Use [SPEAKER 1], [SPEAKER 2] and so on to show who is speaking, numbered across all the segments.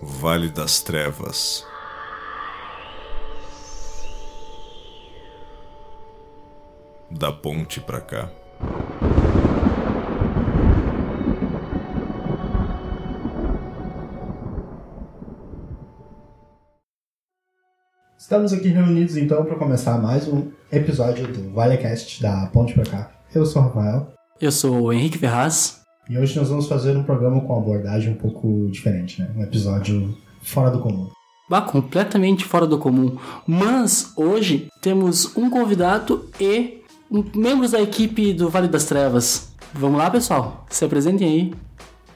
[SPEAKER 1] Vale das Trevas. Da ponte pra cá.
[SPEAKER 2] Estamos aqui reunidos então para começar mais um episódio do Valecast da Ponte pra cá. Eu sou o Rafael
[SPEAKER 3] Eu sou o Henrique Ferraz.
[SPEAKER 2] e hoje nós vamos fazer um programa com uma abordagem um pouco diferente, né? Um episódio fora do comum.
[SPEAKER 3] Bah, completamente fora do comum. Mas hoje temos um convidado e um- membros da equipe do Vale das Trevas. Vamos lá, pessoal. Se apresentem aí.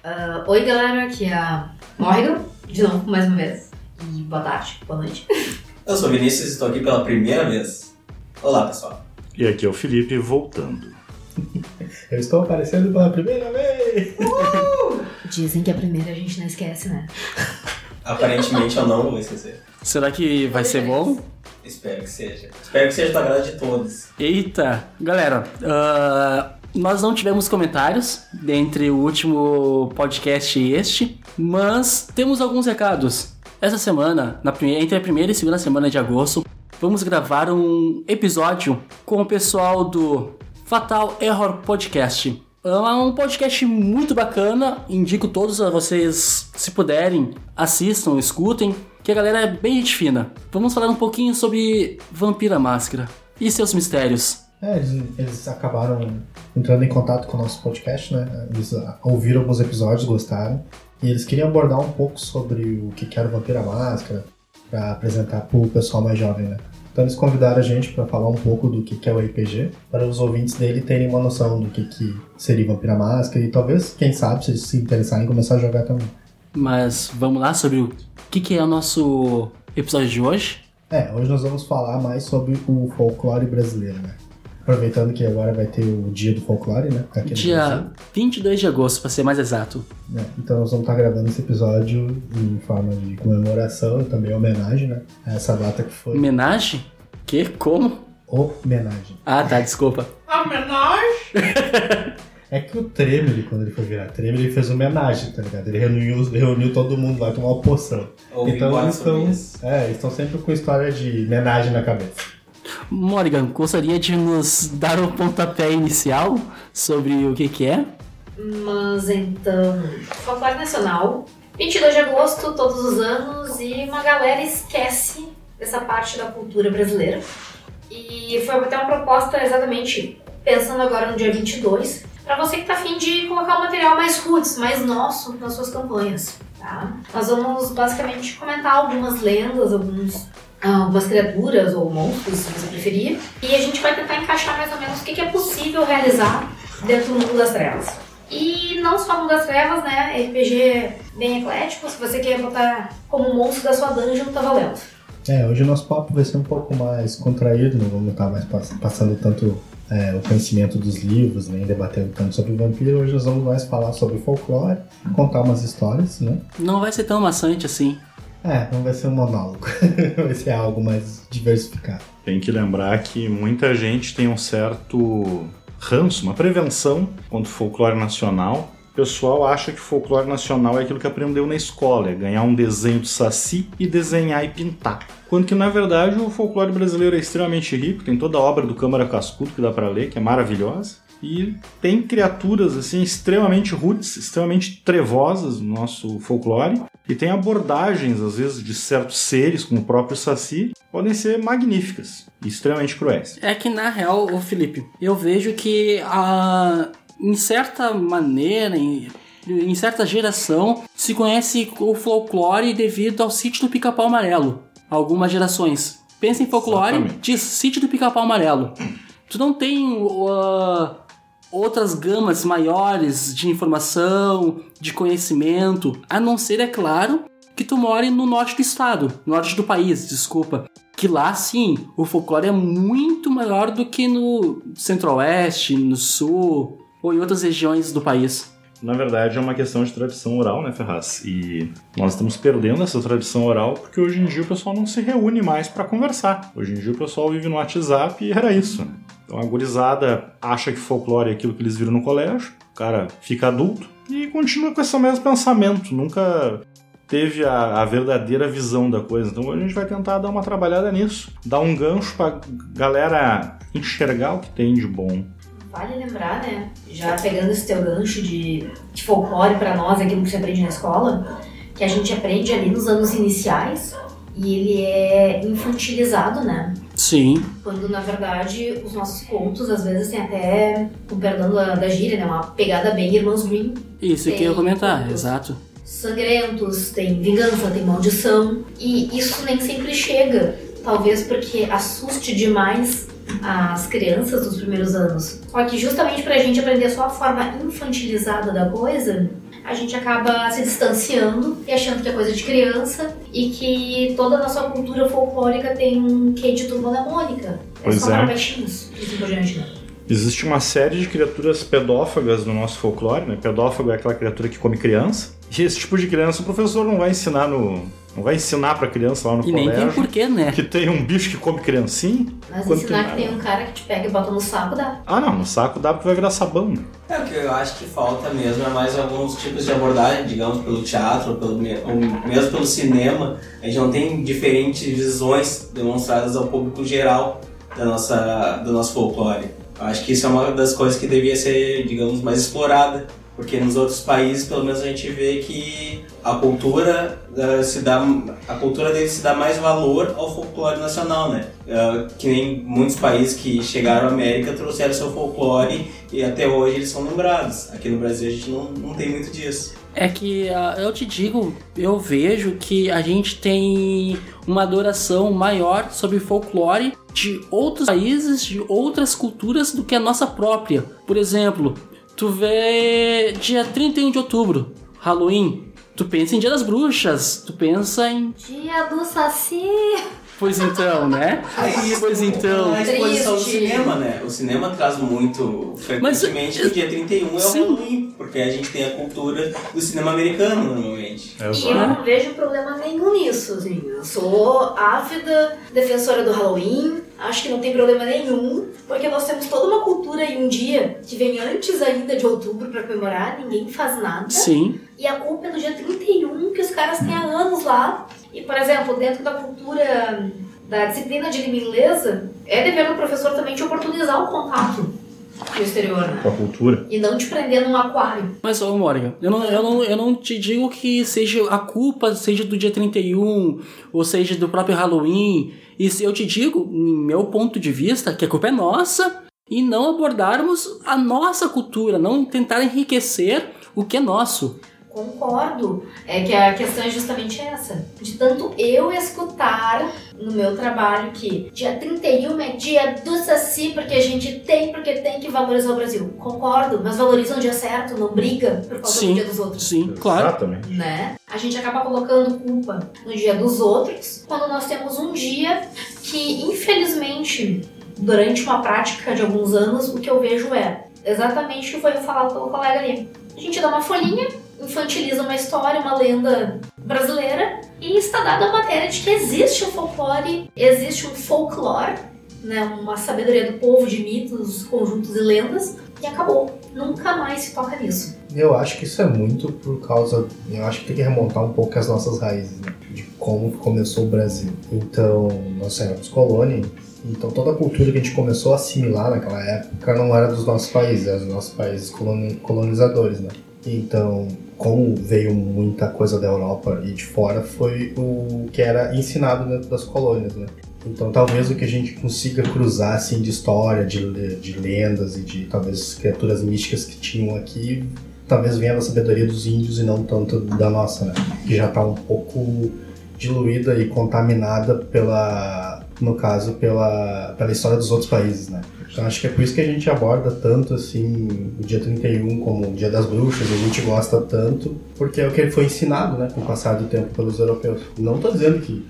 [SPEAKER 4] Ah, oi, galera, aqui é a Morgan, de novo, mais uma vez. E boa tarde, boa noite.
[SPEAKER 5] Eu sou o Vinícius e estou aqui pela primeira vez. Olá, pessoal.
[SPEAKER 6] E aqui é o Felipe voltando.
[SPEAKER 2] Eu estou aparecendo pela primeira vez!
[SPEAKER 4] Dizem que é a primeira a gente não esquece, né?
[SPEAKER 5] Aparentemente eu não vou esquecer.
[SPEAKER 3] Será que vai ser bom?
[SPEAKER 5] Espero que seja. Espero que seja do agrado de todos.
[SPEAKER 3] Eita! Galera, ah, nós não tivemos comentários entre o último podcast e este, mas temos alguns recados. Essa semana, na prime- entre a primeira e segunda semana de agosto, vamos gravar um episódio com o pessoal do Fatal Error Podcast. É um podcast muito bacana, indico todos a vocês, se puderem, assistam, escutem, que a galera é bem gente fina. Vamos falar um pouquinho sobre Vampira Máscara e seus mistérios.
[SPEAKER 2] É, eles, eles acabaram entrando em contato com o nosso podcast, né? Eles ah, ouviram alguns episódios, gostaram. E eles queriam abordar um pouco sobre o que que era o Vampira Máscara, para apresentar pro pessoal mais jovem, né? Então eles convidaram a gente para falar um pouco do que que é o RPG, para os ouvintes dele terem uma noção do que, que seria Vampira Máscara e talvez, quem sabe, se eles se interessarem, começar a jogar também.
[SPEAKER 3] Mas vamos lá sobre o que, que é o nosso episódio de hoje.
[SPEAKER 2] É, hoje nós vamos falar mais sobre o folclore brasileiro, né? Aproveitando que agora vai ter o dia do folclore, né? Aqui no Brasil.
[SPEAKER 3] Dia 22 de agosto, para ser mais exato.
[SPEAKER 2] né? Então nós vamos estar gravando esse episódio em forma de comemoração e também homenagem, né? A essa data que foi
[SPEAKER 3] Homenagem? Que? Como?
[SPEAKER 2] homenagem.
[SPEAKER 3] Ah, tá, desculpa.
[SPEAKER 2] É que o Tremere, quando ele foi virar Tremere, ele fez homenagem, tá ligado? Ele reuniu, reuniu todo mundo lá, tomou uma poção.
[SPEAKER 5] Ouvi
[SPEAKER 2] então
[SPEAKER 5] embora
[SPEAKER 2] eles
[SPEAKER 5] sobre
[SPEAKER 2] estão,
[SPEAKER 5] isso.
[SPEAKER 2] é, eles estão sempre com história de homenagem na cabeça.
[SPEAKER 3] Morgan, gostaria de nos dar o pontapé inicial sobre o que, que é?
[SPEAKER 4] Mas então, Folclore Nacional, 22 de agosto, todos os anos, e uma galera esquece dessa parte da cultura brasileira. E foi até uma proposta exatamente pensando agora no dia 22, para você que tá afim de colocar um material mais roots, mais nosso nas suas campanhas, tá? Nós vamos basicamente comentar algumas lendas, alguns algumas criaturas ou monstros, se você preferir, e a gente vai tentar encaixar mais ou menos o que que é possível realizar dentro do mundo das trevas. E não só Mundo das Trevas, né? RPG bem eclético. Se você quer botar como um monstro da sua dungeon, tá valendo.
[SPEAKER 2] É, hoje o nosso papo vai ser um pouco mais contraído, não vamos estar mais pass- passando tanto é, o conhecimento dos livros, nem debatendo tanto sobre vampiro. Hoje nós vamos mais falar sobre folclore, contar umas histórias, né?
[SPEAKER 3] Não vai ser tão maçante assim.
[SPEAKER 2] É, não vai ser um monólogo. vai ser algo mais diversificado.
[SPEAKER 6] Tem que lembrar que muita gente tem um certo ranço, uma prevenção contra o folclore nacional. O pessoal acha que folclore nacional é aquilo que aprendeu na escola, é ganhar um desenho de saci e desenhar e pintar. Quando que na verdade o folclore brasileiro é extremamente rico, tem toda a obra do Câmara Cascudo que dá pra ler, que é maravilhosa. E tem criaturas assim extremamente roots, extremamente trevosas no nosso folclore. E tem abordagens, às vezes, de certos seres, como o próprio Saci, podem ser magníficas e extremamente cruéis.
[SPEAKER 3] É que na real, ô Felipe, eu vejo que a, em certa maneira, em, em certa geração, se conhece o folclore devido ao sítio do pica-pau amarelo. Algumas gerações. Pensa em folclore,
[SPEAKER 6] Exatamente.
[SPEAKER 3] diz sítio do pica-pau amarelo. Tu não tem ah, outras gamas maiores de informação, de conhecimento, a não ser, é claro, que tu more no norte do estado, norte do país, desculpa que lá sim o folclore é muito maior do que no centro-oeste, no sul ou em outras regiões do país.
[SPEAKER 6] Na verdade, é uma questão de tradição oral, né, Ferraz? E nós estamos perdendo essa tradição oral porque hoje em dia o pessoal não se reúne mais para conversar. Hoje em dia o pessoal vive no WhatsApp e era isso, né? Então a gurizada acha que folclore é aquilo que eles viram no colégio, o cara fica adulto e continua com esse mesmo pensamento, nunca teve a, a verdadeira visão da coisa. Então a gente vai tentar dar uma trabalhada nisso, dar um gancho pra galera enxergar o que tem de bom.
[SPEAKER 4] Vale lembrar, né? Já pegando esse teu gancho de, de folclore pra nós, aquilo que se aprende na escola, que a gente aprende ali nos anos iniciais e ele é infantilizado, né?
[SPEAKER 3] Sim.
[SPEAKER 4] Quando na verdade os nossos contos às vezes tem até, com perdão da, da gíria, né? Uma pegada bem irmãos Grimm
[SPEAKER 3] Isso que eu ia
[SPEAKER 4] Tem
[SPEAKER 3] comentar,
[SPEAKER 4] todos.
[SPEAKER 3] exato.
[SPEAKER 4] sangrentos, tem vingança, tem maldição. E isso nem sempre chega. Talvez porque assuste demais as crianças dos primeiros anos. Só que justamente pra gente aprender só a forma infantilizada da coisa, a gente acaba se distanciando e achando que é coisa de criança e que toda a nossa cultura folclórica tem um quê de turma da Mônica.
[SPEAKER 6] Pois
[SPEAKER 4] só
[SPEAKER 6] é.
[SPEAKER 4] pra baixinhos, isso por diante, né?
[SPEAKER 6] Existe uma série de criaturas pedófagas no nosso folclore, né? Pedófago é aquela criatura que come criança. E esse tipo de criança o professor não vai ensinar no. não vai ensinar pra criança lá no
[SPEAKER 3] E nem
[SPEAKER 6] colégio.
[SPEAKER 3] tem porquê, né?
[SPEAKER 6] Que tem um bicho que come criancinha.
[SPEAKER 4] Mas
[SPEAKER 6] Quanto
[SPEAKER 4] ensinar
[SPEAKER 6] mais.
[SPEAKER 4] que tem um cara que te pega e bota no saco dá.
[SPEAKER 6] Ah não, no saco dá porque vai virar sabão. né?
[SPEAKER 5] É, o que eu acho que falta mesmo é mais alguns tipos de abordagem, digamos, pelo teatro, pelo, me- ou mesmo pelo cinema. A gente não tem diferentes visões demonstradas ao público geral da nossa, do nosso folclore. Eu acho que isso é uma das coisas que devia ser, digamos, mais explorada, porque nos outros países, pelo menos, a gente vê que a cultura, eh, se dá, a cultura dele se dá mais valor ao folclore nacional, né? Eh, que nem muitos países que chegaram à América trouxeram seu folclore e até hoje eles são lembrados. Aqui no Brasil a gente não, não tem muito disso.
[SPEAKER 3] É que ah, eu te digo, eu vejo que a gente tem uma adoração maior sobre folclore de outros países, de outras culturas do que a nossa própria. Por exemplo, tu vê dia 31 de outubro, Halloween, tu pensa em Dia das Bruxas, tu pensa em.
[SPEAKER 4] Dia do Saci!
[SPEAKER 3] Pois então, né?
[SPEAKER 5] É
[SPEAKER 3] Pois então.
[SPEAKER 5] A exposição do
[SPEAKER 4] Triste.
[SPEAKER 5] cinema, né? O cinema traz muito
[SPEAKER 3] Mas-
[SPEAKER 5] frequentemente que o dia 31 é o
[SPEAKER 3] Sim.
[SPEAKER 5] Halloween, porque a gente tem a cultura do cinema americano normalmente.
[SPEAKER 6] É
[SPEAKER 4] E eu não vejo problema nenhum nisso, assim. Eu sou ávida defensora do Halloween, acho que não tem problema nenhum, porque nós temos toda uma cultura e um dia que vem antes ainda de outubro pra comemorar, ninguém faz nada.
[SPEAKER 3] Sim,
[SPEAKER 4] E a culpa é do dia 31, que os caras têm há anos lá. E, por exemplo, dentro da cultura da disciplina de língua inglesa, é dever do professor também te oportunizar o contato com o exterior, né?
[SPEAKER 6] Com a cultura.
[SPEAKER 4] E não te prender num aquário.
[SPEAKER 3] mas ô Morgan, eu não, eu, não, eu não te digo que seja a culpa, seja do dia 31, ou seja do próprio Halloween. E se eu te digo, em meu ponto de vista, que a culpa é nossa e não abordarmos a nossa cultura, não tentar enriquecer o que é nosso.
[SPEAKER 4] Concordo. É que a questão é justamente essa. De tanto eu escutar no meu trabalho que dia 31 é dia do Saci, porque a gente tem, porque tem que valorizar o Brasil. Concordo, mas valoriza no dia certo, não briga por causa
[SPEAKER 3] Sim.
[SPEAKER 4] do dia dos outros.
[SPEAKER 3] Sim, claro. É
[SPEAKER 6] Exatamente.
[SPEAKER 4] Né? A gente acaba colocando culpa no dia dos outros, quando nós temos um dia que, infelizmente, durante uma prática de alguns anos, o que eu vejo é exatamente o que foi falado pelo colega ali. A gente dá uma folhinha, infantiliza uma história, uma lenda brasileira, e está dada a matéria de que existe um folclore, existe um folclore, né, uma sabedoria do povo de mitos, conjuntos e lendas, e acabou. Nunca mais se toca nisso.
[SPEAKER 2] Eu acho que isso é muito por causa. Eu acho que tem que remontar um pouco as nossas raízes, né? De como começou o Brasil. Então, nós éramos colônia, então toda a cultura que a gente começou a assimilar naquela época não era dos nossos países, era dos nossos países coloni- colonizadores, né? Então, como veio muita coisa da Europa e de fora, foi o que era ensinado dentro das colônias, né? Então, talvez o que a gente consiga cruzar, assim, de história, de, le- de lendas e de, talvez, criaturas místicas que tinham aqui, talvez venha da sabedoria dos índios e não tanto da nossa, né? Que já tá um pouco diluída e contaminada pela, no caso, pela, pela história dos outros países, né? Então acho que é por isso que a gente aborda tanto, assim, o dia 31 como o dia das bruxas, a gente gosta tanto, porque é o que foi ensinado, né, com o passar do tempo pelos europeus. Não tô dizendo que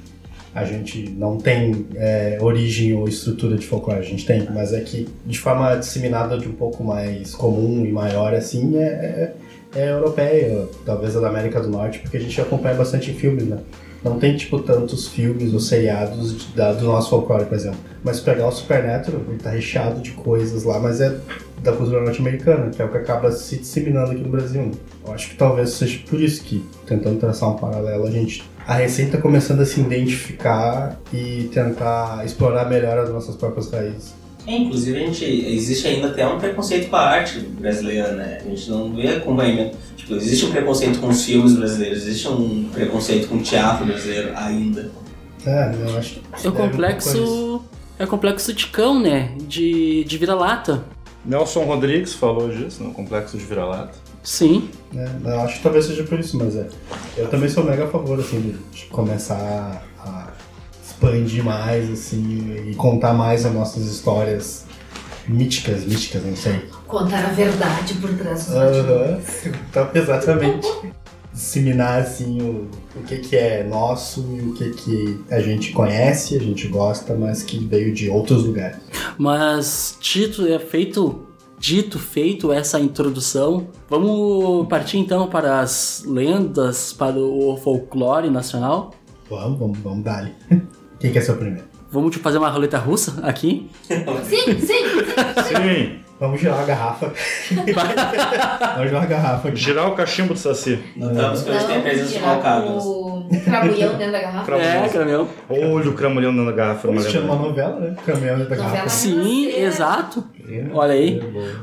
[SPEAKER 2] a gente não tem é, origem ou estrutura de folclore, a gente tem, mas é que de forma disseminada de um pouco mais comum e maior, assim, é, é, é europeia, talvez a da América do Norte, porque a gente acompanha bastante em filmes, né? Não tem, tipo, tantos filmes ou seriados de- da- do nosso folclore, por exemplo. Mas pegar o Supernatural, ele tá recheado de coisas lá, mas é da cultura norte-americana, que é o que acaba se disseminando aqui no Brasil. né? Eu acho que talvez seja por isso que, tentando traçar um paralelo, a gente. A receita começando a se identificar e tentar explorar melhor as nossas próprias raízes.
[SPEAKER 5] É, inclusive, a gente, existe ainda até um preconceito com a arte brasileira, né? A gente não vê acompanhamento. Tipo, existe um preconceito com os filmes brasileiros, existe um preconceito com o teatro brasileiro ainda.
[SPEAKER 2] É, eu acho que. isso
[SPEAKER 3] É o
[SPEAKER 2] deve um pouco a isso.
[SPEAKER 3] complexo. É o complexo de cão, né? De, de vira-lata.
[SPEAKER 6] Nelson Rodrigues falou disso no Complexo de Vira-Lata.
[SPEAKER 3] Sim.
[SPEAKER 2] né? Eu acho que talvez seja por isso, mas é. Eu também sou mega a favor, assim, de começar a expandir mais, assim, e contar mais as nossas histórias míticas, míticas, não sei.
[SPEAKER 4] Contar a verdade por trás dos bastidores.
[SPEAKER 2] Aham. Então, exatamente. Disseminar, assim, o, o que que é nosso e o que que a gente conhece, a gente gosta, mas que veio de outros lugares.
[SPEAKER 3] Mas dito é feito, dito feito essa introdução, vamos partir então para as lendas, para o folclore nacional.
[SPEAKER 2] Vamos, vamos, vamos, dali. Quem quer ser o primeiro?
[SPEAKER 3] Vamos tipo, fazer uma roleta russa aqui.
[SPEAKER 4] Sim, sim.
[SPEAKER 6] Sim!
[SPEAKER 2] Vamos girar a garrafa. vamos girar a garrafa aqui.
[SPEAKER 6] Girar o cachimbo do Saci.
[SPEAKER 5] Notamos que hoje tem a presença de né? Malcavias.
[SPEAKER 4] o cramunhão dentro da garrafa.
[SPEAKER 3] É, caminhão.
[SPEAKER 6] Olha o cramulhão dentro da garrafa.
[SPEAKER 2] Isso chama
[SPEAKER 6] Mariana.
[SPEAKER 2] uma novela, né? Caminhão da garrafa.
[SPEAKER 4] Novela.
[SPEAKER 3] Sim, exato. Olha aí.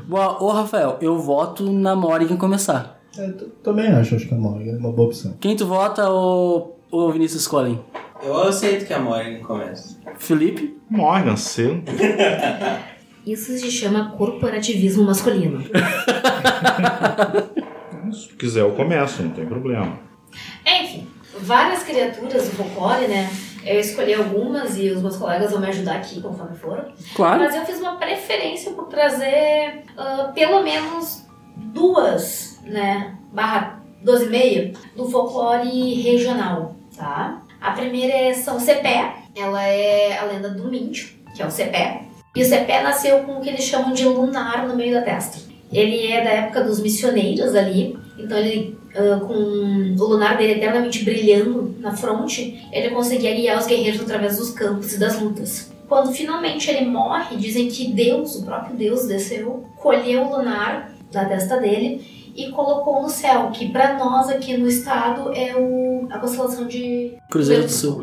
[SPEAKER 3] Boa, ô Rafael, eu voto na Morgan começar.
[SPEAKER 2] É, eu t- também acho, acho que é uma, é uma boa opção.
[SPEAKER 3] Quem tu vota, ô, ô Vinícius Colin?
[SPEAKER 5] Eu aceito que a Morgan comece.
[SPEAKER 3] Felipe?
[SPEAKER 6] Morgan, cedo.
[SPEAKER 4] Isso se chama corporativismo masculino.
[SPEAKER 6] Se quiser, eu começo, não tem problema.
[SPEAKER 4] Enfim, várias criaturas do folclore, né? Eu escolhi algumas e os meus colegas vão me ajudar aqui conforme foram.
[SPEAKER 3] Claro.
[SPEAKER 4] Mas eu fiz uma preferência por trazer ah, pelo menos duas, né? Barra 12,5 do folclore regional, tá? A primeira é São Cepé, ela é a lenda do Míndio, que é o Cepé. E o Cepé nasceu com o que eles chamam de lunar no meio da testa. Ele é da época dos missioneiros ali, então ele ah, com o lunar dele eternamente brilhando na fronte, ele conseguia guiar os guerreiros através dos campos e das lutas. Quando finalmente ele morre, dizem que Deus, o próprio Deus, desceu, colheu o lunar da testa dele e colocou no céu, que para nós aqui no estado é o, a constelação de.
[SPEAKER 3] Cruzeiro do Sul.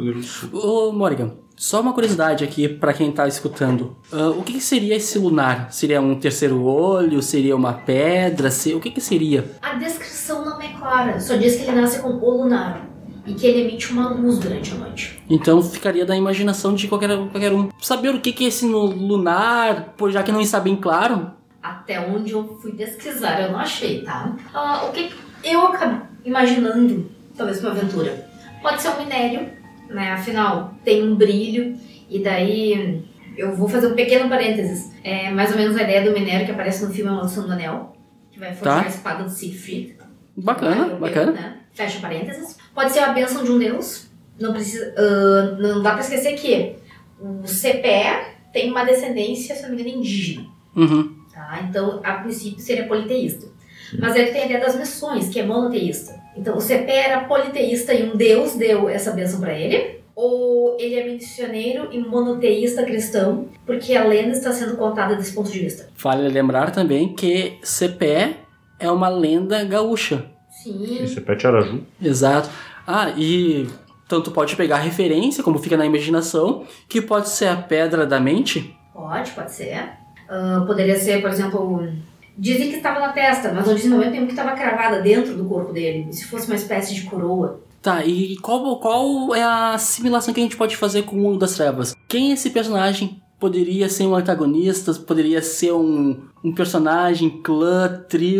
[SPEAKER 3] Ô, Morgan, só uma curiosidade aqui pra quem tá escutando. Ah, o que, que seria esse lunar? Seria um terceiro olho? Seria uma pedra? Se- O que, que seria?
[SPEAKER 4] A descrição não é clara, só diz que ele nasce com o lunar e que ele emite uma luz durante a noite.
[SPEAKER 3] Então ficaria da imaginação de qualquer, qualquer um. Saber o que, que é esse nu- lunar, pô, já que não está bem claro.
[SPEAKER 4] Até onde eu fui pesquisar, eu não achei, tá? Ah, o que eu acabei imaginando, talvez pra uma aventura? Pode ser um minério, né? Afinal, tem um brilho, e daí eu vou fazer um pequeno parênteses. É mais ou menos a ideia do minério que aparece no filme A Mansão do Anel, que vai forjar
[SPEAKER 3] Tá.
[SPEAKER 4] a espada do Siegfried.
[SPEAKER 3] Bacana,
[SPEAKER 4] Europeu,
[SPEAKER 3] bacana.
[SPEAKER 4] né? Fecha parênteses. Pode ser a bênção de um deus. Não precisa, ah, não dá pra esquecer que o CPE tem uma descendência, se não me engano, indígena.
[SPEAKER 3] Uhum.
[SPEAKER 4] Tá? Então, a princípio, seria politeísta. Mas aí tem a ideia das missões, que é monoteísta. Então, o CP era politeísta e um deus deu essa bênção para ele? Ou ele é missioneiro e monoteísta cristão, porque a lenda está sendo contada desse ponto de vista?
[SPEAKER 3] Vale lembrar também que CPE é uma lenda gaúcha.
[SPEAKER 4] Sim,
[SPEAKER 6] Esse é Pet Araju.
[SPEAKER 3] Exato. Ah, e tanto pode pegar a referência, como fica na imaginação, que pode ser a pedra da mente.
[SPEAKER 4] Pode, pode ser. Ah, poderia ser, por exemplo, dizem que estava na testa, mas não dizem momento nenhum que estava cravada dentro do corpo dele, se fosse uma espécie de coroa.
[SPEAKER 3] Tá, e qual, qual é a assimilação que a gente pode fazer com o mundo das trevas? Quem é esse personagem? Poderia ser um antagonista, poderia ser um, um personagem, clã,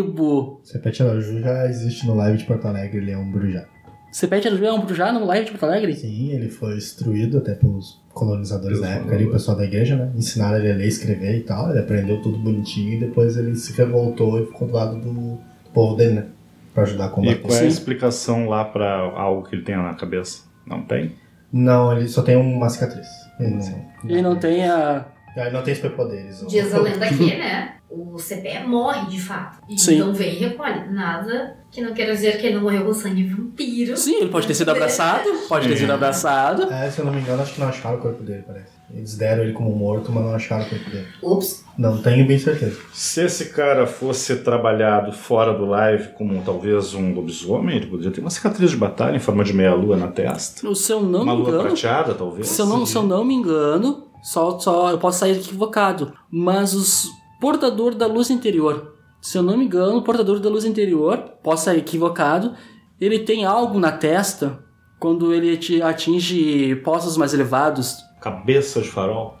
[SPEAKER 3] tribo.
[SPEAKER 2] Sepete Araju já existe no live de Porto Alegre, ele é um brujá.
[SPEAKER 3] Você pede a Julião já no live de Porto Alegre?
[SPEAKER 2] Sim, ele foi destruído até pelos colonizadores
[SPEAKER 6] Pelos
[SPEAKER 2] da época ali, o pessoal da igreja, né? Ensinaram ele a ler, escrever e tal, ele aprendeu tudo bonitinho e depois ele se revoltou e ficou do lado do povo dele, né? Pra ajudar a
[SPEAKER 6] E
[SPEAKER 2] combater.
[SPEAKER 6] qual é a
[SPEAKER 3] Sim.
[SPEAKER 6] explicação lá pra algo que ele tem na cabeça? Não tem?
[SPEAKER 2] Não, ele só tem uma cicatriz. Ele não,
[SPEAKER 3] Ele não tem a,
[SPEAKER 2] Ele não tem
[SPEAKER 3] Então,
[SPEAKER 2] superpoderes.
[SPEAKER 4] Diz a lenda aqui, né? O CP morre de fato. E
[SPEAKER 3] Sim.
[SPEAKER 4] não vem e recolhe. Nada que não queira dizer que ele não morreu com sangue vampiro.
[SPEAKER 3] Sim, ele pode ter sido abraçado, pode ter sido abraçado.
[SPEAKER 2] É, se eu não me engano, acho que não acharam o corpo dele, parece. Eles deram ele como morto, mas não acharam o corpo dele.
[SPEAKER 4] Ups.
[SPEAKER 2] Não tenho bem certeza.
[SPEAKER 6] Se esse cara fosse trabalhado fora do live como talvez um lobisomem, ele poderia ter uma cicatriz de batalha em forma de meia-lua na testa.
[SPEAKER 3] Se eu não
[SPEAKER 6] uma
[SPEAKER 3] me
[SPEAKER 6] lua
[SPEAKER 3] engano,
[SPEAKER 6] prateada, talvez.
[SPEAKER 3] se eu não, se eu não me engano, só, só eu posso sair equivocado, mas os portador da luz interior, se eu não me engano, o portador da luz interior, posso sair equivocado, ele tem algo na testa quando ele te- atinge postos mais elevados.
[SPEAKER 6] Cabeça de farol.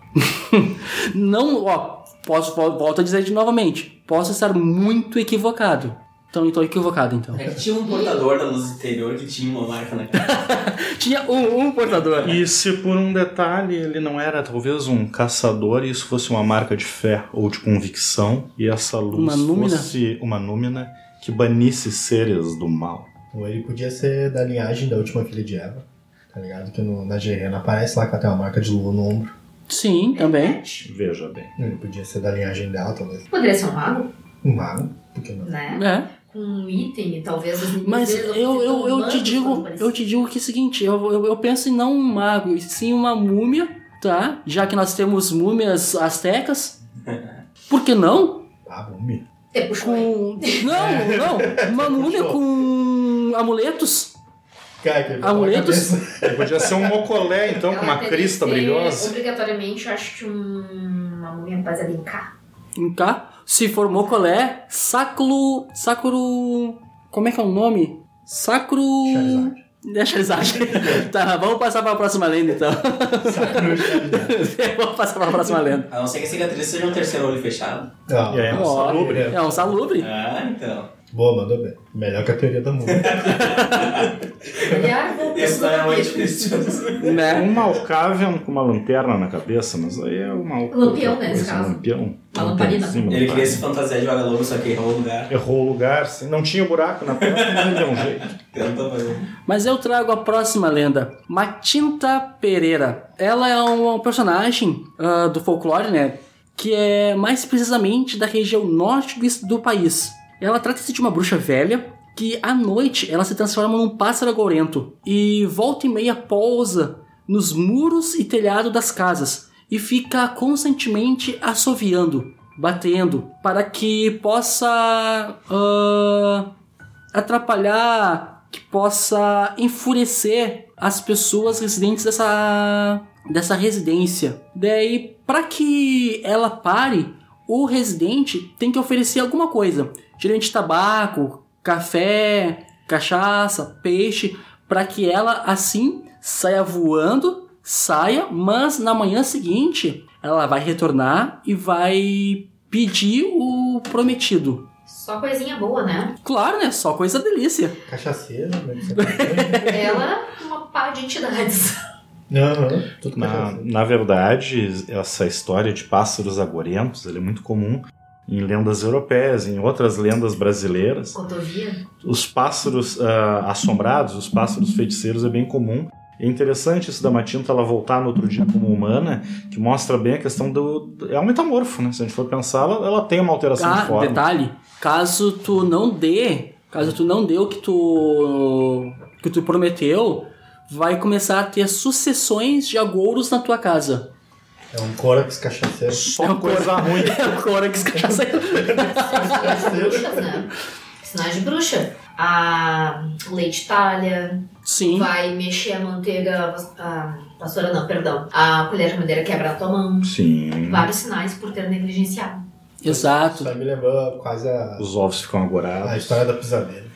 [SPEAKER 3] Não, ó, posso vol- volto a dizer de novamente, posso estar muito equivocado. Então, então equivocado então.
[SPEAKER 5] É que tinha um portador da luz interior que tinha uma marca na cara.
[SPEAKER 3] Tinha um, um portador.
[SPEAKER 6] E se por um detalhe ele não era talvez um caçador e isso fosse uma marca de fé ou de convicção e essa luz
[SPEAKER 3] Uma númina?
[SPEAKER 6] fosse uma númina que banisse seres do mal?
[SPEAKER 2] Ou ele podia ser da linhagem da última filha de Eva, tá ligado? Que no, na Gerena aparece lá que ela tem uma marca de lua no ombro.
[SPEAKER 3] Sim, também.
[SPEAKER 4] Verdade.
[SPEAKER 6] Veja bem.
[SPEAKER 2] Ele podia ser da linhagem dela, talvez.
[SPEAKER 4] Poderia ser um mago,
[SPEAKER 2] Um mago, porque não?
[SPEAKER 4] né?
[SPEAKER 3] É.
[SPEAKER 4] Com um item, talvez. os inimigos
[SPEAKER 3] Mas
[SPEAKER 4] deles
[SPEAKER 3] eu,
[SPEAKER 4] não sejam
[SPEAKER 3] eu, eu te
[SPEAKER 4] humanos,
[SPEAKER 3] digo,
[SPEAKER 4] como parecia.
[SPEAKER 3] eu te digo que é o seguinte, eu, eu, eu penso em não um mago, e sim uma múmia, tá? Já que nós temos múmias astecas. Por que não?
[SPEAKER 2] Ah, múmia.
[SPEAKER 4] Até puxou ele.
[SPEAKER 3] Com. Não, não! Uma múmia com amuletos.
[SPEAKER 2] Cara, que ele botou na
[SPEAKER 3] Amuletos?
[SPEAKER 2] cabeça.
[SPEAKER 6] Ele podia ser um mocolé então, com
[SPEAKER 4] Ela
[SPEAKER 6] uma
[SPEAKER 4] teria
[SPEAKER 6] crista
[SPEAKER 4] que ter,
[SPEAKER 6] brilhosa.
[SPEAKER 4] Obrigatoriamente, eu acho que um- uma múmia baseada em K.
[SPEAKER 3] Em cá. Se formou colé, sacro. Sacro. Como é que é o nome? Sacro.
[SPEAKER 2] Charizard.
[SPEAKER 3] É Charizard. tá, vamos passar pra próxima lenda então.
[SPEAKER 2] Sacro Charizard.
[SPEAKER 3] vamos passar pra próxima lenda.
[SPEAKER 5] A não ser que a cicatriz seja um terceiro olho fechado.
[SPEAKER 2] Não,
[SPEAKER 6] E aí,
[SPEAKER 2] não,
[SPEAKER 3] ó,
[SPEAKER 2] salubre.
[SPEAKER 3] É um salubre.
[SPEAKER 5] Ah, então.
[SPEAKER 2] Boa, mandou bem. Melhor que a teoria da múmia.
[SPEAKER 4] Olhar
[SPEAKER 5] Esse não é um
[SPEAKER 4] vampiro.
[SPEAKER 5] anticristiano.
[SPEAKER 3] Né?
[SPEAKER 6] Um malcavian com uma lanterna na cabeça, mas aí é uma
[SPEAKER 4] Lampião, né, nesse
[SPEAKER 6] coisa,
[SPEAKER 4] caso.
[SPEAKER 6] Lampião.
[SPEAKER 4] Uma lamparina.
[SPEAKER 6] Sim, uma
[SPEAKER 5] Ele queria
[SPEAKER 6] lamparina.
[SPEAKER 5] se fantasiar de vagalume, só que errou o lugar.
[SPEAKER 6] tá. Errou o lugar, sim. não tinha buraco na perna, mas ele deu um jeito.
[SPEAKER 5] Tentou fazer.
[SPEAKER 3] Mas eu trago a próxima lenda, Matinta Pereira. Ela é um personagem ah, do folclore, né? Que é mais precisamente da região norte do, do país. Ela trata-se de uma bruxa velha que à noite ela se transforma num pássaro agourento e volta e meia pousa nos muros e telhado das casas e fica constantemente assoviando, batendo, para que possa ah, atrapalhar, que possa enfurecer as pessoas residentes dessa, dessa residência. Daí, para que ela pare, o residente tem que oferecer alguma coisa, geralmente tabaco, café, cachaça, peixe, para que ela assim saia voando, saia, mas na manhã seguinte ela vai retornar e vai pedir o prometido.
[SPEAKER 4] Só coisinha boa, né?
[SPEAKER 3] Claro, né? Só coisa delícia.
[SPEAKER 2] Cachaceira, né?
[SPEAKER 4] Ela é uma pá de entidades.
[SPEAKER 2] Não, não. Tudo
[SPEAKER 6] Na,
[SPEAKER 2] cachaceiro.
[SPEAKER 6] na verdade, essa história de pássaros agorentos ela é muito comum em lendas europeias, em outras lendas brasileiras.
[SPEAKER 4] Cotovia.
[SPEAKER 6] Os pássaros ah, assombrados, os pássaros feiticeiros é bem comum. É interessante isso da Matinta ela voltar no outro dia como humana, que mostra bem a questão do. É um metamorfo, né? Se a gente for pensar, ela, ela tem uma alteração
[SPEAKER 3] Ah,
[SPEAKER 6] de forma.
[SPEAKER 3] detalhe, caso tu não dê, caso tu não dê o que tu que tu prometeu, vai começar a ter sucessões de agouros na tua casa.
[SPEAKER 2] É um córax cachaceiro.
[SPEAKER 6] Só
[SPEAKER 3] É um
[SPEAKER 6] coisa ruim.
[SPEAKER 3] Agora que os cachaça
[SPEAKER 4] bruxas, né? Sinais de bruxa. A leite talha.
[SPEAKER 3] Sim.
[SPEAKER 4] Vai mexer a manteiga. A vassoura, não, perdão. A colher de madeira quebra a tua mão.
[SPEAKER 6] Sim.
[SPEAKER 4] Vários sinais por ter negligenciado.
[SPEAKER 3] Exato.
[SPEAKER 2] Isso aí me lembrou quase a,
[SPEAKER 6] Os ovos ficam
[SPEAKER 2] a
[SPEAKER 6] agorados.
[SPEAKER 2] história da pisadeira.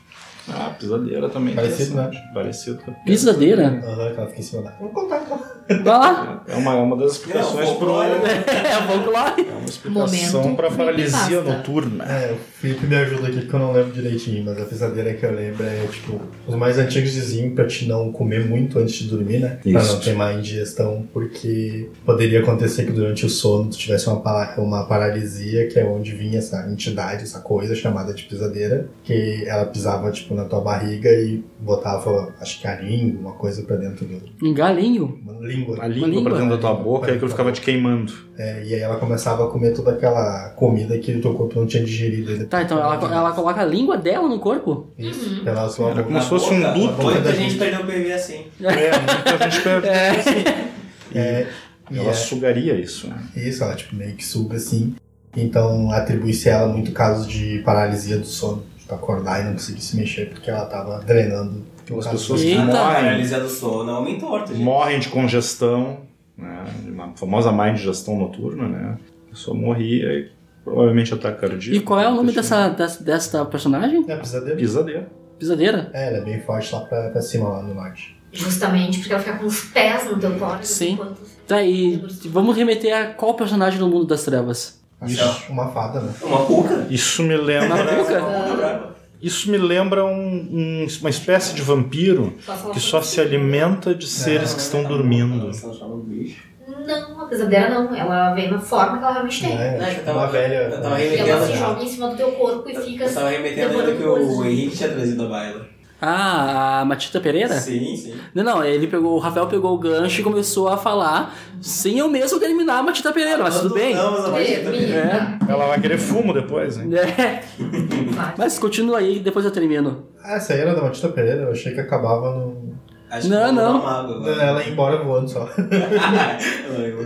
[SPEAKER 6] Ah, pisadeira também.
[SPEAKER 2] Parecido, é?
[SPEAKER 6] interessante. Parecido. né? com a
[SPEAKER 3] Pisadeira?
[SPEAKER 2] Aham, que ela fica em cima da. Vamos contar então.
[SPEAKER 3] Vai lá.
[SPEAKER 6] É uma, é uma das explicações
[SPEAKER 5] Não,
[SPEAKER 6] pro.
[SPEAKER 5] folclore.
[SPEAKER 3] É, vamos lá.
[SPEAKER 6] É uma explicação
[SPEAKER 4] Momento
[SPEAKER 6] para paralisia
[SPEAKER 4] creepypasta.
[SPEAKER 6] noturna.
[SPEAKER 2] É, o Felipe me ajuda aqui porque eu não lembro direitinho, mas a pisadeira que eu lembro é tipo, os mais antigos diziam pra te não comer muito antes de dormir, né? Pra
[SPEAKER 6] Isso.
[SPEAKER 2] não ter má indigestão, porque poderia acontecer que durante o sono tu tivesse uma, pa- uma paralisia, que é onde vinha essa entidade, essa coisa chamada de pisadeira, que ela pisava tipo na tua barriga e botava, acho que carinho, uma coisa pra dentro do.
[SPEAKER 3] Um galinho.
[SPEAKER 2] Linho, língua.
[SPEAKER 6] A língua,
[SPEAKER 3] língua,
[SPEAKER 6] pra dentro da tua
[SPEAKER 2] né?
[SPEAKER 6] boca e aquilo ficava te queimando.
[SPEAKER 2] É, e aí ela começava a comer toda aquela comida que o teu corpo não tinha digerido ainda.
[SPEAKER 3] Tá, então ela, ela coloca a língua dela no corpo?
[SPEAKER 2] Isso, pela sua
[SPEAKER 6] Era
[SPEAKER 2] boca.
[SPEAKER 6] como se fosse um duto.
[SPEAKER 5] Muita gente perdeu o PV assim.
[SPEAKER 6] É, muita gente perde.
[SPEAKER 2] É, e
[SPEAKER 6] Ela
[SPEAKER 2] é-
[SPEAKER 6] sugaria isso, né?
[SPEAKER 2] Isso, ela tipo, meio que suga assim. Então atribui-se a ela muito caso de paralisia do sono. Tipo, acordar e não conseguir se mexer porque ela tava drenando.
[SPEAKER 6] Aquelas
[SPEAKER 2] As
[SPEAKER 6] pessoas que
[SPEAKER 3] Eita.
[SPEAKER 5] Ah, A
[SPEAKER 6] morrem,
[SPEAKER 5] paralisia do sono é um homem torto, gente.
[SPEAKER 6] morrem de congestão, né? Uma famosa má indigestão noturna, né? A pessoa morria e provavelmente ataque cardíaco.
[SPEAKER 3] E qual é o nome dessa,
[SPEAKER 6] intestino.
[SPEAKER 3] dessa, dessa personagem?
[SPEAKER 2] É, pesadelo.
[SPEAKER 6] Pisadeira.
[SPEAKER 3] Pisadeira?
[SPEAKER 2] É, ela é bem forte lá pra, pra cima, lá no norte.
[SPEAKER 4] Justamente porque ela fica com os pés no teu tórax.
[SPEAKER 3] Sim.
[SPEAKER 4] enquanto-
[SPEAKER 3] Tá, e vamos remeter a qual personagem do mundo das trevas?
[SPEAKER 2] Acho
[SPEAKER 6] Isso.
[SPEAKER 2] que é uma fada, né?
[SPEAKER 5] Uma cuca.
[SPEAKER 6] Isso me lembra.
[SPEAKER 3] Uma cuca?
[SPEAKER 5] Uma
[SPEAKER 4] ah,
[SPEAKER 5] cuca brava.
[SPEAKER 6] Isso me lembra um- um- uma espécie de vampiro
[SPEAKER 4] se ela for-
[SPEAKER 6] que só se alimenta de seres que estão dormindo.
[SPEAKER 5] Elas não chamam de bicho.
[SPEAKER 4] Não, a pesadeira não. Ela vem na forma que ela realmente tem.
[SPEAKER 2] É,
[SPEAKER 5] Não,
[SPEAKER 2] tipo,
[SPEAKER 5] eu tava-
[SPEAKER 2] uma velha.
[SPEAKER 5] eu tava
[SPEAKER 4] E ela se
[SPEAKER 5] Ela-
[SPEAKER 4] joga em cima do teu corpo e fica assim,
[SPEAKER 5] Eu tava remetendo ainda que o Henrique tinha trazido a baila.
[SPEAKER 3] Ah, a Matita Pereira?
[SPEAKER 5] Sim, sim.
[SPEAKER 3] Não, não, ele pegou, o Rafael pegou o gancho e começou a falar sem eu mesmo terminar a Matita Pereira, mas tudo bem.
[SPEAKER 5] Não, mas a Batista também.
[SPEAKER 4] Menina.
[SPEAKER 6] Ela vai querer fumo depois, né?
[SPEAKER 3] É,
[SPEAKER 4] Vai.
[SPEAKER 3] mas continua aí, depois eu termino.
[SPEAKER 2] Ah, essa aí era da Matita Pereira, eu achei que acabava no.
[SPEAKER 5] Acho
[SPEAKER 3] Não,
[SPEAKER 5] que eu vou
[SPEAKER 3] não.
[SPEAKER 5] dar uma água agora.
[SPEAKER 2] Ela ia embora voando só.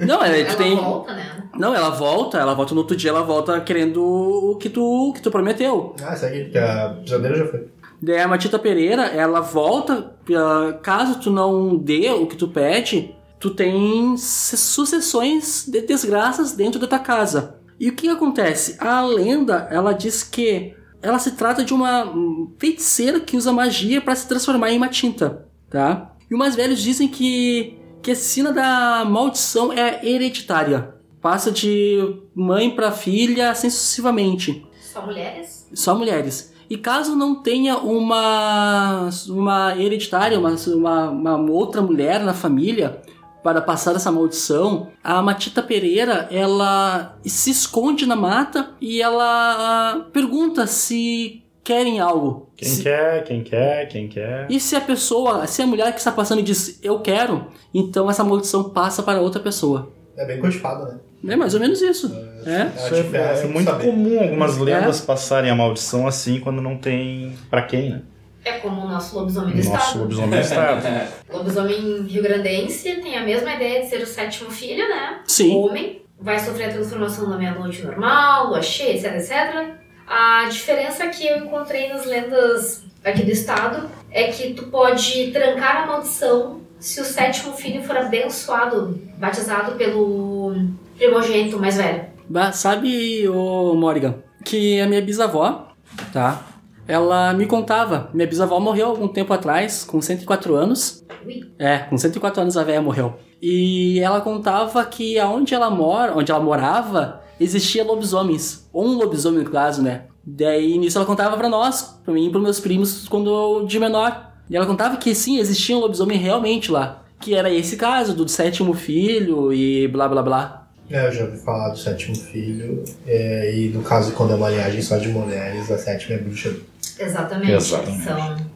[SPEAKER 3] Não, é, tu
[SPEAKER 4] Ela
[SPEAKER 3] tem.
[SPEAKER 4] volta, né?
[SPEAKER 3] Não, ela volta, ela volta no outro dia, ela volta querendo o que tu, o que tu prometeu.
[SPEAKER 2] Ah, essa aqui, porque a pesadeira já foi.
[SPEAKER 3] Daí a Matita Pereira, ela volta, ah, caso tu não dê o que tu pede, tu tem se- sucessões de desgraças dentro da tua casa. E o que acontece? A lenda, ela diz que ela se trata de uma hum, feiticeira que usa magia para se transformar em uma tinta, tá? E os mais velhos dizem que, que a sina da maldição é hereditária. Passa de mãe para filha, assim sucessivamente
[SPEAKER 4] Só mulheres?
[SPEAKER 3] só mulheres. E caso não tenha uma uma hereditária, uma, uma, uma outra mulher na família para passar essa maldição, a Matita Pereira ela se esconde na mata e ela ah, pergunta se querem algo.
[SPEAKER 6] Quem
[SPEAKER 3] Se-
[SPEAKER 6] quer, quem quer, quem quer.
[SPEAKER 3] E se a pessoa, se a mulher que está passando diz eu quero, então essa maldição passa para outra pessoa.
[SPEAKER 2] É bem cosfada, né?
[SPEAKER 3] É mais ou menos isso. É?
[SPEAKER 2] Ela,
[SPEAKER 6] Isso é,
[SPEAKER 2] tipo,
[SPEAKER 6] é
[SPEAKER 2] ela sempre
[SPEAKER 6] muito
[SPEAKER 2] sabe.
[SPEAKER 6] comum algumas lendas passarem a maldição assim quando não tem pra quem, né?
[SPEAKER 4] É como o nosso lobisomem do
[SPEAKER 6] Nosso
[SPEAKER 4] estado.
[SPEAKER 6] lobisomem é está.
[SPEAKER 4] Lobisomem rio-grandense tem a mesma ideia de ser o sétimo filho, né?
[SPEAKER 3] Sim.
[SPEAKER 4] Homem. Vai sofrer a transformação da meia-noite normal, lua cheia, etc, etc. A diferença que eu encontrei nas lendas aqui do estado é que tu pode trancar a maldição se o sétimo filho for abençoado, batizado pelo primogênito mais velho.
[SPEAKER 3] Bah, Sabe, ô Morgan, que a minha bisavó, tá? Ela me contava, minha bisavó morreu algum tempo atrás, com 104 anos.
[SPEAKER 4] Ui.
[SPEAKER 3] É, com 104 anos a velha morreu. E ela contava que aonde ela mora, onde ela morava, existia lobisomens. Ou um lobisomem, no caso, né? Daí nisso ela contava pra nós, pra mim e pros meus primos, quando eu de menor. E ela contava que sim, existia um lobisomem realmente lá. Que era esse caso, do sétimo filho e blá blá blá.
[SPEAKER 2] É, eu já ouvi falar do sétimo filho. é, e no caso, quando é uma linhagem só de mulheres, a sétima é bruxa.
[SPEAKER 4] Exatamente. Então,
[SPEAKER 6] Exatamente.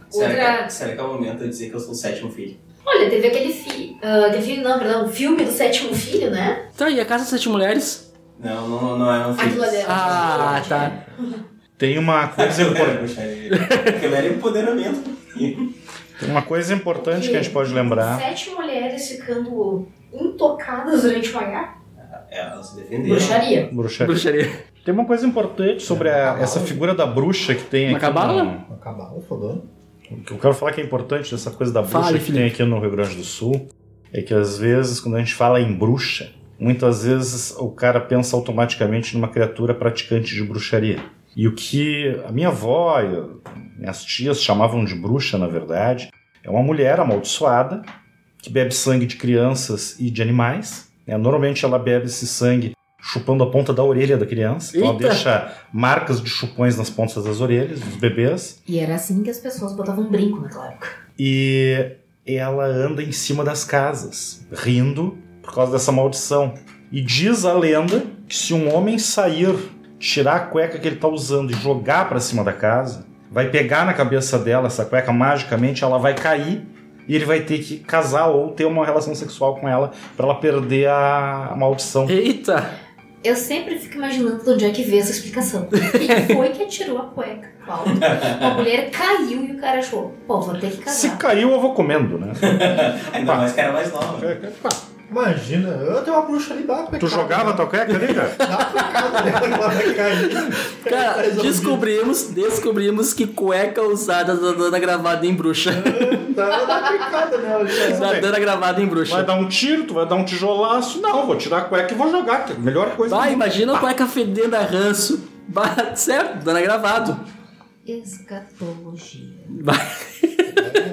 [SPEAKER 4] São
[SPEAKER 5] Será
[SPEAKER 4] outra
[SPEAKER 5] que, será que é o momento de dizer que eu sou o sétimo filho?
[SPEAKER 4] Olha, teve aquele filme. aquele filme, não, perdão, filme do sétimo filho, né?
[SPEAKER 3] Tá, e a Casa das Sete Mulheres?
[SPEAKER 5] Não, não, não, não é um filho.
[SPEAKER 4] Aquilo ali.
[SPEAKER 3] Ah, tá.
[SPEAKER 6] Tem uma coisa
[SPEAKER 5] Puxaria-
[SPEAKER 6] importante.
[SPEAKER 5] puxaria. Aquilo era empoderamento.
[SPEAKER 6] Tem uma coisa importante que a gente pode lembrar.
[SPEAKER 4] Sete mulheres ficando intocadas durante uma guerra.
[SPEAKER 5] É, Ela se defendeu.
[SPEAKER 4] Bruxaria.
[SPEAKER 6] Bruxaria.
[SPEAKER 3] Bruxaria.
[SPEAKER 6] Tem uma coisa importante sobre a- essa figura da bruxa que tem
[SPEAKER 3] Uma
[SPEAKER 6] aqui.
[SPEAKER 3] cabala?
[SPEAKER 6] no-
[SPEAKER 2] Uma cabala, falou.
[SPEAKER 6] O que eu quero falar que é importante dessa coisa da bruxa
[SPEAKER 3] Fale,
[SPEAKER 6] que tem aqui no Rio Grande do Sul é que às vezes quando a gente fala em bruxa, muitas vezes o cara pensa automaticamente numa criatura praticante de bruxaria. E o que a minha avó e eu- minhas tias chamavam de bruxa, na verdade, é uma mulher amaldiçoada que bebe sangue de crianças e de animais. né? Normalmente ela bebe esse sangue chupando a ponta da orelha da criança. Então
[SPEAKER 3] Eita!
[SPEAKER 6] ela deixa marcas de chupões nas pontas das orelhas dos bebês.
[SPEAKER 4] E era assim que as pessoas botavam brinco naquela época.
[SPEAKER 6] E ela anda em cima das casas, rindo por causa dessa maldição. E diz a lenda que se um homem sair, tirar a cueca que ele tá usando e jogar para cima da casa, vai pegar na cabeça dela essa cueca magicamente, ela vai cair e ele vai ter que casar ou ter uma relação sexual com ela pra ela perder a maldição.
[SPEAKER 3] Eita!
[SPEAKER 4] Eu sempre fico imaginando de onde é que veio essa explicação. Quem foi que atirou a cueca? Paulo? A mulher caiu e o cara achou, pô, vou ter que
[SPEAKER 6] Se
[SPEAKER 4] casar.
[SPEAKER 6] caiu, eu vou comendo, né?
[SPEAKER 5] Ainda mais que era mais nova.
[SPEAKER 2] Imagina, eu tenho uma bruxa ali, dá pra
[SPEAKER 6] Tu jogava a tua cueca ali, cara?
[SPEAKER 2] Dá pra casa dela, ela vai cair. Tá
[SPEAKER 3] Cara,
[SPEAKER 6] um
[SPEAKER 2] resolvido.
[SPEAKER 3] descobrimos, descobrimos que cueca usada da dona gravada em bruxa.
[SPEAKER 2] Dá, dá uma picada nela ali. né?
[SPEAKER 3] Da dona gravada em
[SPEAKER 6] Vai
[SPEAKER 3] bruxa.
[SPEAKER 6] dar um tiro, tu vai dar um tijolaço. Não, vou tirar a cueca e vou jogar, que é a melhor coisa.
[SPEAKER 3] Vai, imagina a cueca fedendo a ranço. Bah, certo, dona gravado.
[SPEAKER 4] Escatologia.
[SPEAKER 3] Bah,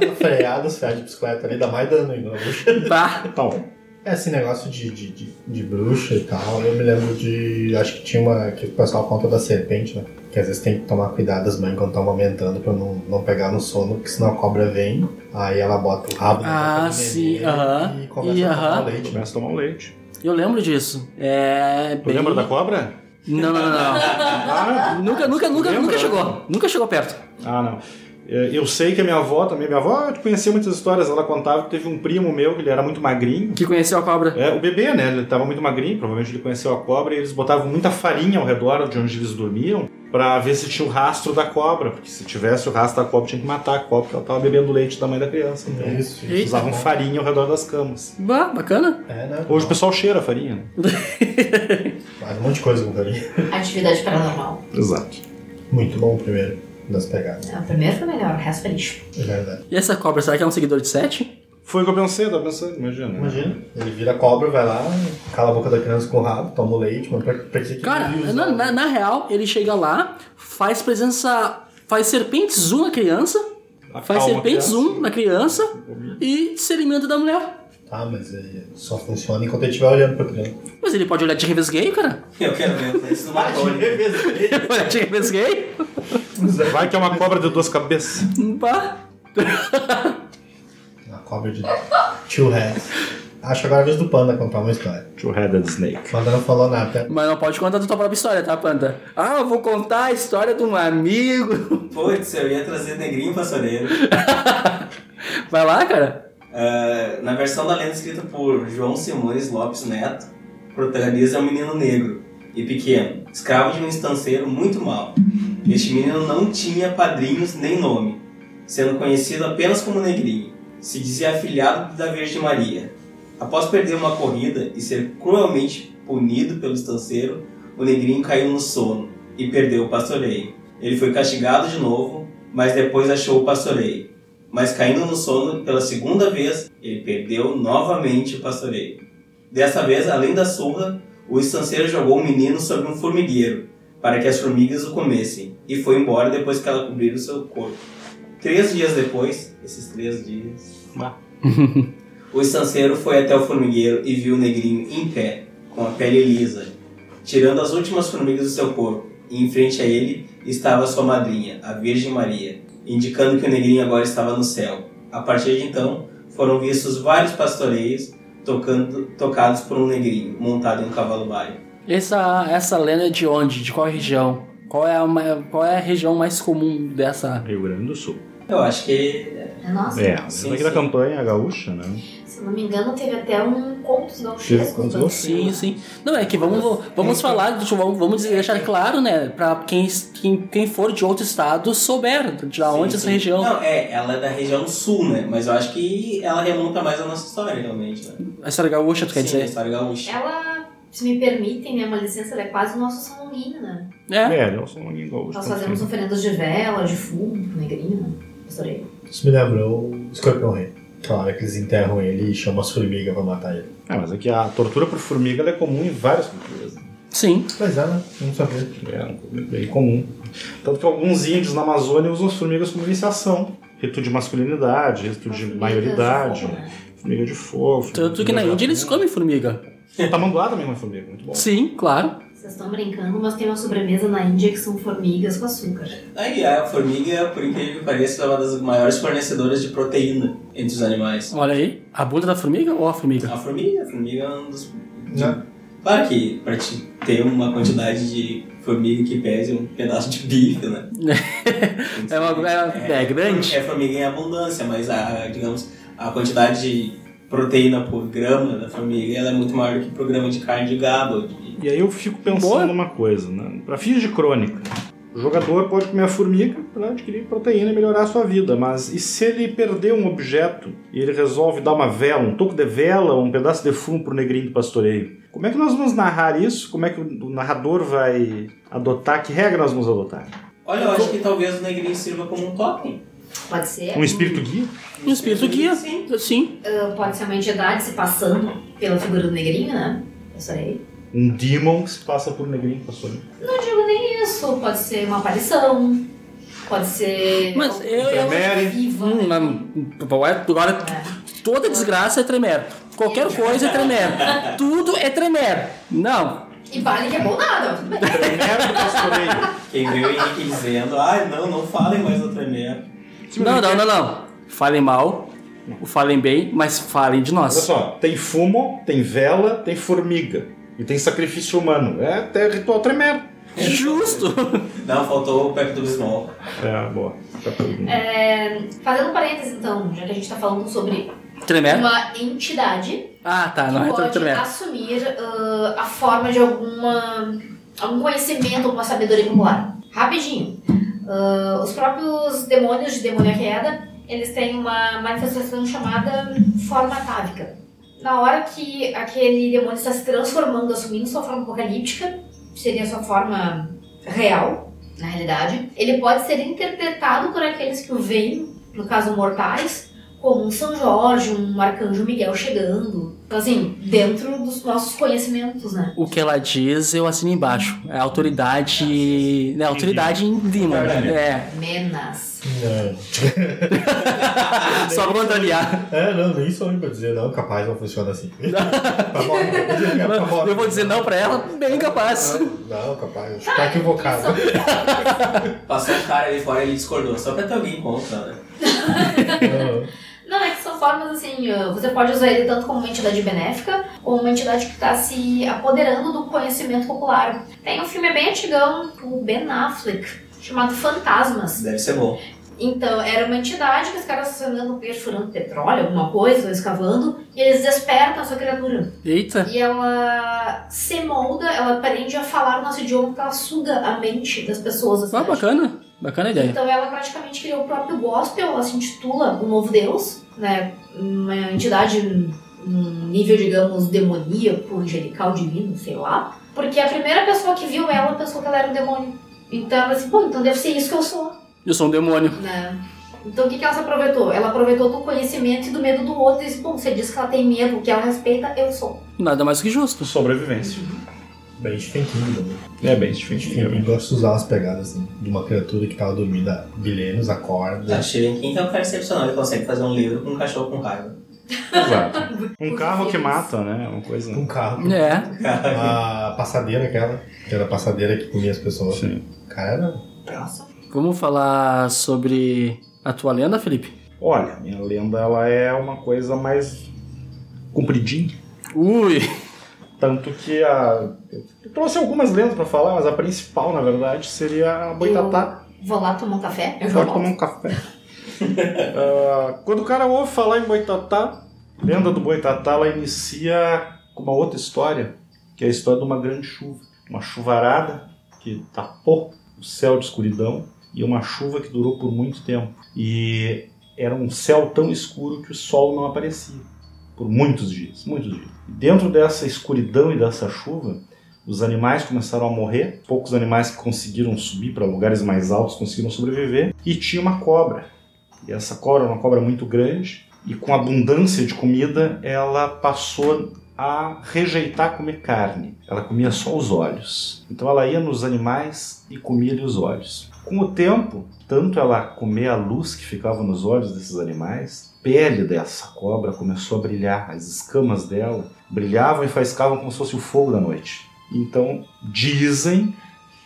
[SPEAKER 2] Uma freada, se frear de bicicleta ali, dá mais dano ainda na bruxa.
[SPEAKER 3] bah.
[SPEAKER 6] Então,
[SPEAKER 2] É, esse negócio de, de, de, de bruxa e tal, eu me lembro de. Acho que tinha uma. que o pessoal conta da serpente, né? Que às vezes tem que tomar cuidado as mães quando estão amamentando pra não, não pegar no sono, porque senão a cobra vem, aí ela bota o rabo
[SPEAKER 3] Ah,
[SPEAKER 2] boca do
[SPEAKER 3] sim,
[SPEAKER 2] neném
[SPEAKER 3] aham.
[SPEAKER 2] e começa
[SPEAKER 3] E,
[SPEAKER 2] a tomar
[SPEAKER 3] aham.
[SPEAKER 2] o leite. né?
[SPEAKER 6] começa a tomar o leite.
[SPEAKER 3] Eu lembro disso. É.
[SPEAKER 6] Tu lembra da cobra?
[SPEAKER 3] Não, não, não, não.
[SPEAKER 6] Ah,
[SPEAKER 3] Nunca, nunca, nunca,
[SPEAKER 6] Lembra?
[SPEAKER 3] nunca chegou. Nunca chegou perto.
[SPEAKER 6] Ah, não. É, Eu sei que a minha avó também, minha avó eu conhecia muitas histórias, ela contava que teve um primo meu que ele era muito magrinho.
[SPEAKER 3] Que conheceu a cobra.
[SPEAKER 6] É, o bebê, né? Ele tava muito magrinho, provavelmente ele conheceu a cobra e eles botavam muita farinha ao redor de onde eles dormiam pra ver se tinha o rastro da cobra, porque se tivesse o rastro da cobra tinha que matar a cobra, porque ela tava bebendo leite da mãe da criança. Então, eles
[SPEAKER 2] Isso,
[SPEAKER 3] Eita.
[SPEAKER 2] isso.
[SPEAKER 6] usavam farinha ao redor das camas.
[SPEAKER 3] Bah, bacana.
[SPEAKER 2] É, né?
[SPEAKER 6] Hoje o pessoal cheira a farinha, né?
[SPEAKER 2] Faz um monte de coisa com farinha.
[SPEAKER 4] Atividade paranormal.
[SPEAKER 6] Exato.
[SPEAKER 2] Muito bom o primeiro das pegadas,
[SPEAKER 4] O primeiro foi melhor, o resto foi lixo.
[SPEAKER 2] é verdade.
[SPEAKER 3] E essa cobra, será que é um seguidor de sete?
[SPEAKER 6] Foi o que eu pensei, eu tava pensando, imagina. né?
[SPEAKER 2] Imagina, ele vira cobra, vai lá, cala a boca da criança com o rabo, toma o leite, mas pra, pra que que
[SPEAKER 3] Cara,
[SPEAKER 2] ele usa?
[SPEAKER 3] na, na- na real, ele chega lá, faz presença. Faz serpente zoom na criança, faz
[SPEAKER 6] Acalma a
[SPEAKER 3] serpente
[SPEAKER 6] criança.
[SPEAKER 3] zoom né? na criança e se alimenta da mulher.
[SPEAKER 2] Tá, mas eh, só funciona enquanto ele estiver olhando pra criança.
[SPEAKER 3] Mas ele pode olhar de revés gay, cara.
[SPEAKER 5] Eu quero ver isso numa torre.
[SPEAKER 3] Olhar de revés gay?
[SPEAKER 6] Vai que é uma cobra de duas cabeças.
[SPEAKER 3] Bah.
[SPEAKER 2] Na cobra de two heads. Acho agora é a vez do Panda contar uma história.
[SPEAKER 6] Two-headed snake.
[SPEAKER 2] O Panda não falou nada. até-
[SPEAKER 3] Mas não pode contar da tua própria história, tá, Panda? Ah, eu vou contar a história de um amigo.
[SPEAKER 5] Putz, eu ia trazer Negrinho Passareiro.
[SPEAKER 3] Vai lá, cara.
[SPEAKER 5] Ah, na versão da lenda escrita por João Simões Lopes Neto, o protagonista é um menino negro e pequeno, escravo de um estanceiro muito mau. Este menino não tinha padrinhos nem nome, sendo conhecido apenas como Negrinho. Se dizia afilhado da Virgem Maria. Após perder uma corrida e ser cruelmente punido pelo estanceiro, o Negrinho caiu no sono e perdeu o pastoreio. Ele foi castigado de novo, mas depois achou o pastoreio mas caindo no sono pela segunda vez, ele perdeu novamente o pastoreio. Dessa vez, além da surra, o estanceiro jogou o menino sobre um formigueiro para que as formigas o comessem e foi embora depois que ela cobriu o seu corpo. Três dias depois, esses três dias,
[SPEAKER 6] Bah.
[SPEAKER 5] o estanceiro foi até o formigueiro e viu o negrinho em pé, com a pele lisa, tirando as últimas formigas do seu corpo, e em frente a ele estava sua madrinha, a Virgem Maria indicando que o negrinho agora estava no céu. A partir de então, foram vistos vários pastoreios tocando, tocados por um negrinho montado em um cavalo baio.
[SPEAKER 3] Essa, essa lenda é de onde? De qual região? Qual é, a, ma- qual é a região mais comum dessa?
[SPEAKER 6] Rio Grande do Sul.
[SPEAKER 5] Eu acho que
[SPEAKER 4] É nossa.
[SPEAKER 6] É,
[SPEAKER 5] Sim,
[SPEAKER 6] daqui da
[SPEAKER 5] sim.
[SPEAKER 6] campanha gaúcha, né?
[SPEAKER 4] Se eu não me engano, teve até um conto
[SPEAKER 6] Teve contos
[SPEAKER 4] gauchesco.
[SPEAKER 3] Sim, sim. Não, é que vamos,
[SPEAKER 5] Então.
[SPEAKER 3] vamos falar, deixa eu- vamos, vamos deixar claro, né? Pra quem, quem, quem for de outro estado souber de onde
[SPEAKER 5] Sim,
[SPEAKER 3] essa
[SPEAKER 5] sim.
[SPEAKER 3] região.
[SPEAKER 5] Não, é, ela é da região sul, né? Mas eu acho que ela remonta mais à nossa história, realmente. Né?
[SPEAKER 3] A história gaúcha, tu quer
[SPEAKER 5] Sim, a
[SPEAKER 3] dizer?
[SPEAKER 5] história gaúcha.
[SPEAKER 4] Ela, se me permitem, né, uma licença, ela é quase o nosso São Longuinho, né?
[SPEAKER 3] É.
[SPEAKER 6] É, eu sou um gaúcho.
[SPEAKER 4] Nós fazemos oferendas de vela, de fumo, pro negrinho, né? Pastorei.
[SPEAKER 2] Isso me lembrou o Escorpião Rei. Que é a hora que eles enterram ele e chamam as formigas pra matar ele.
[SPEAKER 6] É, mas é que a tortura por formiga ela é comum em várias culturas. né?
[SPEAKER 3] Sim.
[SPEAKER 2] Pois é, né? Não sabia.
[SPEAKER 6] É uma coisa bem comum. Tanto que alguns índios na Amazônia usam as formigas como iniciação. Rito de masculinidade, rito de maioridade,
[SPEAKER 4] né?
[SPEAKER 6] formiga de fogo.
[SPEAKER 3] Tanto que na Índia eles comem formiga.
[SPEAKER 6] Tamanduá também é uma formiga, muito bom.
[SPEAKER 3] Sim, claro.
[SPEAKER 4] Vocês estão brincando, mas tem uma sobremesa na Índia que são formigas com açúcar.
[SPEAKER 5] Aí a formiga, por incrível que pareça, é uma das maiores fornecedoras de proteína entre os animais.
[SPEAKER 3] Olha aí. A bunda da formiga ou a formiga?
[SPEAKER 5] A formiga, a formiga é um dos.
[SPEAKER 2] Né?
[SPEAKER 5] Claro que pra te ter uma quantidade de formiga que pese um pedaço de bife, né?
[SPEAKER 3] É uma- é- é grande.
[SPEAKER 5] É formiga em abundância, mas a, digamos, a quantidade de proteína por grama da formiga ela é muito maior que por grama de carne de gado. ou de-
[SPEAKER 6] E aí eu fico pensando
[SPEAKER 3] Boa.
[SPEAKER 6] numa coisa, né? Pra fins de crônica, o jogador pode comer a formiga para adquirir proteína e melhorar a sua vida, mas e se ele perder um objeto e ele resolve dar uma vela, um toco de vela, um pedaço de fumo pro negrinho do pastoreio? Como é que nós vamos narrar isso? Como é que o narrador vai adotar? Que regra nós vamos adotar?
[SPEAKER 5] Olha, eu acho que talvez o negrinho sirva como um totem.
[SPEAKER 4] Pode ser.
[SPEAKER 6] Um espírito guia?
[SPEAKER 3] Um espírito guia.
[SPEAKER 5] Ah, Sim.
[SPEAKER 3] Sim.
[SPEAKER 4] Ah, Pode ser uma entidade se passando pela figura do negrinho, né? Eu sei.
[SPEAKER 6] Um demon que se passa por negrinho do pastoreio?
[SPEAKER 4] Não digo nem isso. Pode ser uma aparição. Pode ser.
[SPEAKER 3] Mas eu- eu-
[SPEAKER 6] Tremere.
[SPEAKER 4] É, Viva. né?
[SPEAKER 3] Hum, mas- é, Agora, toda desgraça é tremer. Qualquer coisa é tremer. Tudo é tremer. Não.
[SPEAKER 4] E vale que é bom nada. Tudo bem.
[SPEAKER 6] Tremere Um do pastoreio.
[SPEAKER 5] Quem viu o Henrique dizendo, ai não, não falem mais do Tremere.
[SPEAKER 3] Não,
[SPEAKER 7] é.
[SPEAKER 3] não, não, não. Falem mal, falem bem, mas falem de
[SPEAKER 6] Olha
[SPEAKER 3] nós.
[SPEAKER 6] só, tem fumo, tem vela, tem formiga. E tem sacrifício humano. É até ritual tremendo.
[SPEAKER 3] Justo.
[SPEAKER 5] Não, faltou o Pepto Bismol.
[SPEAKER 6] É, boa. Tá tudo.
[SPEAKER 4] É, fazendo um parênteses, então, já que a gente tá falando sobre
[SPEAKER 3] Tremer?
[SPEAKER 4] uma entidade
[SPEAKER 3] Ah, tá.
[SPEAKER 4] que
[SPEAKER 3] Não é
[SPEAKER 4] pode
[SPEAKER 3] tão tremer.
[SPEAKER 4] assumir ah, a forma de alguma algum conhecimento, alguma sabedoria popular. Rapidinho. Ah, os próprios demônios de Demônio à Queda, eles têm uma manifestação chamada forma távica. Na hora que aquele demônio está se transformando, assumindo sua forma apocalíptica, seria sua forma real, na realidade, ele pode ser interpretado por aqueles que o veem, no caso mortais, como um São Jorge, um Arcanjo Miguel chegando. Então, assim, dentro dos nossos conhecimentos, né?
[SPEAKER 3] O que ela diz, eu assino embaixo. É autoridade. É autoridade em Demon. É.
[SPEAKER 4] Menas.
[SPEAKER 2] Não.
[SPEAKER 3] Só pra contrariar.
[SPEAKER 2] É, não, nem sou eu pra dizer, não, capaz não funciona assim. Tá bom, tá bom.
[SPEAKER 3] Eu vou dizer não pra ela, bem capaz.
[SPEAKER 7] Ah.
[SPEAKER 2] Não, capaz, acho que tá equivocado.
[SPEAKER 5] Passou um cara ali fora e ele discordou, só pra ter alguém contra, né?
[SPEAKER 2] Não,
[SPEAKER 4] Não, é que são formas assim, uh, você pode usar ele tanto como uma entidade benéfica, como uma entidade que está se apoderando do conhecimento popular. Tem um filme bem antigão, o Ben Affleck, chamado Fantasmas.
[SPEAKER 5] Deve ser bom.
[SPEAKER 4] Então, era uma entidade que os caras se andando perfurando petróleo, alguma coisa, ou escavando, e eles despertam a sua criatura.
[SPEAKER 3] Eita.
[SPEAKER 4] E ela se molda, ela aprende a falar o nosso idioma, porque ela suga a mente das pessoas. da
[SPEAKER 3] Ah,
[SPEAKER 4] cidade.
[SPEAKER 3] bacana. Bacana a ideia.
[SPEAKER 4] Então ela praticamente criou o próprio gospel, ela se intitula o novo deus, né? Uma entidade num nível, digamos, demoníaco, angelical, divino, sei lá. Porque a primeira pessoa que viu ela pensou que ela era um demônio. Então ela disse, pô, então deve ser isso que eu sou,
[SPEAKER 3] Eu sou um demônio.
[SPEAKER 4] né? Então o que, que ela se aproveitou? Ela aproveitou do conhecimento e do medo do outro e disse, bom, você diz que ela tem medo, que ela respeita, eu sou.
[SPEAKER 3] Nada mais que justo.
[SPEAKER 6] Sobrevivência.
[SPEAKER 2] bem Stephen King também.
[SPEAKER 6] É bem
[SPEAKER 2] Stephen King
[SPEAKER 6] difícil.
[SPEAKER 2] gosta de usar umas pegadas assim, de uma criatura que tava dormindo há milênios, acorda.
[SPEAKER 5] Já Stephen King é um cara excepcional, ele consegue fazer um livro com um cachorro com raiva.
[SPEAKER 6] Exato. Um carro que mata, né? Uma coisa.
[SPEAKER 2] Um carro.
[SPEAKER 3] É.
[SPEAKER 2] A passadeira aquela, que era a passadeira que comia as pessoas.
[SPEAKER 6] Sim.
[SPEAKER 2] O cara era.
[SPEAKER 4] Próximo.
[SPEAKER 3] Vamos falar sobre a tua lenda, Felipe?
[SPEAKER 6] Olha, minha lenda ela é uma coisa mais compridinha.
[SPEAKER 3] Ui.
[SPEAKER 6] Tanto que a. Eu trouxe algumas lendas pra falar, mas a principal, na verdade, seria a boitatá.
[SPEAKER 4] Vou lá tomar um café, eu já
[SPEAKER 6] Pode tomar
[SPEAKER 4] volto.
[SPEAKER 6] um café. Ah, quando o cara ouve falar em Boitatá, lenda do Boitatá, ela inicia com uma outra história, que é a história de uma grande chuva. Uma chuvarada que tapou o céu de escuridão e uma chuva que durou por muito tempo. E era um céu tão escuro que o sol não aparecia por muitos dias, muitos dias. E dentro dessa escuridão e dessa chuva, os animais começaram a morrer, poucos animais que conseguiram subir para lugares mais altos conseguiram sobreviver, e tinha uma cobra. E essa cobra era uma cobra muito grande, e com abundância de comida, ela passou a rejeitar comer carne. Ela comia só os olhos. Então ela ia nos animais e comia-lhe os olhos. Com o tempo, tanto ela comer a luz que ficava nos olhos desses animais, a pele dessa cobra começou a brilhar, as escamas dela brilhavam e faiscavam como se fosse o fogo da noite. Então, dizem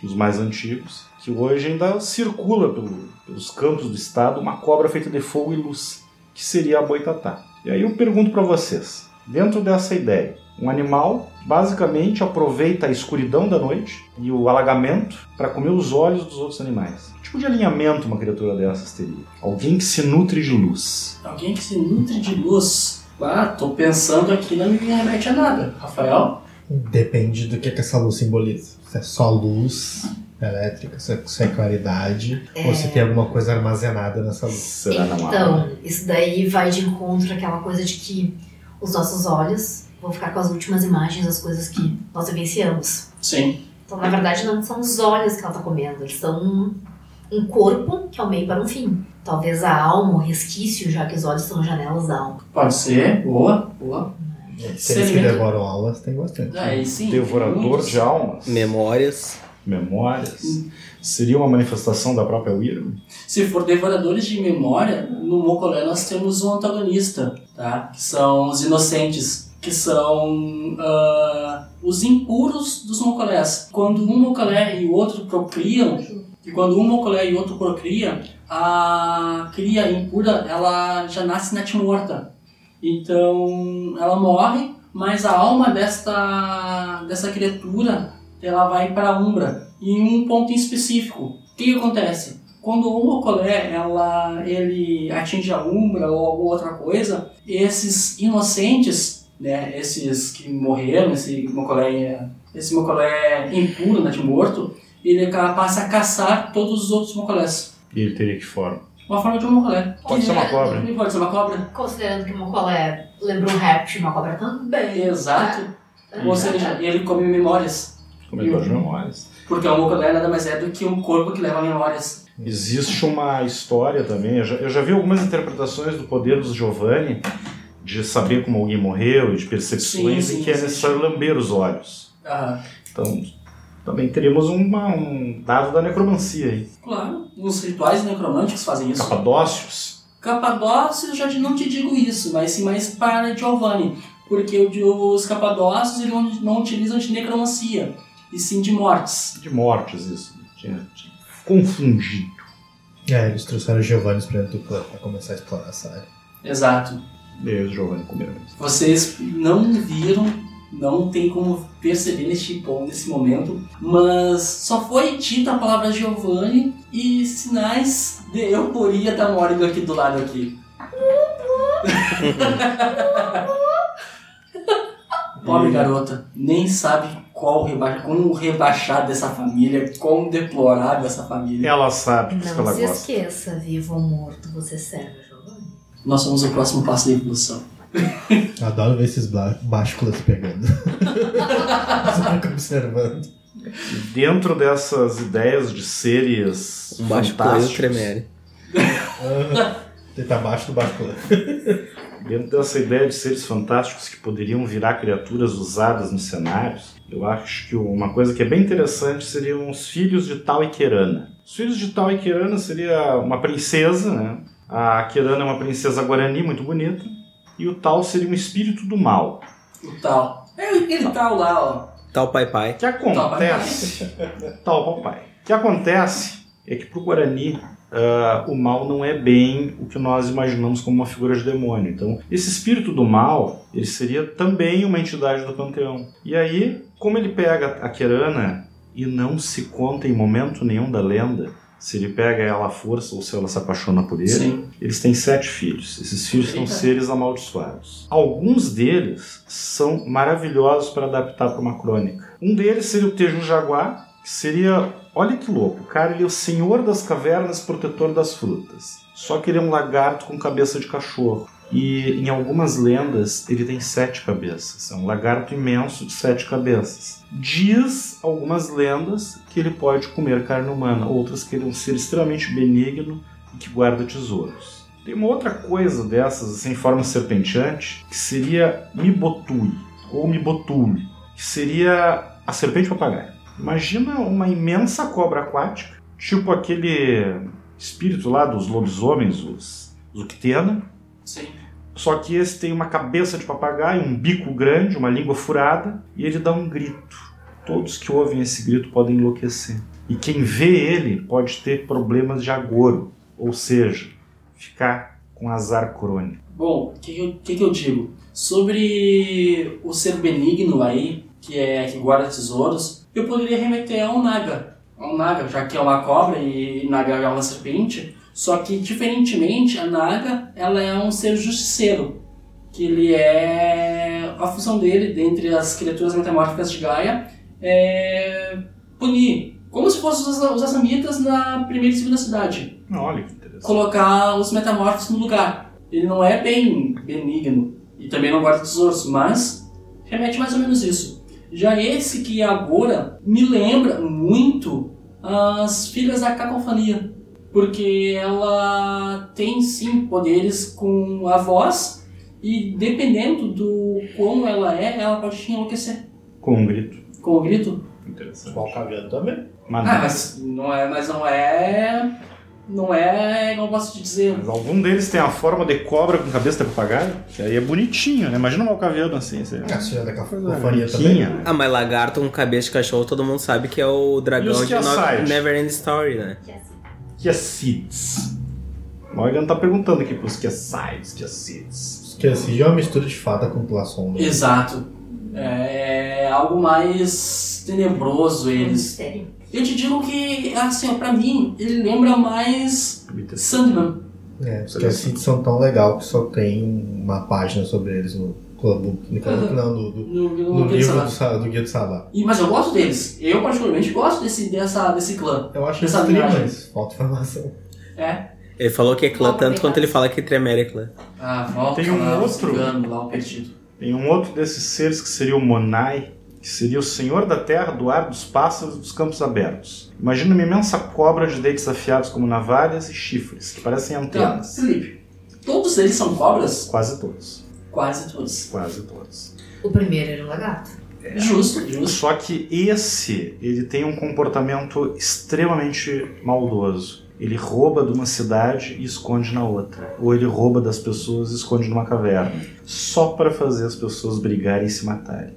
[SPEAKER 6] os mais antigos que hoje ainda circula pelo- pelos campos do estado uma cobra feita de fogo e luz, que seria a boitatá. E aí eu pergunto para vocês, dentro dessa ideia, Um animal basicamente aproveita a escuridão da noite e o alagamento para comer os olhos dos outros animais. Que tipo de alinhamento uma criatura dessas teria? Alguém que se nutre de luz.
[SPEAKER 7] Alguém que se nutre de luz. Ah, tô pensando aqui, não me remete a nada. Rafael?
[SPEAKER 2] Depende do que, que essa luz simboliza. Se é só luz elétrica, se é, se é claridade, ou se tem alguma coisa armazenada nessa luz.
[SPEAKER 6] Será não há?
[SPEAKER 4] Então, isso daí vai de encontro àquela coisa de que os nossos olhos vão ficar com as últimas imagens das coisas que nós vivenciamos.
[SPEAKER 7] Sim.
[SPEAKER 4] Então, na verdade, não são os olhos que ela tá comendo, eles são um, um corpo que é o meio para um fim. Talvez a alma, o resquício, já que os olhos são janelas da alma.
[SPEAKER 7] Pode ser. Boa, boa.
[SPEAKER 2] Se eles que
[SPEAKER 7] alimenta-
[SPEAKER 2] devoram aulas, tem bastante.
[SPEAKER 7] Aí sim.
[SPEAKER 6] Devorador
[SPEAKER 7] muitos.
[SPEAKER 6] de almas.
[SPEAKER 3] Memórias.
[SPEAKER 6] Memórias. Seria uma manifestação da própria Wyrm?
[SPEAKER 7] Se for devoradores de memória, no Mocolé nós temos um antagonista, tá? Que são os inocentes, que são ah, os impuros dos Mocolés. Quando um Mocolé e o outro procriam, e quando um Mocolé e o outro procria, a cria impura, ela já nasce natimorta. Então, ela morre, mas a alma desta, dessa criatura, ela vai para a Umbra, em um ponto em específico. O que que acontece? Quando o Mocolé ela, ele atinge a Umbra ou alguma outra coisa, esses inocentes, né, esses que morreram, esse Mocolé, esse Mocolé impuro, né, de morto, ele ca- passa a caçar todos os outros Mocolés.
[SPEAKER 6] E ele teria que forma?
[SPEAKER 7] Uma forma de um Mocolé.
[SPEAKER 6] Pode ser uma cobra.
[SPEAKER 7] Ele pode ser uma cobra.
[SPEAKER 4] Considerando que uma colé lembra um réptil, uma cobra também.
[SPEAKER 7] Exato.
[SPEAKER 4] É,
[SPEAKER 7] Ou seja, ele come memórias.
[SPEAKER 6] Comedor de
[SPEAKER 7] Uhum.
[SPEAKER 6] memórias.
[SPEAKER 7] Porque o Mocolé nada mais é do que um corpo que leva memórias.
[SPEAKER 6] Existe uma história também, eu já, eu já vi algumas interpretações do poder dos Giovanni, de saber como alguém morreu e de percepções
[SPEAKER 7] Sim, sim,
[SPEAKER 6] em que é
[SPEAKER 7] existe.
[SPEAKER 6] necessário lamber os olhos.
[SPEAKER 7] Aham.
[SPEAKER 6] Então, também teríamos uma- um dado da necromancia aí.
[SPEAKER 7] Claro, os rituais necromânticos fazem isso.
[SPEAKER 6] Capadócios.
[SPEAKER 7] Capadócios, eu já te- não te digo isso, mas sim mais para Giovanni, porque o de- os capadócios eles não, não utilizam de necromancia, e sim de mortes.
[SPEAKER 6] De mortes, isso. né? Tinha- tinha Confundido.
[SPEAKER 2] É, eles trouxeram o Giovanni pra dentro do clã pra começar a explorar essa área.
[SPEAKER 7] Exato.
[SPEAKER 6] E aí os né, Giovanni comeram isso.
[SPEAKER 7] Vocês não viram, não tem como perceber neste ponto, nesse momento, mas só foi dita a palavra Giovanni e sinais de euforia da Morgan aqui do lado aqui. Pobre garota, nem sabe qual reba como rebaixar dessa família, quão deplorável essa família.
[SPEAKER 6] Ela sabe disso que
[SPEAKER 4] Não
[SPEAKER 6] ela
[SPEAKER 4] se
[SPEAKER 6] gosta.
[SPEAKER 4] esqueça, vivo ou morto, você serve, Giovanni.
[SPEAKER 7] Nós somos o próximo passo da evolução.
[SPEAKER 2] Adoro ver esses bla- básculas pegando. Você fica observando.
[SPEAKER 6] E dentro dessas ideias de seres
[SPEAKER 3] O Um baixo
[SPEAKER 6] fantásticos,
[SPEAKER 3] plano tremere.
[SPEAKER 2] Ele tá abaixo do báscula.
[SPEAKER 6] Dentro dessa ideia de seres fantásticos que poderiam virar criaturas usadas nos cenários, eu acho que uma coisa que é bem interessante seriam os filhos de Tal e Querana. Os filhos de Tal e Querana seria uma princesa, né? A Querana é uma princesa guarani muito bonita, e o Tal seria um espírito do mal.
[SPEAKER 7] O tal. É aquele tal lá, ó.
[SPEAKER 3] Tal pai pai.
[SPEAKER 6] O que acontece, tal papai, o que acontece é que para o Guarani ah, o mal não é bem o que nós imaginamos como uma figura de demônio. Então, esse espírito do mal, ele seria também uma entidade do panteão. E aí, como ele pega a Kerana e não se conta em momento nenhum da lenda, se ele pega ela à força ou se ela se apaixona por ele,
[SPEAKER 7] Sim.
[SPEAKER 6] eles têm sete filhos. Esses filhos são
[SPEAKER 7] Eita.
[SPEAKER 6] seres amaldiçoados. Alguns deles são maravilhosos para adaptar para uma crônica. Um deles seria o Tejo Jaguar, que seria. Olha que louco, o cara, ele é o senhor das cavernas, protetor das frutas. Só que ele é um lagarto com cabeça de cachorro. E em algumas lendas ele tem sete cabeças. É um lagarto imenso de sete cabeças. Diz algumas lendas que ele pode comer carne humana, outras que ele é um ser extremamente benigno e que guarda tesouros. Tem uma outra coisa dessas, assim, em forma serpenteante, que seria Mibotui, ou Mibotuli, que seria a serpente papagaio. Imagina uma imensa cobra aquática, tipo aquele espírito lá dos lobisomens, os Zuctena,
[SPEAKER 7] Sim.
[SPEAKER 6] só que esse tem uma cabeça de papagaio, um bico grande, uma língua furada, e ele dá um grito. Todos que ouvem esse grito podem enlouquecer. E quem vê ele pode ter problemas de agouro, ou seja, ficar com azar crônico.
[SPEAKER 3] Bom, o que, que eu- que, que eu digo? Sobre o ser benigno aí, que é que guarda tesouros, eu poderia remeter a um naga. A um naga, já que é uma cobra e naga é uma serpente. Só que, diferentemente, a naga, ela é um ser justiceiro. Que ele é... A função dele, dentre as criaturas metamórficas de Gaia, é punir. Como se fossem os, os assamitas na primeira e segunda cidade
[SPEAKER 6] Olha que interessante.
[SPEAKER 3] colocar os metamorfos no lugar. Ele não é bem benigno e também não guarda tesouros, mas remete mais ou menos isso. Já esse que é agora me lembra muito as filhas da cacofonia, porque ela tem sim poderes com a voz e dependendo do como ela é, ela pode te enlouquecer
[SPEAKER 6] Com um grito.
[SPEAKER 3] com o grito.
[SPEAKER 6] Interessante.
[SPEAKER 2] Igual cagando também.
[SPEAKER 6] Mas,
[SPEAKER 3] Ah, mas não é, mas não é, não é, não posso te dizer.
[SPEAKER 6] mas algum deles tem a forma de cobra com cabeça de papagaio? Que aí é bonitinho, né? Imagina um malcaviano assim. Você...
[SPEAKER 2] A senhora da cacofonia É, também.
[SPEAKER 6] Bonitinha, né?
[SPEAKER 8] Ah, mas lagarto com cabeça de cachorro, todo mundo sabe que é o
[SPEAKER 6] E
[SPEAKER 8] dragão
[SPEAKER 6] os
[SPEAKER 8] de
[SPEAKER 6] Kiasite?
[SPEAKER 8] no... Never End Story, né?
[SPEAKER 4] Que é assim.
[SPEAKER 6] Que é seeds. Morgan tá perguntando aqui pros que é sides, que é seeds.
[SPEAKER 2] Esqueci, já é uma mistura de fada com Plaçon. Né?
[SPEAKER 3] Exato. É algo mais tenebroso
[SPEAKER 4] É um
[SPEAKER 3] eles.
[SPEAKER 4] mistério.
[SPEAKER 3] Eu te digo que, assim, ó, pra mim, ele lembra mais Sandman.
[SPEAKER 2] É, os Esqueci são tão legal que só tem uma página sobre eles no Club No, Club Book, não, no, do,
[SPEAKER 3] No, no,
[SPEAKER 2] no
[SPEAKER 3] no
[SPEAKER 2] livro do, Sa- do Guia do Sabá.
[SPEAKER 3] e, mas eu gosto deles. Eu, particularmente, gosto desse, dessa, desse clã.
[SPEAKER 2] Eu acho que
[SPEAKER 3] Essa
[SPEAKER 2] tri,
[SPEAKER 3] viagem.
[SPEAKER 2] mas falta informação.
[SPEAKER 3] É.
[SPEAKER 8] Ele falou que é clã
[SPEAKER 4] Não,
[SPEAKER 8] tanto quanto
[SPEAKER 4] obrigado.
[SPEAKER 8] ele fala que Tremere é clã.
[SPEAKER 3] Ah, volta
[SPEAKER 6] Tem um
[SPEAKER 3] lá, o
[SPEAKER 6] outro?
[SPEAKER 3] cigano lá, o perdido.
[SPEAKER 6] Tem um outro desses seres que seria o Monai, que seria o senhor da terra, do ar, dos pássaros e dos campos abertos. Imagina uma imensa cobra de dentes afiados como navalhas e chifres, que parecem
[SPEAKER 3] Tá,
[SPEAKER 6] antenas.
[SPEAKER 3] Felipe, todos eles são cobras?
[SPEAKER 6] Quase todos.
[SPEAKER 3] Quase todos.
[SPEAKER 6] Quase todos.
[SPEAKER 4] O primeiro era o lagarto.
[SPEAKER 3] Justo, justo.
[SPEAKER 6] Só que esse, ele tem um comportamento extremamente maldoso. Ele rouba de uma cidade e esconde na outra. Ou ele rouba das pessoas e esconde numa caverna. Só para fazer as pessoas brigarem e se matarem.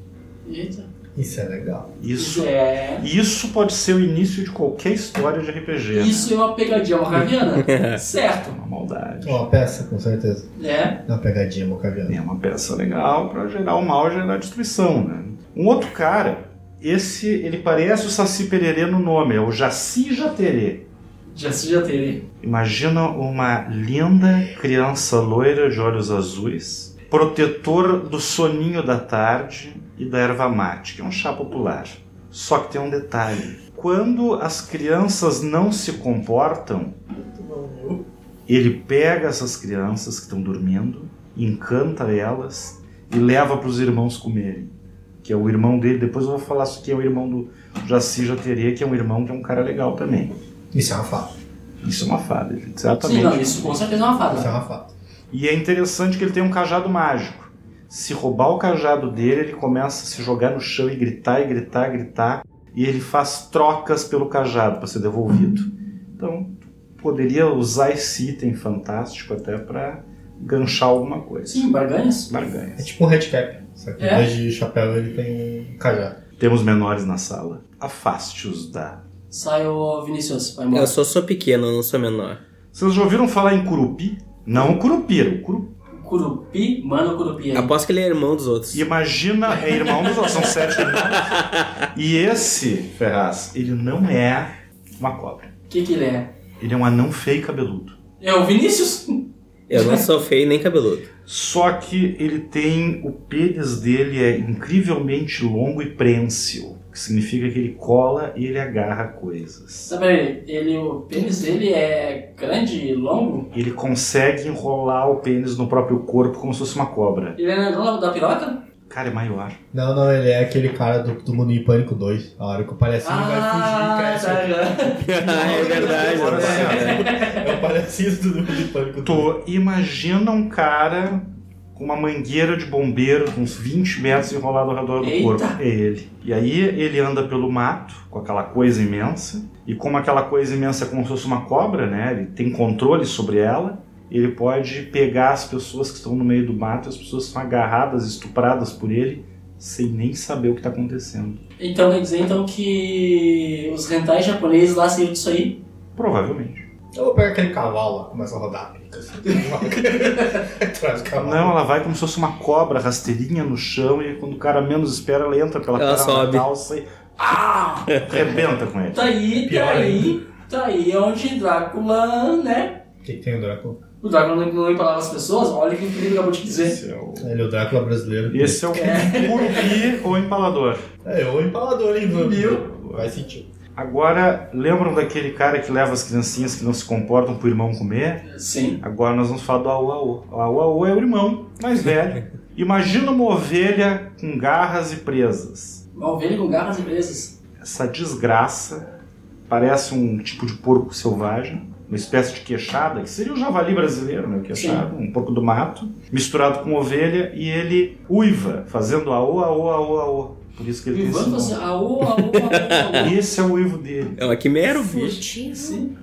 [SPEAKER 3] Eita.
[SPEAKER 2] Isso é legal.
[SPEAKER 6] Isso
[SPEAKER 3] Isso é...
[SPEAKER 6] Isso pode ser o início de qualquer história de RPG. né?
[SPEAKER 3] Isso é uma pegadinha marcaviana? certo.
[SPEAKER 6] Uma maldade.
[SPEAKER 2] É Uma peça, com certeza.
[SPEAKER 3] É.
[SPEAKER 2] É Uma pegadinha mocaviana.
[SPEAKER 6] É uma peça legal pra gerar o mal e gerar destruição, né? Um outro cara, esse, ele parece o Saci Pererê no nome, é o Jaci Jaterê.
[SPEAKER 3] Já se já teve.
[SPEAKER 6] Imagina uma linda criança loira de olhos azuis, protetor do soninho da tarde e da erva mate, que é um chá popular. Só que tem um detalhe. Quando as crianças não se comportam, Ele pega essas crianças que estão dormindo, encanta elas e leva para os irmãos comerem. Que é o irmão dele, depois eu vou falar isso aqui, é o irmão do Jaci Jaterê, que é um irmão que é um cara legal também.
[SPEAKER 2] Isso é uma fada.
[SPEAKER 6] Isso é uma fada, gente,
[SPEAKER 3] Sim, não,
[SPEAKER 6] exatamente.
[SPEAKER 3] isso com certeza é uma
[SPEAKER 2] Isso é
[SPEAKER 3] fada.
[SPEAKER 2] uma fada.
[SPEAKER 6] E é interessante que ele tem um cajado mágico. Se roubar o cajado dele, ele começa a se jogar no chão e gritar, e gritar, e gritar. E ele faz trocas pelo cajado para ser devolvido. Então, poderia usar esse item fantástico até para ganchar alguma coisa.
[SPEAKER 3] Sim, barganhas.
[SPEAKER 2] É
[SPEAKER 6] Barganhas.
[SPEAKER 2] tipo um headcap. Só que
[SPEAKER 3] É.
[SPEAKER 2] em vez de chapéu ele tem um cajado.
[SPEAKER 6] Temos menores na sala. Afaste-os da.
[SPEAKER 3] Sai o Vinicius, vai
[SPEAKER 8] Eu
[SPEAKER 3] embora.
[SPEAKER 8] só sou pequeno, não sou menor.
[SPEAKER 6] Vocês já ouviram falar em curupi? Não o curupira, o curupi.
[SPEAKER 3] Curupi, manda o Curupi aí.
[SPEAKER 8] Aposto que ele é irmão dos outros.
[SPEAKER 6] Imagina, é irmão dos outros, são sete irmãos. E esse, Ferraz, ele não é uma cobra.
[SPEAKER 3] O que que ele é?
[SPEAKER 6] Ele é um anão feio e cabeludo.
[SPEAKER 3] É o Vinícius?
[SPEAKER 8] Eu não sou feio nem cabeludo.
[SPEAKER 6] Só que ele tem. O pênis dele é incrivelmente longo e prensil. Que significa que ele cola e ele agarra coisas.
[SPEAKER 3] Sabe, ele, ele- o pênis dele é grande e longo?
[SPEAKER 6] Ele consegue enrolar o pênis no próprio corpo como se fosse uma cobra.
[SPEAKER 3] Ele é negão da piroca?
[SPEAKER 6] Cara, é maior.
[SPEAKER 2] Não, não, ele é aquele cara do, do Mundo em Pânico 2. A hora que o palhacinho
[SPEAKER 7] Ah,
[SPEAKER 2] vai fugir, cresce.
[SPEAKER 3] Ah, tá,
[SPEAKER 8] é verdade.
[SPEAKER 6] Agora
[SPEAKER 8] né?
[SPEAKER 6] sim, ó.
[SPEAKER 2] É o palhacinho do Mundo em Pânico 2.
[SPEAKER 6] Tu imagina um cara com uma mangueira de bombeiro, com uns 20 metros enrolado ao redor do
[SPEAKER 3] Eita.
[SPEAKER 6] corpo. É ele. E aí ele anda pelo mato, com aquela coisa imensa. E como aquela coisa imensa é como se fosse uma cobra, né? Ele tem controle sobre ela. Ele pode pegar as pessoas que estão no meio do mato, as pessoas são agarradas, estupradas por ele, sem nem saber o que está acontecendo.
[SPEAKER 3] Então quer dizer então que os rentais japoneses lá saíram disso aí?
[SPEAKER 6] Provavelmente.
[SPEAKER 2] Eu vou pegar aquele cavalo lá, começa a rodar. Traz o cavalo.
[SPEAKER 6] Não, ela vai como se fosse uma cobra rasteirinha no chão e quando o cara menos espera, ela entra pela
[SPEAKER 8] Ela
[SPEAKER 6] cara
[SPEAKER 8] sobe.
[SPEAKER 6] da calça e. Ah! Arrebenta com ele.
[SPEAKER 3] Tá aí, tá
[SPEAKER 2] Pior
[SPEAKER 3] aí, tá aí é onde Drácula, né?
[SPEAKER 2] O que, que tem o Drácula?
[SPEAKER 3] O Drácula não- não empalava as pessoas, olha o que o Felipe acabou de dizer.
[SPEAKER 6] Esse é o,
[SPEAKER 2] Ele é o Drácula brasileiro.
[SPEAKER 6] Esse é o Curumbi ou Empalador.
[SPEAKER 2] É, eu empalador, hein?
[SPEAKER 3] Viu?
[SPEAKER 2] Vai sentir.
[SPEAKER 6] Agora, lembram daquele cara que leva as criancinhas que não se comportam pro irmão comer?
[SPEAKER 3] Sim.
[SPEAKER 6] Agora nós vamos falar do Auaô. O Auaô é o irmão mais velho. Imagina uma ovelha com garras e presas.
[SPEAKER 3] Uma ovelha com garras e presas.
[SPEAKER 6] Essa desgraça parece um tipo de porco selvagem, uma espécie de queixada, que seria o javali brasileiro, né? O queixado, um porco do mato, misturado com ovelha, e ele uiva, fazendo aô, aô, aô, aô. Por isso que ele
[SPEAKER 3] Vivando
[SPEAKER 6] tem
[SPEAKER 3] assim,
[SPEAKER 6] esse nome.
[SPEAKER 3] aô, aô, aô, aô.
[SPEAKER 6] Esse é o uivo dele.
[SPEAKER 8] É uma quimera, o bicho.
[SPEAKER 4] Furtivo.
[SPEAKER 3] Sim.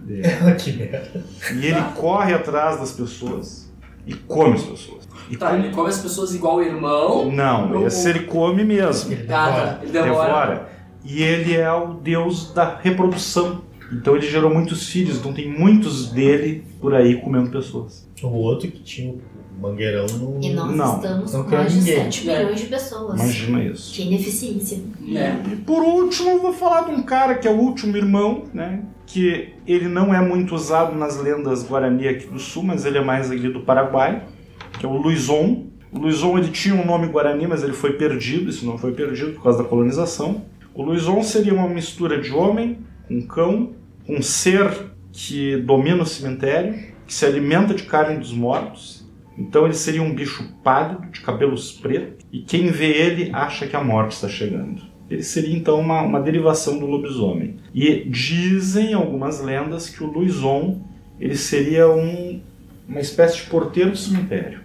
[SPEAKER 6] É.
[SPEAKER 2] que merda.
[SPEAKER 6] E ele corre atrás das pessoas e come as pessoas. E
[SPEAKER 3] Tá, ele come as pessoas igual o irmão.
[SPEAKER 6] Não, esse ele come mesmo.
[SPEAKER 2] Ele
[SPEAKER 3] Ah,
[SPEAKER 2] demora.
[SPEAKER 3] tá. Ele
[SPEAKER 6] devora.
[SPEAKER 3] demora.
[SPEAKER 6] E ele é o deus da reprodução. Então ele gerou muitos filhos, então tem muitos dele por aí comendo pessoas.
[SPEAKER 2] O outro que tinha o mangueirão no.
[SPEAKER 4] E nós
[SPEAKER 6] Não,
[SPEAKER 4] estamos
[SPEAKER 2] não
[SPEAKER 4] com
[SPEAKER 2] quero
[SPEAKER 4] mais de
[SPEAKER 2] ninguém.
[SPEAKER 4] 7 milhões de pessoas.
[SPEAKER 6] Imagina isso.
[SPEAKER 4] Que ineficiência.
[SPEAKER 3] Né?
[SPEAKER 6] E por último, eu vou falar de um cara que é o último irmão, né? Que ele não é muito usado nas lendas Guarani aqui do sul, mas ele é mais ali do Paraguai, que é o Luizon. O Luizon ele tinha um nome Guarani, mas ele foi perdido, esse nome foi perdido por causa da colonização. O Luizon seria uma mistura de homem com cão, um ser que domina o cemitério, que se alimenta de carne dos mortos. Então ele seria um bicho pálido, de cabelos pretos, e quem vê ele acha que a morte está chegando. Ele seria então uma, uma derivação do lobisomem. E dizem algumas lendas que o Luizon ele seria um- uma espécie de porteiro do cemitério.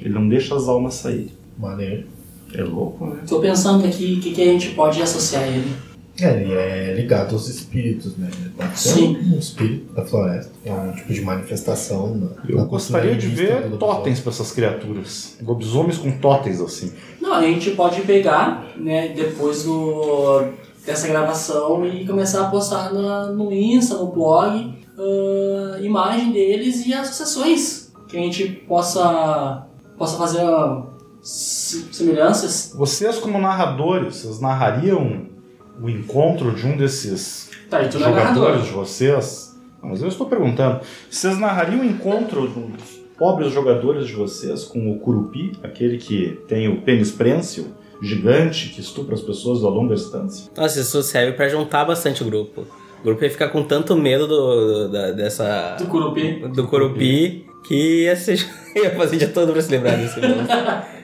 [SPEAKER 6] Ele não deixa as almas sair.
[SPEAKER 2] Maneiro.
[SPEAKER 6] É louco, né?
[SPEAKER 3] Tô pensando aqui o que, que a gente pode associar a ele.
[SPEAKER 2] É, ele é ligado aos espíritos, né? Ele tá
[SPEAKER 3] Sim.
[SPEAKER 2] sendo Um espírito da floresta. É um tipo de manifestação. né? Tá Na, na
[SPEAKER 6] Eu
[SPEAKER 2] cultura
[SPEAKER 6] gostaria de
[SPEAKER 2] hinduísta do
[SPEAKER 6] ver
[SPEAKER 2] lobisomem.
[SPEAKER 6] totens para essas criaturas. Lobisomens com totens assim.
[SPEAKER 3] Não, a gente pode pegar, né, depois do, dessa gravação e começar a postar na- no Insta, no blog, ah, imagem deles e associações que a gente possa, possa fazer ah, se- semelhanças.
[SPEAKER 6] Vocês, como narradores, vocês narrariam o encontro de um desses
[SPEAKER 3] Tá, e tu não é
[SPEAKER 6] jogadores
[SPEAKER 3] narrador.
[SPEAKER 6] de vocês? Mas eu estou perguntando. Vocês narrariam o encontro de um dos pobres jogadores de vocês com o Curupi, aquele que tem o pênis prêncil, gigante, que estupra as pessoas a longa distância?
[SPEAKER 8] Nossa, isso serve pra juntar bastante o grupo. O grupo ia ficar com tanto medo do, da- dessa.
[SPEAKER 3] Do Curupi.
[SPEAKER 8] do Corupi que ia, se, ia fazer de todo pra se livrar desse mundo.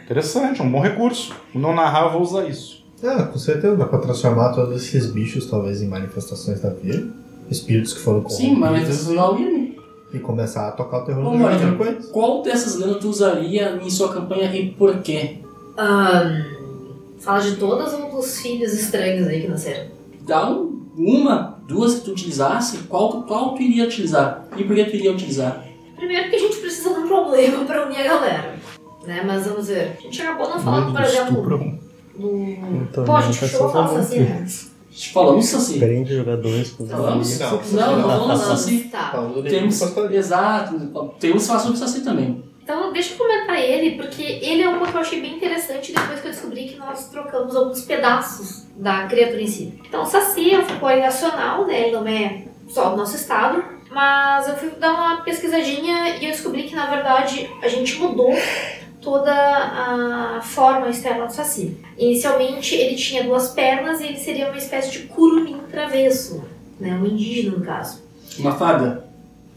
[SPEAKER 6] Interessante, é um bom recurso. Não narrar, eu vou usar isso.
[SPEAKER 2] Ah, com certeza. Dá pra transformar todos esses bichos, talvez, em manifestações da vida. Espíritos que foram corrompidos.
[SPEAKER 3] Sim, mas não alguém.
[SPEAKER 2] E começar a tocar o terror
[SPEAKER 3] Vamos
[SPEAKER 2] no
[SPEAKER 3] lá,
[SPEAKER 2] jogo
[SPEAKER 3] então.
[SPEAKER 2] depois.
[SPEAKER 3] Qual dessas lendas tu usaria em sua campanha e por quê?
[SPEAKER 4] Ahn, fala de todos ou dos filhos estranhos aí que nasceram.
[SPEAKER 3] Dá um, uma, duas que tu utilizasse, qual, qual tu iria utilizar? E por que tu iria utilizar?
[SPEAKER 4] Primeiro que a gente precisa de um problema pra unir a galera. Né? Mas vamos ver. A gente acabou não falando, por exemplo, do.
[SPEAKER 9] Então,
[SPEAKER 4] Pô, a
[SPEAKER 9] não
[SPEAKER 4] gente
[SPEAKER 9] faz
[SPEAKER 4] chegou a falar
[SPEAKER 9] favor.
[SPEAKER 4] assassino.
[SPEAKER 3] Falamos assim.
[SPEAKER 9] Prende jogadores com
[SPEAKER 4] Então,
[SPEAKER 3] Falamos?
[SPEAKER 2] Não,
[SPEAKER 3] Não, não
[SPEAKER 4] Não,
[SPEAKER 3] falamos
[SPEAKER 4] não,
[SPEAKER 3] assim.
[SPEAKER 4] Tá.
[SPEAKER 2] Falando de
[SPEAKER 3] Temos,
[SPEAKER 2] pastoria.
[SPEAKER 3] exato, temos falação de Saci também.
[SPEAKER 4] Então deixa eu comentar ele, porque ele é uma que eu achei bem interessante depois que eu descobri que nós trocamos alguns pedaços da criatura em si. Então o Saci é um folclore nacional, né? Ele não é só do nosso estado. Mas eu fui dar uma pesquisadinha e eu descobri que na verdade a gente mudou toda a forma externa do Saci. Inicialmente ele tinha duas pernas e ele seria uma espécie de curumim travesso, né? Um indígena no caso.
[SPEAKER 3] Uma fada.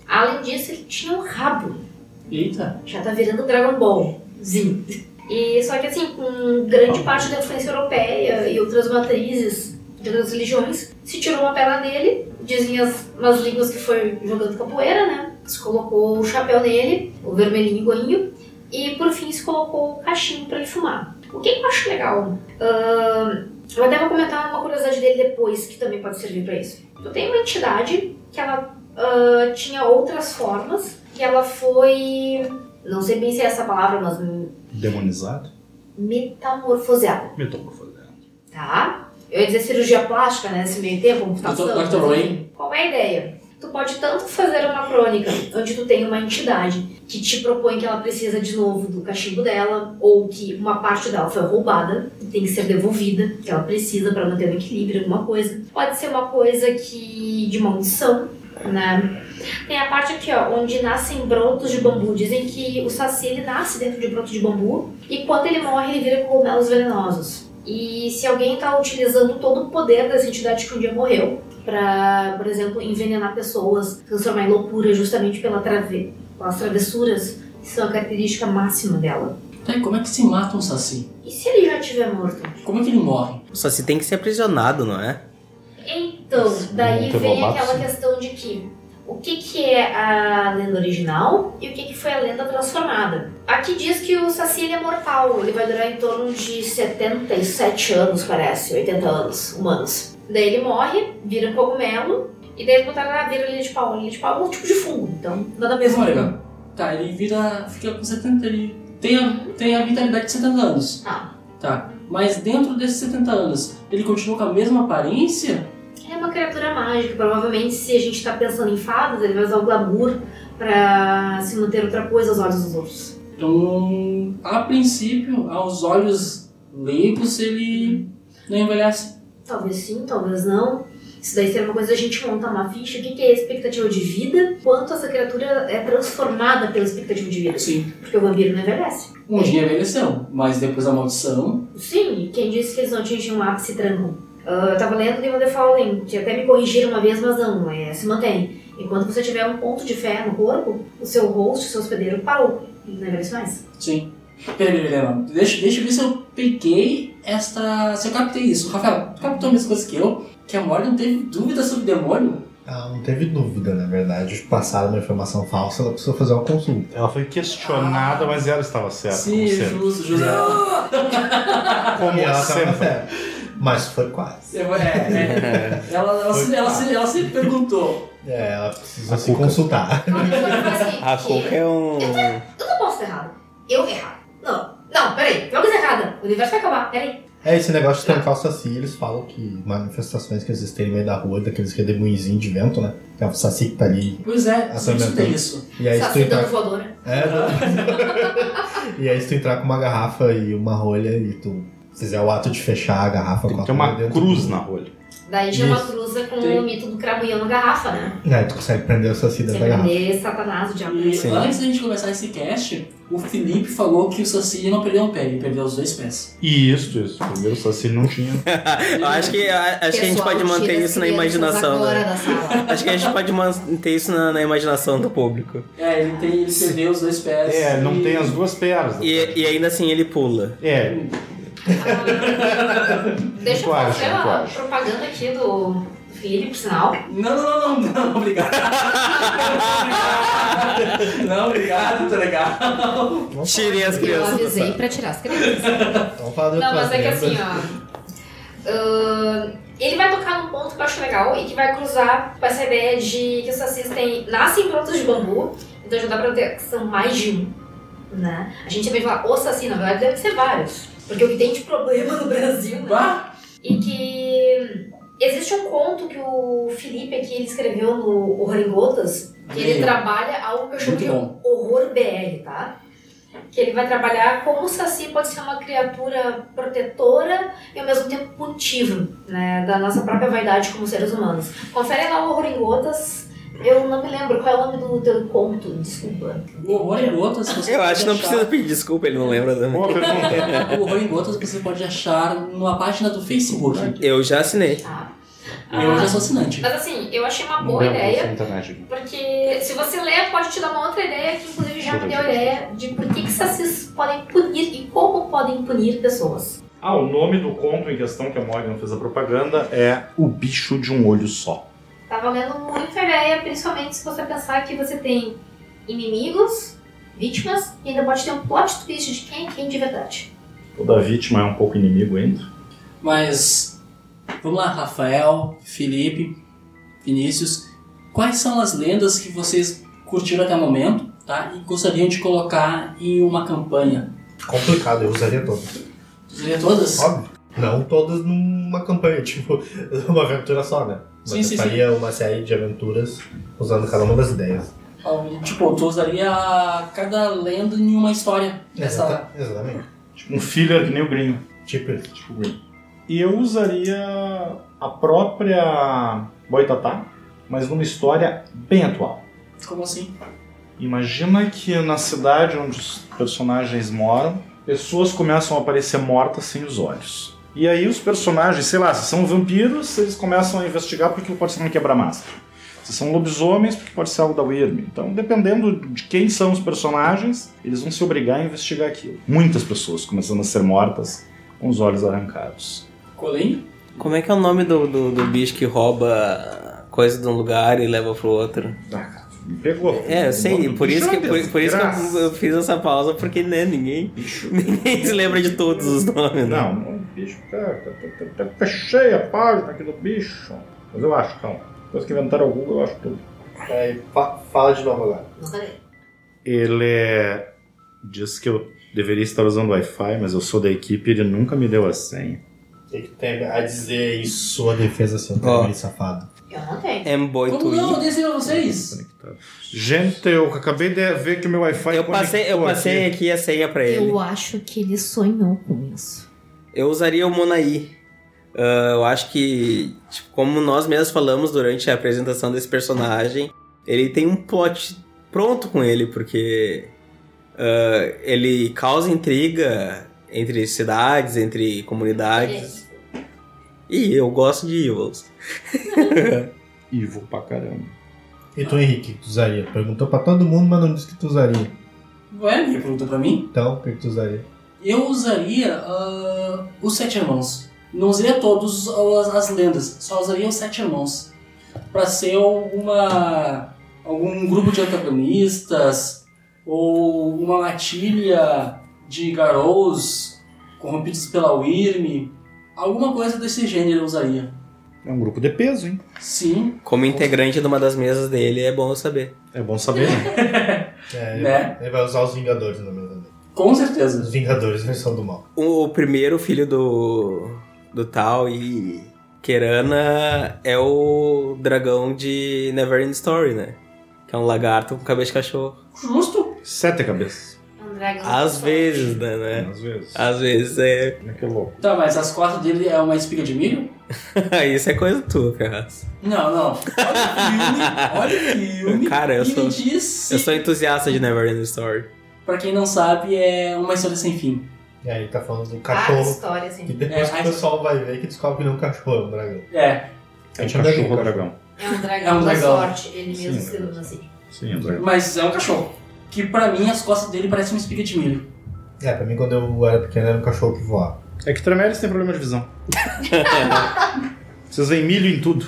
[SPEAKER 4] Além disso, ele tinha um rabo.
[SPEAKER 3] Eita.
[SPEAKER 4] Já tá virando Dragon Ballzinho. E só que assim, com grande parte da influência europeia e outras matrizes de outras religiões, se tirou uma perna dele, dizem as, umas línguas que foi jogando capoeira, né? Se colocou o chapéu nele, o vermelhinho goinho, e por fim se colocou o cachimbo pra ele fumar. O que que eu acho legal? Ahn, eu até vou comentar uma curiosidade dele depois, que também pode servir pra isso. Então tem uma entidade que ela ah, tinha outras formas, que ela foi não sei bem se é essa palavra, mas hum,
[SPEAKER 6] Demonizado?
[SPEAKER 4] metamorfoseada,
[SPEAKER 6] Metamorfoseado.
[SPEAKER 4] tá? Eu ia dizer cirurgia plástica, né? Nesse meio tempo, computação.
[SPEAKER 3] Dr.
[SPEAKER 4] mas é
[SPEAKER 3] Dr. Ray.
[SPEAKER 4] enfim. Qual é a ideia? Tu pode tanto fazer uma crônica, onde tu tem uma entidade que te propõe que ela precisa de novo do cachimbo dela, ou que uma parte dela foi roubada e tem que ser devolvida, que ela precisa para manter o equilíbrio, alguma coisa. Pode ser uma coisa que de maldição, né? Tem a parte aqui, ó, onde nascem brotos de bambu. Dizem que o saci ele nasce dentro de um broto de bambu e quando ele morre ele vira cogumelos venenosos. E se alguém tá utilizando todo o poder dessa entidade que um dia morreu para, por exemplo, envenenar pessoas, transformar em loucura justamente pela trave, pelas travessuras que são a característica máxima dela.
[SPEAKER 3] Tá, e como é que se mata um saci?
[SPEAKER 4] E se ele já tiver morto?
[SPEAKER 3] Como é que ele morre?
[SPEAKER 8] Só se tem que ser aprisionado, não é?
[SPEAKER 4] Então, daí
[SPEAKER 9] muito
[SPEAKER 4] vem
[SPEAKER 9] roubado,
[SPEAKER 4] aquela
[SPEAKER 9] sim.
[SPEAKER 4] questão de que o que, que é a lenda original e o que, que foi a lenda transformada. Aqui diz que o Saci ele é mortal, ele vai durar em torno de 77 anos, parece, 80 anos humanos. Daí ele morre, vira um cogumelo, e daí eles botaram na vira ele de pau. Ele de pau é um tipo de fungo, então nada mesmo.
[SPEAKER 3] Olha, tá, ele vira. fica com 70. Ele tem a, tem a vitalidade de 70 anos.
[SPEAKER 8] Ah.
[SPEAKER 4] Tá.
[SPEAKER 3] Tá. Mas dentro desses 70 anos, ele continua com a mesma aparência?
[SPEAKER 4] É uma criatura mágica, provavelmente se a gente tá pensando em fadas, ele vai usar o glamour pra se manter outra coisa aos olhos dos outros.
[SPEAKER 3] Então, a princípio, aos olhos leigos, ele não envelhece.
[SPEAKER 4] Talvez sim, talvez não. Isso daí seria uma coisa a gente montar uma ficha, o que que é a expectativa de vida, quanto essa criatura é transformada pela expectativa de vida.
[SPEAKER 3] Sim.
[SPEAKER 4] Porque o vampiro não envelhece.
[SPEAKER 3] Um dia envelheceu, mas depois da maldição.
[SPEAKER 4] Sim, e quem disse que eles não atingem um ápice trancam? Ah, eu tava lendo Demon The Fallen, que até me corrigiram uma vez, mas não, é, se mantém. Enquanto você tiver um ponto de fé no corpo, o seu host, o seu hospedeiro parou. Ele não envelhece mais.
[SPEAKER 3] Sim. Peraí, peraí, peraí, mano. Deixa, deixa eu ver se eu peguei esta. se eu captei isso. Rafael, tu captou a mesma coisa que eu? Que a Morgan teve dúvida sobre o demônio?
[SPEAKER 2] Ela Ah, não teve dúvida, na verdade. Passaram uma informação falsa, ela precisou fazer uma consulta.
[SPEAKER 6] Ela foi questionada, mas ela estava certa.
[SPEAKER 3] Sim,
[SPEAKER 6] como sempre.
[SPEAKER 3] justo, justo.
[SPEAKER 6] Como
[SPEAKER 2] e ela tava
[SPEAKER 6] sempre.
[SPEAKER 2] certa. Mas foi quase.
[SPEAKER 3] É, é, é. Ela, ela, se, ela, se, ela se perguntou.
[SPEAKER 2] É, ela precisou
[SPEAKER 9] A
[SPEAKER 2] se
[SPEAKER 9] Cuca.
[SPEAKER 2] consultar.
[SPEAKER 4] Talvez fosse assim,
[SPEAKER 5] Ah,
[SPEAKER 8] A Coca é um.
[SPEAKER 4] Eu não posso estar errada. Eu errada. Não, não, peraí. Tem uma coisa errada. O universo vai acabar. Peraí.
[SPEAKER 2] É, esse negócio de trancar o saci, eles falam que manifestações que existem no meio da rua, daqueles redemoinhozinhos de vento, né? Que é o saci que tá ali.
[SPEAKER 3] Pois é,
[SPEAKER 2] Essa
[SPEAKER 3] eu escutei
[SPEAKER 2] mesma.
[SPEAKER 3] isso.
[SPEAKER 2] E aí, se tu
[SPEAKER 4] Saci dando
[SPEAKER 2] entrar...
[SPEAKER 4] voadora.
[SPEAKER 2] É, não. e aí, se tu entrar com uma garrafa e uma rolha e tu fizer o ato de fechar a garrafa com
[SPEAKER 6] Tem que
[SPEAKER 2] a
[SPEAKER 6] ter uma
[SPEAKER 2] rolha dentro
[SPEAKER 6] cruz
[SPEAKER 2] do-
[SPEAKER 6] na rolha.
[SPEAKER 4] Daí tinha uma
[SPEAKER 2] Isso.
[SPEAKER 4] cruza com
[SPEAKER 3] Tem.
[SPEAKER 4] o mito do cramunhão na garrafa, né?
[SPEAKER 2] É, tu consegue prender o saci dentro da
[SPEAKER 4] Sem
[SPEAKER 2] garrafa.
[SPEAKER 4] vender Satanás, o diabo.
[SPEAKER 3] E
[SPEAKER 8] Sim.
[SPEAKER 3] antes da gente começar esse cast, o Felipe falou que o Saci não perdeu um pé, ele perdeu os dois pés.
[SPEAKER 6] E isso, isso. Primeiro só se não tinha.
[SPEAKER 8] Eu acho que, a- acho que a gente
[SPEAKER 4] Pessoal,
[SPEAKER 8] pode manter
[SPEAKER 4] tira as
[SPEAKER 8] isso na
[SPEAKER 4] crianças
[SPEAKER 8] imaginação,
[SPEAKER 4] agora
[SPEAKER 8] né?
[SPEAKER 4] da sala.
[SPEAKER 8] Acho que a gente pode manter isso na, na imaginação do público.
[SPEAKER 3] É, ele, tem, ele perdeu os dois pés.
[SPEAKER 6] É, não
[SPEAKER 3] e-
[SPEAKER 6] tem as duas né? pernas.
[SPEAKER 8] E, e ainda assim ele pula.
[SPEAKER 6] É,
[SPEAKER 4] Deixa eu
[SPEAKER 6] Linguagem,
[SPEAKER 4] fazer a
[SPEAKER 6] linguagem.
[SPEAKER 4] propaganda aqui do Felipe, por sinal.
[SPEAKER 3] Não, não, não, não, não, obrigado. não, obrigado, tá legal.
[SPEAKER 8] Tirem as
[SPEAKER 4] Eu
[SPEAKER 8] crianças. da
[SPEAKER 4] avisei
[SPEAKER 8] sala.
[SPEAKER 4] pra tirar as crianças.
[SPEAKER 2] Então, fala de
[SPEAKER 4] Não,
[SPEAKER 2] outras
[SPEAKER 4] mas é que
[SPEAKER 2] lendas.
[SPEAKER 4] assim,
[SPEAKER 3] né?
[SPEAKER 4] ó. ahn, ele vai tocar num ponto que eu acho legal e que vai cruzar com essa ideia de que os sacis têm, nascem brotos de bambu, então já dá pra ter que são mais de um. Né? A gente também fala, o saci, na verdade, deve ser vários. Porque o que tem de problema no Brasil, né?
[SPEAKER 3] Bah,
[SPEAKER 4] E que existe um conto que o Felipe aqui ele escreveu no Horror em Gotas, que ele
[SPEAKER 3] Sim.
[SPEAKER 4] trabalha algo que eu chamo
[SPEAKER 3] Muito
[SPEAKER 4] de
[SPEAKER 3] bom.
[SPEAKER 4] horror BR, tá? Que ele vai trabalhar como o Saci pode ser uma criatura protetora e ao mesmo tempo punitiva, né? Da nossa própria vaidade como seres humanos. Confere lá o Horror em Gotas. Eu não me lembro qual é o nome do teu conto, desculpa.
[SPEAKER 3] o horror em gotas. né? você
[SPEAKER 8] Eu
[SPEAKER 3] pode
[SPEAKER 8] acho que não
[SPEAKER 3] achar-
[SPEAKER 8] precisa pedir desculpa, ele não lembra também.
[SPEAKER 6] boa pergunta.
[SPEAKER 3] O horror em gotas você pode achar numa página do Facebook.
[SPEAKER 8] Eu já assinei.
[SPEAKER 4] Tá?
[SPEAKER 3] Eu já
[SPEAKER 4] Ah,
[SPEAKER 3] sou assinante.
[SPEAKER 4] mas assim, eu achei uma
[SPEAKER 6] Não
[SPEAKER 4] boa
[SPEAKER 6] lembro
[SPEAKER 4] ideia.
[SPEAKER 6] dessa internet aqui.
[SPEAKER 4] Porque se você ler, pode te dar uma outra ideia, que inclusive já me deu a ideia de por que, que sacis podem punir e como podem punir pessoas.
[SPEAKER 6] Ah, o nome do conto em questão que a Morgan fez a propaganda é O Bicho de um Olho Só.
[SPEAKER 4] Tá valendo muito a ideia, principalmente se você pensar que você tem inimigos, vítimas, e ainda pode ter um plot twist de quem é quem de verdade.
[SPEAKER 6] Toda vítima é um pouco inimigo ainda.
[SPEAKER 3] Mas vamos lá, Rafael, Felipe, Vinícius, quais são as lendas que vocês curtiram até o momento, tá? E gostariam de colocar em uma campanha?
[SPEAKER 2] Complicado, eu usaria todas.
[SPEAKER 3] Vocês lêem todas?
[SPEAKER 2] Óbvio. Não todas numa campanha, tipo, uma aventura só, né? Mas
[SPEAKER 3] Sim,
[SPEAKER 2] eu
[SPEAKER 3] sim,
[SPEAKER 2] faria uma série de aventuras usando cada uma das ideias.
[SPEAKER 7] Ao- Tipo, tu usaria cada lenda em uma história.
[SPEAKER 5] É,
[SPEAKER 4] É
[SPEAKER 5] tá.
[SPEAKER 7] Dessa...
[SPEAKER 2] Exata- Exatamente.
[SPEAKER 6] Tipo, um filler que nem o Green.
[SPEAKER 2] Tipo isso.
[SPEAKER 6] Tipo o Green. E eu usaria a própria Boitatá, mas numa história bem atual.
[SPEAKER 7] Como assim?
[SPEAKER 6] Imagina que na cidade onde os personagens moram, pessoas começam a aparecer mortas sem os olhos. E aí os personagens, sei lá, se são vampiros, eles começam a investigar porque pode ser uma quebra-máscara. Se são lobisomens, porque pode ser algo da Wyrm. Então, dependendo de quem são os personagens, eles vão se obrigar a investigar aquilo. Muitas pessoas começando a ser mortas com os olhos arrancados.
[SPEAKER 7] Colinho?
[SPEAKER 5] Como é que é o nome do, do, do bicho que rouba coisa de um lugar e leva pro outro?
[SPEAKER 6] Ah, cara, me pegou.
[SPEAKER 5] É, eu sei, por isso que, por, por isso que
[SPEAKER 6] é Desgraça.
[SPEAKER 5] eu, eu fiz essa pausa, porque né, ninguém, ninguém se lembra de todos os nomes, né?
[SPEAKER 6] Não, o bicho tá, tá, tá, tá, tá fechei a página aqui do bicho. Mas eu acho, calma. Depois que inventaram o Google, eu acho tudo.
[SPEAKER 2] Aí, fa- fala de novo agora.
[SPEAKER 4] Não falei.
[SPEAKER 6] Ele é- diz que eu deveria estar usando Wi-Fi, mas eu sou da equipe e ele nunca me deu a senha.
[SPEAKER 2] O que que tem a dizer isso? Sua defesa, seu
[SPEAKER 5] Ó.
[SPEAKER 2] oh. safado.
[SPEAKER 4] Eu não tenho.
[SPEAKER 5] M-Boy
[SPEAKER 7] Como não? Eu
[SPEAKER 5] Twin.
[SPEAKER 7] dei esse pra vocês.
[SPEAKER 6] Gente, eu acabei de ver que meu Wi-Fi
[SPEAKER 5] Eu passei, eu
[SPEAKER 6] conectou
[SPEAKER 5] passei
[SPEAKER 6] aqui.
[SPEAKER 5] aqui a senha pra É, ele.
[SPEAKER 10] Eu acho que ele sonhou com isso.
[SPEAKER 5] Eu usaria o Monaí. Ah, eu acho que, tipo, como nós mesmos falamos durante a apresentação desse personagem, ele tem um plot pronto com ele, porque ah, ele causa intriga entre cidades, entre comunidades. E eu gosto de Evils.
[SPEAKER 6] Evil pra caramba.
[SPEAKER 2] E tu, Henrique, que tu usaria? Perguntou pra todo mundo, mas não disse que tu usaria.
[SPEAKER 7] Ué, ninguém perguntou pra mim.
[SPEAKER 2] Então, o que que tu usaria?
[SPEAKER 7] Eu usaria ah, os Sete Irmãos. Não usaria todas as, as lendas, só usaria os Sete Irmãos. Pra ser alguma. algum grupo de antagonistas, ou uma matilha de garotos corrompidos pela Wyrm. Alguma coisa desse gênero eu usaria.
[SPEAKER 6] É um grupo de peso, hein?
[SPEAKER 7] Sim,
[SPEAKER 5] Como integrante de uma das mesas dele, é bom eu saber.
[SPEAKER 6] É bom saber, né?
[SPEAKER 2] É, ele,
[SPEAKER 7] Né?
[SPEAKER 2] ele vai usar os Vingadores no meu também.
[SPEAKER 7] com
[SPEAKER 2] Os
[SPEAKER 7] certeza.
[SPEAKER 2] Vingadores, versão do mal.
[SPEAKER 5] O, o primeiro filho do, do Tal e Kerana é o dragão de Neverending Story, né? Que é um lagarto com cabeça de cachorro.
[SPEAKER 7] Justo.
[SPEAKER 6] Sete cabeças.
[SPEAKER 4] É um dragão.
[SPEAKER 5] Às vezes, né, né?
[SPEAKER 6] É, Às vezes.
[SPEAKER 5] Às vezes é.
[SPEAKER 6] Como é que é louco?
[SPEAKER 7] Tá, mas as costas dele é uma espiga de milho?
[SPEAKER 5] Isso é coisa tua, Ferraz.
[SPEAKER 7] Não, não. Olha o filme, olha o filme.
[SPEAKER 5] Cara, eu
[SPEAKER 7] e me
[SPEAKER 5] sou-
[SPEAKER 7] diz se-
[SPEAKER 5] Eu sou entusiasta de Never Ending Story.
[SPEAKER 7] Pra quem não sabe, é uma história sem fim.
[SPEAKER 2] E aí tá falando do
[SPEAKER 4] A
[SPEAKER 2] cachorro.
[SPEAKER 4] história,
[SPEAKER 2] E
[SPEAKER 4] assim.
[SPEAKER 2] depois
[SPEAKER 7] É,
[SPEAKER 2] que
[SPEAKER 7] a-
[SPEAKER 2] o pessoal vai ver que descobre que não é um cachorro, é um dragão.
[SPEAKER 7] É,
[SPEAKER 6] É um
[SPEAKER 2] Deixa eu ver aqui,
[SPEAKER 6] cachorro
[SPEAKER 2] cara.
[SPEAKER 6] dragão.
[SPEAKER 4] É um
[SPEAKER 7] É
[SPEAKER 4] dragão
[SPEAKER 7] um
[SPEAKER 4] da
[SPEAKER 7] dragão.
[SPEAKER 4] sorte, ele mesmo
[SPEAKER 6] Sim.
[SPEAKER 4] se iluminou assim.
[SPEAKER 6] Sim, é um dragão.
[SPEAKER 7] mas é um cachorro. Que pra mim as costas dele parecem uma espiga de milho.
[SPEAKER 2] É, pra mim quando eu era pequeno era um cachorro que voava.
[SPEAKER 6] É que Tremelis tem problema de visão. Vocês veem milho em tudo.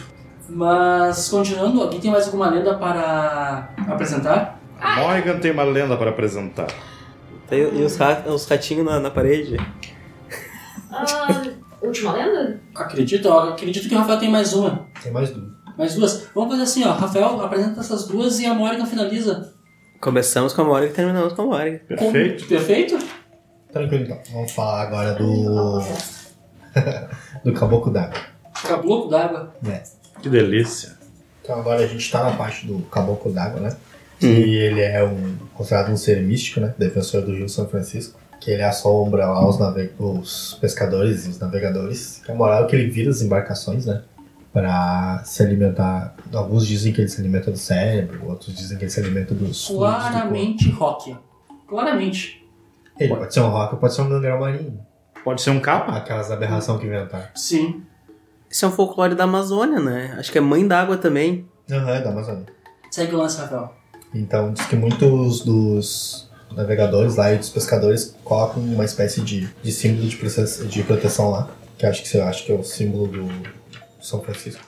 [SPEAKER 7] Mas continuando, alguém tem mais alguma lenda para apresentar?
[SPEAKER 6] A Morrigan tem uma lenda para apresentar.
[SPEAKER 5] Tá, E, e os, ra- os ratinhos na, na parede?
[SPEAKER 4] Ah, última lenda?
[SPEAKER 7] Acredito, ó, acredito que o Rafael tem mais uma.
[SPEAKER 2] Tem mais dúvida.
[SPEAKER 7] Mais duas. Vamos fazer assim, ó. Rafael apresenta essas duas e a Morgan finaliza.
[SPEAKER 5] Começamos com a Morgan e terminamos com a Morgan.
[SPEAKER 6] Perfeito.
[SPEAKER 7] Com- Perfeito?
[SPEAKER 2] Tranquilo então. Vamos falar agora do. do caboclo d'água.
[SPEAKER 7] Caboclo d'água.
[SPEAKER 2] né?
[SPEAKER 6] Que delícia.
[SPEAKER 2] Então agora a gente tá na parte do caboclo d'água, né? E ele é um, considerado um ser místico, né? Defensor do Rio São Francisco. Que ele assombra lá os, nave- os pescadores e os navegadores. Que é a moral é que ele vira as embarcações, né? Pra se alimentar. Alguns dizem que ele se alimenta do cérebro, outros dizem que ele se alimenta dos. fluidos do corpo.
[SPEAKER 7] Claramente rock. Claramente.
[SPEAKER 2] Ele pode ser um rock, pode ser um gangrel marinho.
[SPEAKER 6] Pode ser um capa?
[SPEAKER 2] Aquelas aberrações que inventaram.
[SPEAKER 7] Sim.
[SPEAKER 5] Isso é um folclore da Amazônia, né? Acho que é mãe d'água também.
[SPEAKER 2] Aham, é da Amazônia.
[SPEAKER 7] Segue o lance, Rafael.
[SPEAKER 2] Então, diz que muitos dos navegadores lá e dos pescadores colocam uma espécie de, de símbolo de, proces- de proteção lá, que eu acho que, se- eu acho que é o símbolo do São Francisco,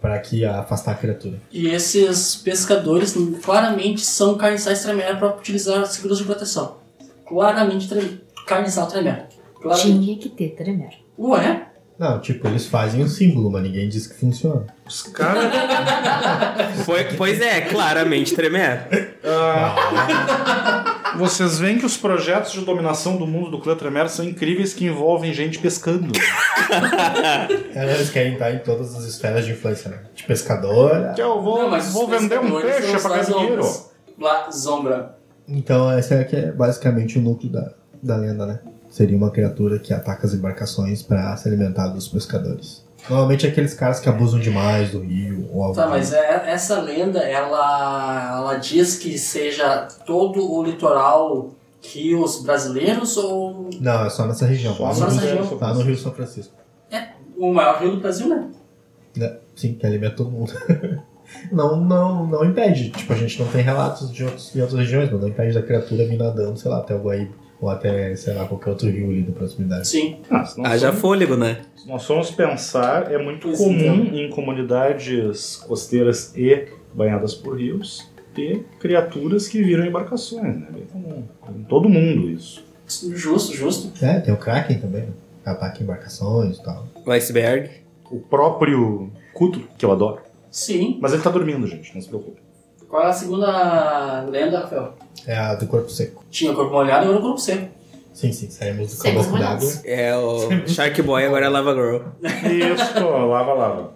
[SPEAKER 2] para que afastar a criatura.
[SPEAKER 7] E esses pescadores hum, claramente são carniçais tremer para utilizar seguros de proteção. Claramente tre... carniçal tremer. Claramente.
[SPEAKER 10] Tinha que ter tremer.
[SPEAKER 7] Ué?
[SPEAKER 2] Não, tipo, eles fazem um símbolo, mas ninguém diz que funciona.
[SPEAKER 6] Os caras.
[SPEAKER 5] Foi- pois é, claramente tremer.
[SPEAKER 6] Ah. Vocês veem que os projetos de dominação do mundo do clã Tremere são incríveis que envolvem gente pescando.
[SPEAKER 2] Eles querem estar em todas as esferas de influência, né? De pescador,
[SPEAKER 6] Que eu vou,
[SPEAKER 7] Não, mas os
[SPEAKER 6] vou vender um
[SPEAKER 7] pescadores
[SPEAKER 6] peixe
[SPEAKER 7] são
[SPEAKER 6] pra ganhar
[SPEAKER 7] as
[SPEAKER 6] dinheiro.
[SPEAKER 7] almas. La Sombra.
[SPEAKER 2] Então, esse aqui é basicamente o núcleo da, da lenda, né? Seria uma criatura que ataca as embarcações pra se alimentar dos pescadores. Normalmente é aqueles caras que abusam demais do rio ou algo
[SPEAKER 7] Tá,
[SPEAKER 2] do
[SPEAKER 7] mas é- essa lenda, ela, ela diz que seja todo o litoral rios brasileiros ou
[SPEAKER 2] tipo. Não, é só nessa região.
[SPEAKER 6] Só
[SPEAKER 2] Lá no,
[SPEAKER 7] nessa
[SPEAKER 2] Rio,
[SPEAKER 7] região.
[SPEAKER 2] lá no Rio São Francisco.
[SPEAKER 7] o maior rio do Brasil, né?
[SPEAKER 2] Né? Sim, que alimenta todo mundo. não, não, não impede. Tipo, a gente não tem relatos de, outros, de outras regiões, mas não impede da criatura vir nadando, sei lá, até o Guaíba. Ou até, sei lá, qualquer outro rio ali da proximidade.
[SPEAKER 7] Sim.
[SPEAKER 6] Ah, se nós
[SPEAKER 8] Haja
[SPEAKER 6] formos-
[SPEAKER 8] fôlego, né?
[SPEAKER 6] se nós formos pensar, é muito
[SPEAKER 7] Pois então.
[SPEAKER 6] comum em comunidades costeiras e banhadas por rios ter criaturas que viram embarcações, né? É bem comum. Em todo mundo isso.
[SPEAKER 7] Justo, justo.
[SPEAKER 2] É, tem o Kraken também, né? Ataca embarcações e tal.
[SPEAKER 8] O iceberg.
[SPEAKER 6] O próprio Cuto, que eu adoro.
[SPEAKER 7] Sim.
[SPEAKER 6] Mas ele tá dormindo, gente, não se preocupe.
[SPEAKER 7] Qual é a segunda lenda, Rafael?
[SPEAKER 2] É a do corpo seco.
[SPEAKER 7] Tinha corpo molhado e agora o corpo seco.
[SPEAKER 2] Sim, sim, saímos do
[SPEAKER 4] Seres
[SPEAKER 2] caboclo
[SPEAKER 4] humanos.
[SPEAKER 2] d'água.
[SPEAKER 8] É o Shark Boy, agora é Lava Girl.
[SPEAKER 6] Isso, ó, lava, lava.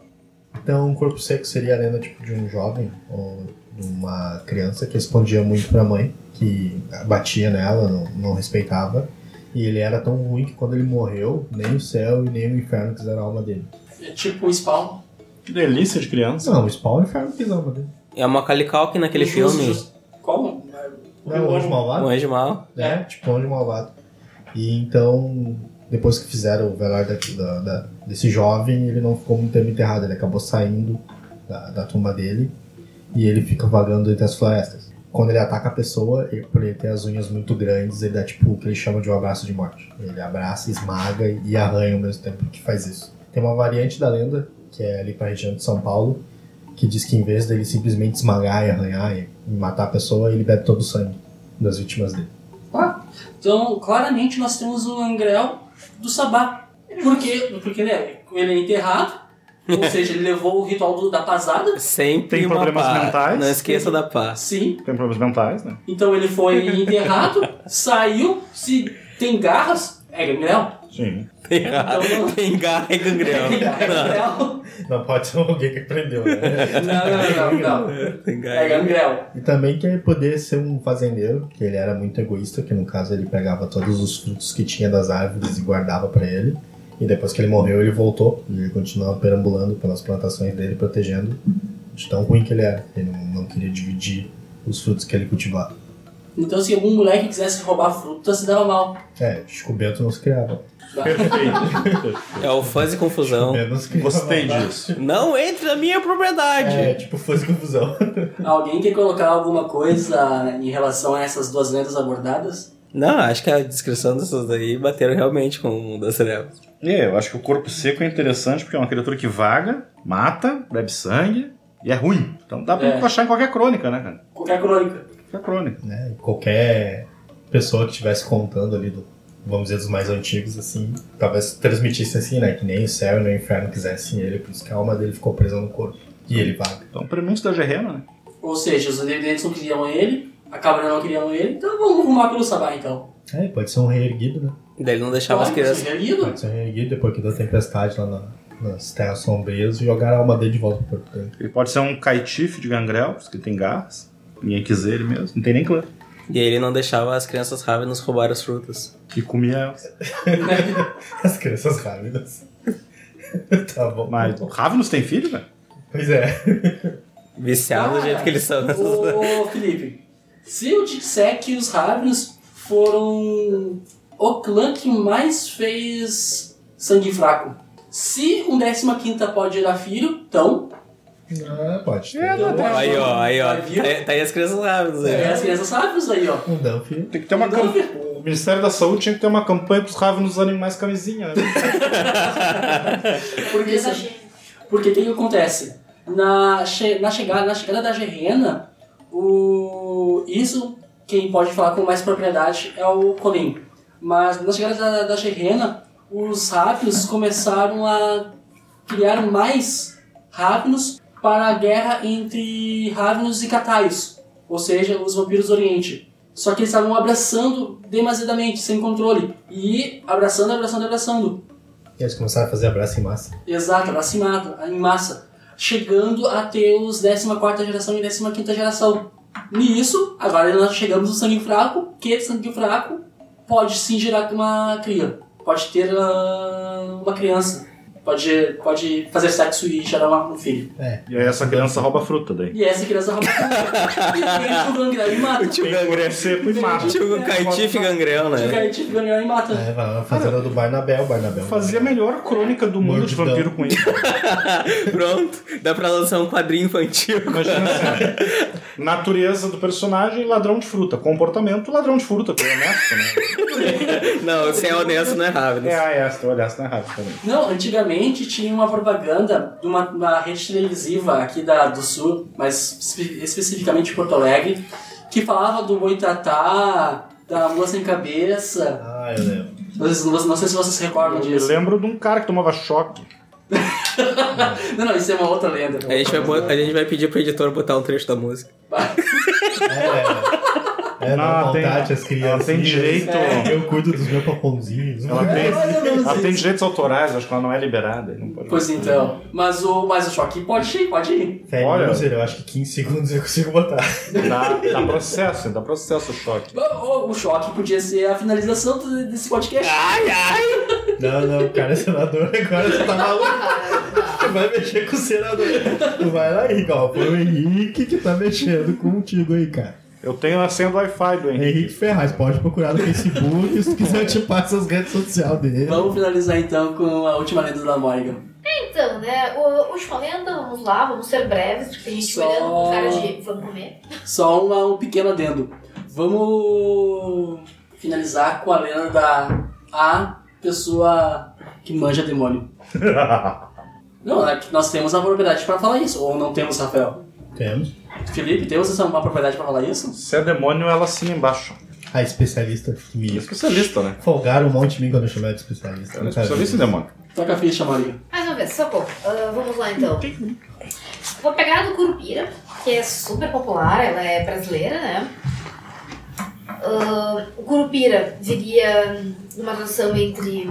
[SPEAKER 2] Então, um corpo seco seria a lenda tipo, de um jovem ou de uma criança que respondia muito pra mãe, que batia nela, não, não respeitava. E ele era tão ruim que quando ele morreu, nem o céu e nem o inferno quiseram a alma dele.
[SPEAKER 7] É tipo o spawn.
[SPEAKER 6] Que delícia de criança.
[SPEAKER 2] Não, o Spawn e o inferno quis a alma dele.
[SPEAKER 8] É uma Calicalque naquele
[SPEAKER 7] Justo,
[SPEAKER 8] filme. um
[SPEAKER 7] justo. Como?
[SPEAKER 2] Não, é o anjo
[SPEAKER 8] O
[SPEAKER 2] malvado?
[SPEAKER 8] Anjo Mal.
[SPEAKER 2] É, tipo o anjo malvado. E então, depois que fizeram o velório da- da- da- desse jovem, ele não ficou muito tempo enterrado, ele acabou saindo da, da tumba dele e ele fica vagando entre as florestas. Quando ele ataca a pessoa, ele, por ele ter as unhas muito grandes, ele dá tipo o que ele chama de um abraço de morte. Ele abraça, esmaga e arranha ao mesmo tempo que faz isso. Tem uma variante da lenda, que é ali pra região de São Paulo, que diz que em vez dele simplesmente esmagar e arranhar e matar a pessoa, ele bebe todo o sangue das vítimas dele.
[SPEAKER 7] Então, claramente, nós temos o Angrel do Sabá. Por quê? Porque né, ele é enterrado, ou seja, ele levou o ritual do- da pasada.
[SPEAKER 8] Sempre
[SPEAKER 6] Tem
[SPEAKER 8] uma
[SPEAKER 6] problemas
[SPEAKER 8] pá.
[SPEAKER 6] mentais?
[SPEAKER 8] Não esqueça da paz.
[SPEAKER 7] Sim.
[SPEAKER 6] Tem problemas mentais, né?
[SPEAKER 7] Então ele foi enterrado, saiu, se tem garras, é gangrel.
[SPEAKER 6] Sim.
[SPEAKER 8] Tem garra-
[SPEAKER 7] Então-
[SPEAKER 8] tem garra e gangrel.
[SPEAKER 7] É gangrel.
[SPEAKER 2] Não pode ser um alguém que aprendeu, né?
[SPEAKER 7] Não, não, não, não.
[SPEAKER 8] Não. Tem garra
[SPEAKER 7] É
[SPEAKER 8] e gangrel.
[SPEAKER 7] gangrel.
[SPEAKER 2] e também que ele poder ser um fazendeiro, que ele era muito egoísta, que no caso ele pegava todos os frutos que tinha das árvores e guardava pra ele. E depois que ele morreu, ele voltou e ele continuava perambulando pelas plantações dele, protegendo de tão ruim que ele era. Ele não, não queria dividir os frutos que ele cultivava.
[SPEAKER 7] Então se algum moleque quisesse roubar fruta, se dava mal.
[SPEAKER 2] É, Chico Bento não se criava.
[SPEAKER 6] Perfeito.
[SPEAKER 8] É o fuzz e confusão.
[SPEAKER 2] Eu não se criava.
[SPEAKER 6] Gostei disso.
[SPEAKER 8] Não entre na minha propriedade.
[SPEAKER 2] É, tipo, fosse confusão.
[SPEAKER 7] Alguém quer colocar alguma coisa em relação a essas duas lendas abordadas?
[SPEAKER 8] Não, acho que a descrição dessas daí bateram realmente com o mundo das trevas.
[SPEAKER 6] É, eu acho que o corpo seco é interessante porque é uma criatura que vaga, mata, bebe sangue e é ruim. Então dá pra
[SPEAKER 7] É.
[SPEAKER 6] encaixar em qualquer crônica, né, cara?
[SPEAKER 7] Qualquer crônica.
[SPEAKER 6] Qualquer crônica.
[SPEAKER 2] né? Qualquer pessoa que estivesse contando ali do, vamos dizer, dos mais antigos, assim, talvez transmitisse assim, né? Que nem o céu e nem o inferno quisessem ele, por isso que a alma dele ficou presa no corpo. E ele vaga.
[SPEAKER 6] Então, prenúncio da Gerena, né?
[SPEAKER 7] Ou seja, os independentes não queriam ele, a cabra não queriam ele, então vamos arrumar pelo Sabá então.
[SPEAKER 2] É, pode ser um reerguido, né?
[SPEAKER 8] Daí ele não deixava as
[SPEAKER 7] Olha,
[SPEAKER 8] crianças.
[SPEAKER 7] você é lido.
[SPEAKER 2] Pode ser um reerguido depois que deu tempestade lá na- nas terras sombrias e jogar a alma dele de volta pro corpo dele.
[SPEAKER 6] Ele pode ser um caitife de gangrel, porque tem garras. Ninguém quis ele mesmo, não tem nem clã.
[SPEAKER 8] E aí ele não deixava as crianças ravenas roubar as frutas.
[SPEAKER 6] E comia elas.
[SPEAKER 2] As crianças rápidas. tá bom.
[SPEAKER 6] Mas o Ravenus tem filho, velho?
[SPEAKER 2] Pois é.
[SPEAKER 8] Viciado do
[SPEAKER 7] Ah,
[SPEAKER 8] jeito que eles são.
[SPEAKER 7] Ô, Felipe, se eu te disser que os Ravens foram o clã que mais fez sangue fraco. Se um 15 pode gerar filho, então
[SPEAKER 2] Ah, pode.
[SPEAKER 6] É,
[SPEAKER 2] ter.
[SPEAKER 8] Aí, ó, aí, ó.
[SPEAKER 7] Tá, viu?
[SPEAKER 8] Tá aí- tá aí as crianças ravenas aí.
[SPEAKER 7] é as crianças Ravens aí, ó.
[SPEAKER 2] Um Dunphy.
[SPEAKER 6] Tem que ter uma
[SPEAKER 7] Não.
[SPEAKER 6] campanha. O Ministério da Saúde tinha que ter uma campanha pros Ravenus animais camisinha, né?
[SPEAKER 7] Porque, se-
[SPEAKER 4] Exagero.
[SPEAKER 7] porque o que que acontece? Na, che- na, chegada, na chegada da Gerena, o, isso quem pode falar com mais propriedade é o Colin. Mas na chegada da, da Gerena, os Ravnos começaram a criar mais Ravnos para a guerra entre Ravnos e Cataios, ou seja, os vampiros do Oriente. Só que eles estavam abraçando demasiadamente, sem controle. E abraçando, abraçando, abraçando.
[SPEAKER 2] E eles começaram a fazer abraço em massa.
[SPEAKER 7] Exato, ela é se mata em massa. Chegando a ter os 14 geração e 15 quinta geração. Nisso, agora nós chegamos no sangue fraco, que sangue fraco pode sim gerar uma cria. Pode ter ah, uma criança. Pode, pode fazer sexo e gerar uma- um filho.
[SPEAKER 6] E aí essa criança rouba a fruta daí.
[SPEAKER 7] E essa criança rouba E o gangrel e mata.
[SPEAKER 8] Tio
[SPEAKER 6] Tem que
[SPEAKER 8] Gangrel.
[SPEAKER 6] engolir seco e mata.
[SPEAKER 8] Tio
[SPEAKER 7] um
[SPEAKER 8] Caitife Gangrel,
[SPEAKER 7] O
[SPEAKER 8] né?
[SPEAKER 7] cara tipo gangrel e mata.
[SPEAKER 2] É, a fazenda do Barnabel, Barnabel.
[SPEAKER 6] Fazia a melhor crônica do mundo de
[SPEAKER 2] Mordidão.
[SPEAKER 6] vampiro com isso.
[SPEAKER 8] Pronto, dá pra lançar um quadrinho infantil.
[SPEAKER 6] Imagina assim. Natureza do personagem, ladrão de fruta. Comportamento, ladrão de fruta, porque é honesto, né?
[SPEAKER 8] Não, se é honesto, não é rápido.
[SPEAKER 6] É, ah, é, se tu olhasse na rádio também.
[SPEAKER 7] Não, antigamente tinha uma propaganda de uma, uma rede televisiva aqui da, do Sul, mas espe- especificamente de Porto Alegre, que falava do boitatá, da lua sem cabeça.
[SPEAKER 2] Ah, eu lembro.
[SPEAKER 7] Vocês- Não, não sei se vocês se recordam
[SPEAKER 6] Eu me
[SPEAKER 7] disso.
[SPEAKER 6] lembro de um cara que tomava choque.
[SPEAKER 7] Não, não, isso é uma outra lenda.
[SPEAKER 8] A gente, vai, bo- a gente vai pedir pro editor botar um trecho da música.
[SPEAKER 2] É, é
[SPEAKER 6] Não,
[SPEAKER 2] na
[SPEAKER 6] ela tem-
[SPEAKER 2] maldade, as
[SPEAKER 6] Ela
[SPEAKER 2] crianças.
[SPEAKER 6] tem direito.
[SPEAKER 2] Eu cuido dos meus papãozinhos.
[SPEAKER 6] Ela
[SPEAKER 7] Olha, eu
[SPEAKER 6] tem,
[SPEAKER 7] não
[SPEAKER 6] ela
[SPEAKER 7] sei
[SPEAKER 6] tem
[SPEAKER 7] se-
[SPEAKER 6] direitos autorais, acho que ela não é liberada. Não pode
[SPEAKER 7] Pois então. Mas o, mas o choque pode ir, pode ir.
[SPEAKER 2] Velho,
[SPEAKER 6] Olha.
[SPEAKER 2] não sei, eu acho que 15 segundos eu consigo botar.
[SPEAKER 6] Dá, dá processo, dá processo o choque.
[SPEAKER 7] O, o- o choque podia ser a finalização do- desse podcast.
[SPEAKER 2] Não, não, o cara é senador agora, você tá maluco. Tu vai mexer com o senador. Tu vai lá, Henrique, ó. Foi o Henrique que tá mexendo contigo aí, cara.
[SPEAKER 6] Eu tenho a senha do Wi-Fi do Henrique.
[SPEAKER 2] Henrique Ferraz, pode procurar no Facebook. Se tu quiser, eu te passo as redes sociais dele.
[SPEAKER 7] Vamos finalizar então com a última lenda da Morgan.
[SPEAKER 4] Então, né? O, última lenda, vamos lá, vamos ser breves, porque tem gente
[SPEAKER 7] Só-
[SPEAKER 4] olhando com cara de vamos comer.
[SPEAKER 7] Só uma- um pequeno adendo. Vamos finalizar com a lenda da a pessoa que manja demônio. Não, é que nós temos a propriedade pra falar isso, ou não temos, Rafael?
[SPEAKER 2] Temos
[SPEAKER 7] Felipe, temos essa uma propriedade pra falar isso?
[SPEAKER 6] Se é demônio, ela assina embaixo.
[SPEAKER 2] a especialista que
[SPEAKER 6] E
[SPEAKER 2] me
[SPEAKER 6] especialista, né?
[SPEAKER 2] folgaram um monte de mim quando eu chamei de especialista.
[SPEAKER 6] Ela é especialista em demônio.
[SPEAKER 7] Toca a ficha, Maria.
[SPEAKER 4] Mais uma vez, só pouco. Ah, vamos lá então. Vou pegar a do Curupira, que é super popular, ela é brasileira, né? Ah, o Curupira viria numa noção entre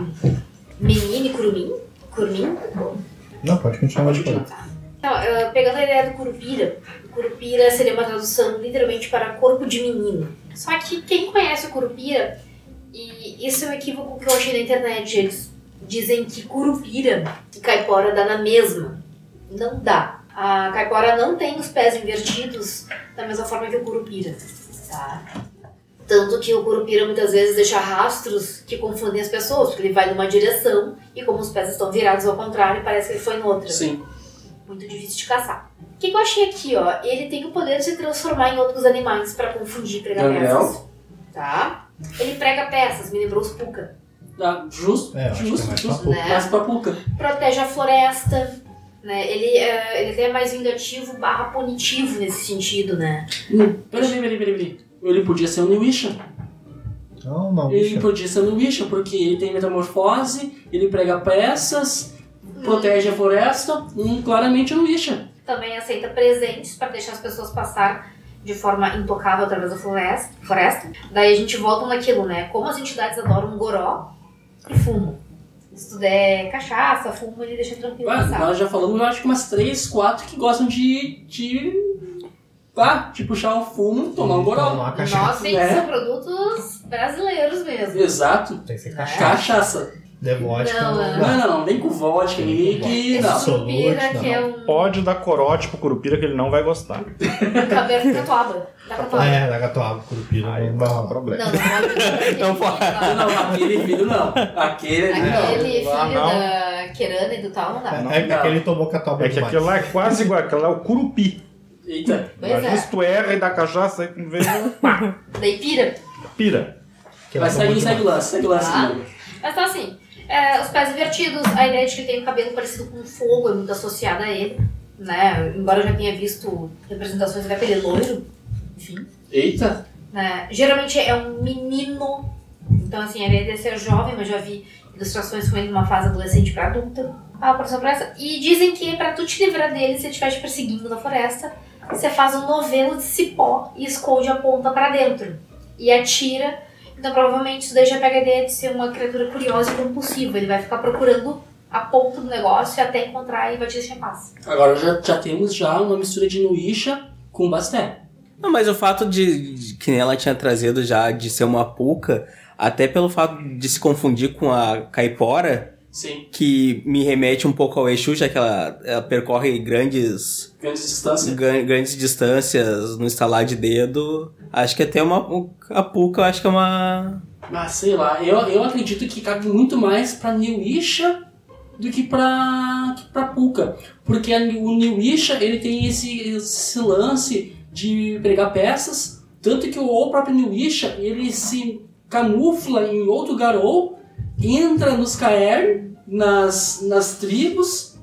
[SPEAKER 4] menino e curumim. Curumim? Bom,
[SPEAKER 2] Não, pode continuar de
[SPEAKER 4] Então, ah, pegando a ideia do curupira, o curupira seria uma tradução literalmente para corpo de menino. Só que quem conhece o curupira, e isso é um equívoco que eu achei na internet, eles dizem que curupira e caipora dá na mesma. Não dá. A caipora não tem os pés invertidos da mesma forma que o curupira, tá? Tanto que o curupira muitas vezes deixa rastros que confundem as pessoas, porque ele vai numa direção e como os pés estão virados ao contrário, parece que ele foi em outra
[SPEAKER 7] Sim.
[SPEAKER 4] muito difícil de caçar. O que, que eu achei aqui, ó? Ele tem o poder de se transformar em outros animais pra confundir e pregar
[SPEAKER 7] Gabriel?
[SPEAKER 4] peças. Tá? Ele prega peças, me lembrou os né? puca.
[SPEAKER 7] Ah, justo,
[SPEAKER 2] É, eu acho que é
[SPEAKER 7] justo,
[SPEAKER 2] mais
[SPEAKER 7] justo.
[SPEAKER 2] pra
[SPEAKER 4] Pucca.
[SPEAKER 7] Mas pra Puca.
[SPEAKER 4] Protege a floresta, né? Ele, é, ele até é mais vingativo barra punitivo nesse sentido, né?
[SPEAKER 7] Hum, Peraí, peraí, peraí, peraí. Ele podia ser um New Wisher.
[SPEAKER 2] Não, não,
[SPEAKER 7] Ele
[SPEAKER 2] bicho.
[SPEAKER 7] podia ser um New Wisher, porque ele tem metamorfose, ele prega peças, protege a floresta. Hum, claramente é um Wisher.
[SPEAKER 4] Também aceita presentes pra deixar as pessoas passar de forma intocável através da floresta. floresta. Daí a gente volta naquilo, né? Como as entidades adoram goró e fumo. Se tu der cachaça, fumo, ele deixa tranquilo
[SPEAKER 7] Ué,
[SPEAKER 4] passar.
[SPEAKER 7] Ah, nós já falamos, eu acho que umas 3, 4 que gostam de. de. pá, de puxar um fumo, tomar
[SPEAKER 2] Então,
[SPEAKER 7] um goró.
[SPEAKER 2] Tomar cachaça.
[SPEAKER 4] Nossa, hein,
[SPEAKER 7] É.
[SPEAKER 4] são produtos brasileiros
[SPEAKER 2] então.
[SPEAKER 4] mesmo.
[SPEAKER 7] Exato.
[SPEAKER 2] Tem que ser
[SPEAKER 4] É.
[SPEAKER 2] cachaça.
[SPEAKER 7] Cachaça.
[SPEAKER 2] De vodka.
[SPEAKER 4] Não,
[SPEAKER 2] não-
[SPEAKER 4] é.
[SPEAKER 7] Não, não, não, vem com vodka, Henrique.
[SPEAKER 4] Esse
[SPEAKER 7] Não.
[SPEAKER 4] surupira
[SPEAKER 2] Absolute,
[SPEAKER 4] que é um
[SPEAKER 6] Pode dar corote pro curupira que ele não vai gostar.
[SPEAKER 4] cabelo um da catuaba. Da
[SPEAKER 2] Ah,
[SPEAKER 4] catuaba.
[SPEAKER 2] é, da catuaba, curupira.
[SPEAKER 6] Aí
[SPEAKER 2] não vai
[SPEAKER 6] vai dar
[SPEAKER 2] rolar.
[SPEAKER 6] problema.
[SPEAKER 4] Não, é um não pode.
[SPEAKER 8] Não pode.
[SPEAKER 7] Não, não, aquele filho não. Aquele né? ali não.
[SPEAKER 4] Aquele filho
[SPEAKER 6] Lá não.
[SPEAKER 4] da Kerana e do tal É. não dá.
[SPEAKER 2] É, é,
[SPEAKER 7] Não.
[SPEAKER 2] é que ele tomou catuaba
[SPEAKER 6] É que
[SPEAKER 2] demais.
[SPEAKER 6] aquilo lá é quase igual, aquilo lá é o curupi.
[SPEAKER 7] Eita.
[SPEAKER 4] Pois
[SPEAKER 6] Imagina
[SPEAKER 4] é.
[SPEAKER 6] se tu erra e dá cachaça, aí com vez
[SPEAKER 4] Daí pira.
[SPEAKER 6] pira.
[SPEAKER 2] Que ela
[SPEAKER 7] Mas
[SPEAKER 2] tomou
[SPEAKER 7] segue, segue o
[SPEAKER 2] demais.
[SPEAKER 7] lance, segue o lance.
[SPEAKER 4] Ah.
[SPEAKER 7] Diego.
[SPEAKER 4] Mas então assim, é, os pés invertidos, a ideia de que ele tem o cabelo parecido com fogo é muito associada a ele. Né? Embora eu já tenha visto representações daquele loiro, enfim.
[SPEAKER 7] Eita.
[SPEAKER 4] né? Geralmente é um menino, então assim, ele deve ser jovem, mas já vi ilustrações com ele numa fase adolescente pra adulta. Ah, por pra essa. E dizem que pra tu te livrar dele, se ele estiver te perseguindo na floresta, você faz um novelo de cipó e esconde a ponta pra dentro. E atira. Então provavelmente isso daí já pega a ideia de ser uma criatura curiosa e compulsiva. Ele vai ficar procurando a ponta do negócio até encontrar e vai te deixar em paz.
[SPEAKER 7] Agora já, já temos já uma mistura de Nuisha com Basté.
[SPEAKER 8] Não, mas o fato de, de- que ela tinha trazido já de ser uma puca, até pelo fato de se confundir com a caipora,
[SPEAKER 7] Sim,
[SPEAKER 8] que me remete um pouco ao Exu, já que ela, ela percorre grandes,
[SPEAKER 7] grandes distâncias.
[SPEAKER 8] gran- grandes distâncias no estalar de dedo. Acho que até uma a puca, eu acho que é uma
[SPEAKER 7] Mas sei lá, eu, eu acredito que cabe muito mais pra Newisha do que pra, que pra Puka. Porque a- o Newisha ele tem esse, esse lance de pregar peças, tanto que o próprio Newisha ele se camufla em outro garou, entra nos Kaer, nas, nas tribos,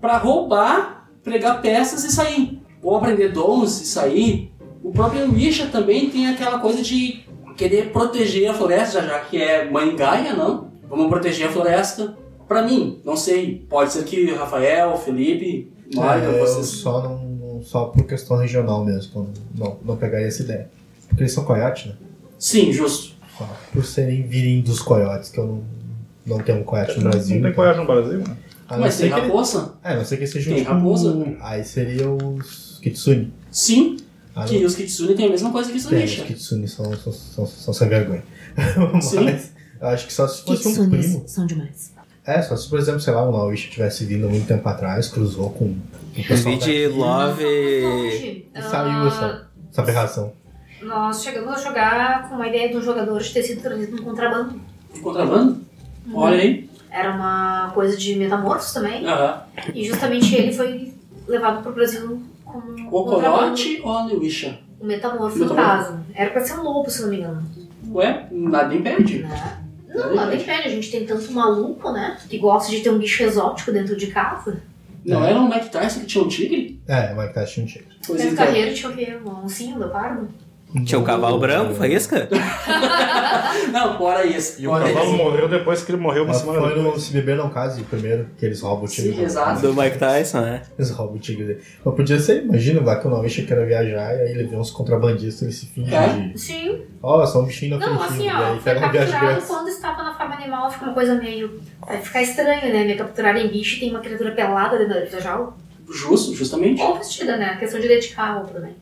[SPEAKER 7] pra roubar, pregar peças e sair. Ou aprender dons e sair. O próprio Newisha também tem aquela coisa de querer proteger a floresta, já que é mãe Gaia, não? Vamos proteger a floresta. Pra mim, não sei. Pode ser que Rafael, Felipe, Mário,
[SPEAKER 2] É, eu
[SPEAKER 7] vocês.
[SPEAKER 2] só, não, não- só por questão regional mesmo, não, não pegaria essa ideia. Porque eles são coiotes, né?
[SPEAKER 7] Sim, justo.
[SPEAKER 2] Só Por serem virem dos coiotes, que eu não, não tenho um coiote no
[SPEAKER 6] Não
[SPEAKER 2] Brasil.
[SPEAKER 6] tem
[SPEAKER 2] então.
[SPEAKER 6] coragem no Brasil, né?
[SPEAKER 2] A não
[SPEAKER 7] Mas
[SPEAKER 2] ser
[SPEAKER 7] tem
[SPEAKER 2] que ele-
[SPEAKER 7] raposa?
[SPEAKER 2] É, a não ser que seja um
[SPEAKER 7] Tem
[SPEAKER 2] tipo-
[SPEAKER 7] raposa?
[SPEAKER 2] Aí seria os Kitsune.
[SPEAKER 7] Sim,
[SPEAKER 2] Ah,
[SPEAKER 7] que os Kitsune tem a mesma coisa que os
[SPEAKER 2] não, tem, os
[SPEAKER 7] Nisha.
[SPEAKER 2] Kitsune são, são, são, são sem vergonha.
[SPEAKER 7] Sim.
[SPEAKER 2] Mas eu acho que só se fosse um primo.
[SPEAKER 11] Kitsunes são demais.
[SPEAKER 2] É, só se, por exemplo, sei lá, um Laoish tivesse vindo há muito tempo atrás, cruzou com com o pessoal daqui
[SPEAKER 8] vide love.
[SPEAKER 4] Hoje,
[SPEAKER 2] e saiu essa, essa aberração.
[SPEAKER 4] Ah, nós chegamos a jogar com a ideia de um jogador de ter sido trazido no contrabando.
[SPEAKER 7] Contrabando? Olha aí.
[SPEAKER 4] Era uma coisa de metamorfos também.
[SPEAKER 7] Aham.
[SPEAKER 4] E justamente ele foi levado pro Brasil como
[SPEAKER 7] O
[SPEAKER 4] contrabando.
[SPEAKER 7] Colote ou a Newisha?
[SPEAKER 4] O metamorfo, no
[SPEAKER 7] Metamorfo.
[SPEAKER 4] caso. Era pra ser um lobo, se não me engano.
[SPEAKER 7] Ué, nada impede.
[SPEAKER 4] Né?
[SPEAKER 7] é
[SPEAKER 4] Não, nada impede. A gente tem tanto maluco, né? Que gosta de ter um bicho exótico dentro de casa.
[SPEAKER 6] É.
[SPEAKER 7] Não era um Mike Tyson que tinha um tigre?
[SPEAKER 2] É, o Mike Tyson não chega.
[SPEAKER 7] Pois
[SPEAKER 4] Nesse
[SPEAKER 7] então.
[SPEAKER 4] carreiro tinha o quê? Um oncinho, um leopardo?
[SPEAKER 8] Tinha o cavalo branco, faísca?
[SPEAKER 7] Não, fora isso.
[SPEAKER 6] E o
[SPEAKER 7] fora
[SPEAKER 6] cavalo
[SPEAKER 7] isso.
[SPEAKER 6] morreu depois que ele morreu uma
[SPEAKER 2] Ela
[SPEAKER 6] semana
[SPEAKER 2] foi no
[SPEAKER 6] depois.
[SPEAKER 2] Se Beber Não Case primeiro, que eles roubam o tigre.
[SPEAKER 7] Sim, exato.
[SPEAKER 8] Do Mike Tyson, né?
[SPEAKER 2] Eles roubam o tigre dele. Mas podia ser, imagina, vai que o Laoish quer viajar e aí ele vê uns contrabandistas e ele se finge
[SPEAKER 7] É.
[SPEAKER 2] de...
[SPEAKER 4] Sim.
[SPEAKER 2] Ó, só um bichinho
[SPEAKER 4] Não,
[SPEAKER 2] inofensivo.
[SPEAKER 4] assim,
[SPEAKER 2] e
[SPEAKER 4] ó.
[SPEAKER 2] aí
[SPEAKER 4] Foi
[SPEAKER 2] pega uma viagem
[SPEAKER 4] capturado
[SPEAKER 2] grátis.
[SPEAKER 4] quando estava na forma animal. Fica uma coisa meio... Vai ficar estranho, né? Me capturarem bicho e tem uma criatura pelada dentro da- da jaula.
[SPEAKER 7] Justo, justamente.
[SPEAKER 4] Ou vestida, né? Questão de dedicar a roupa também.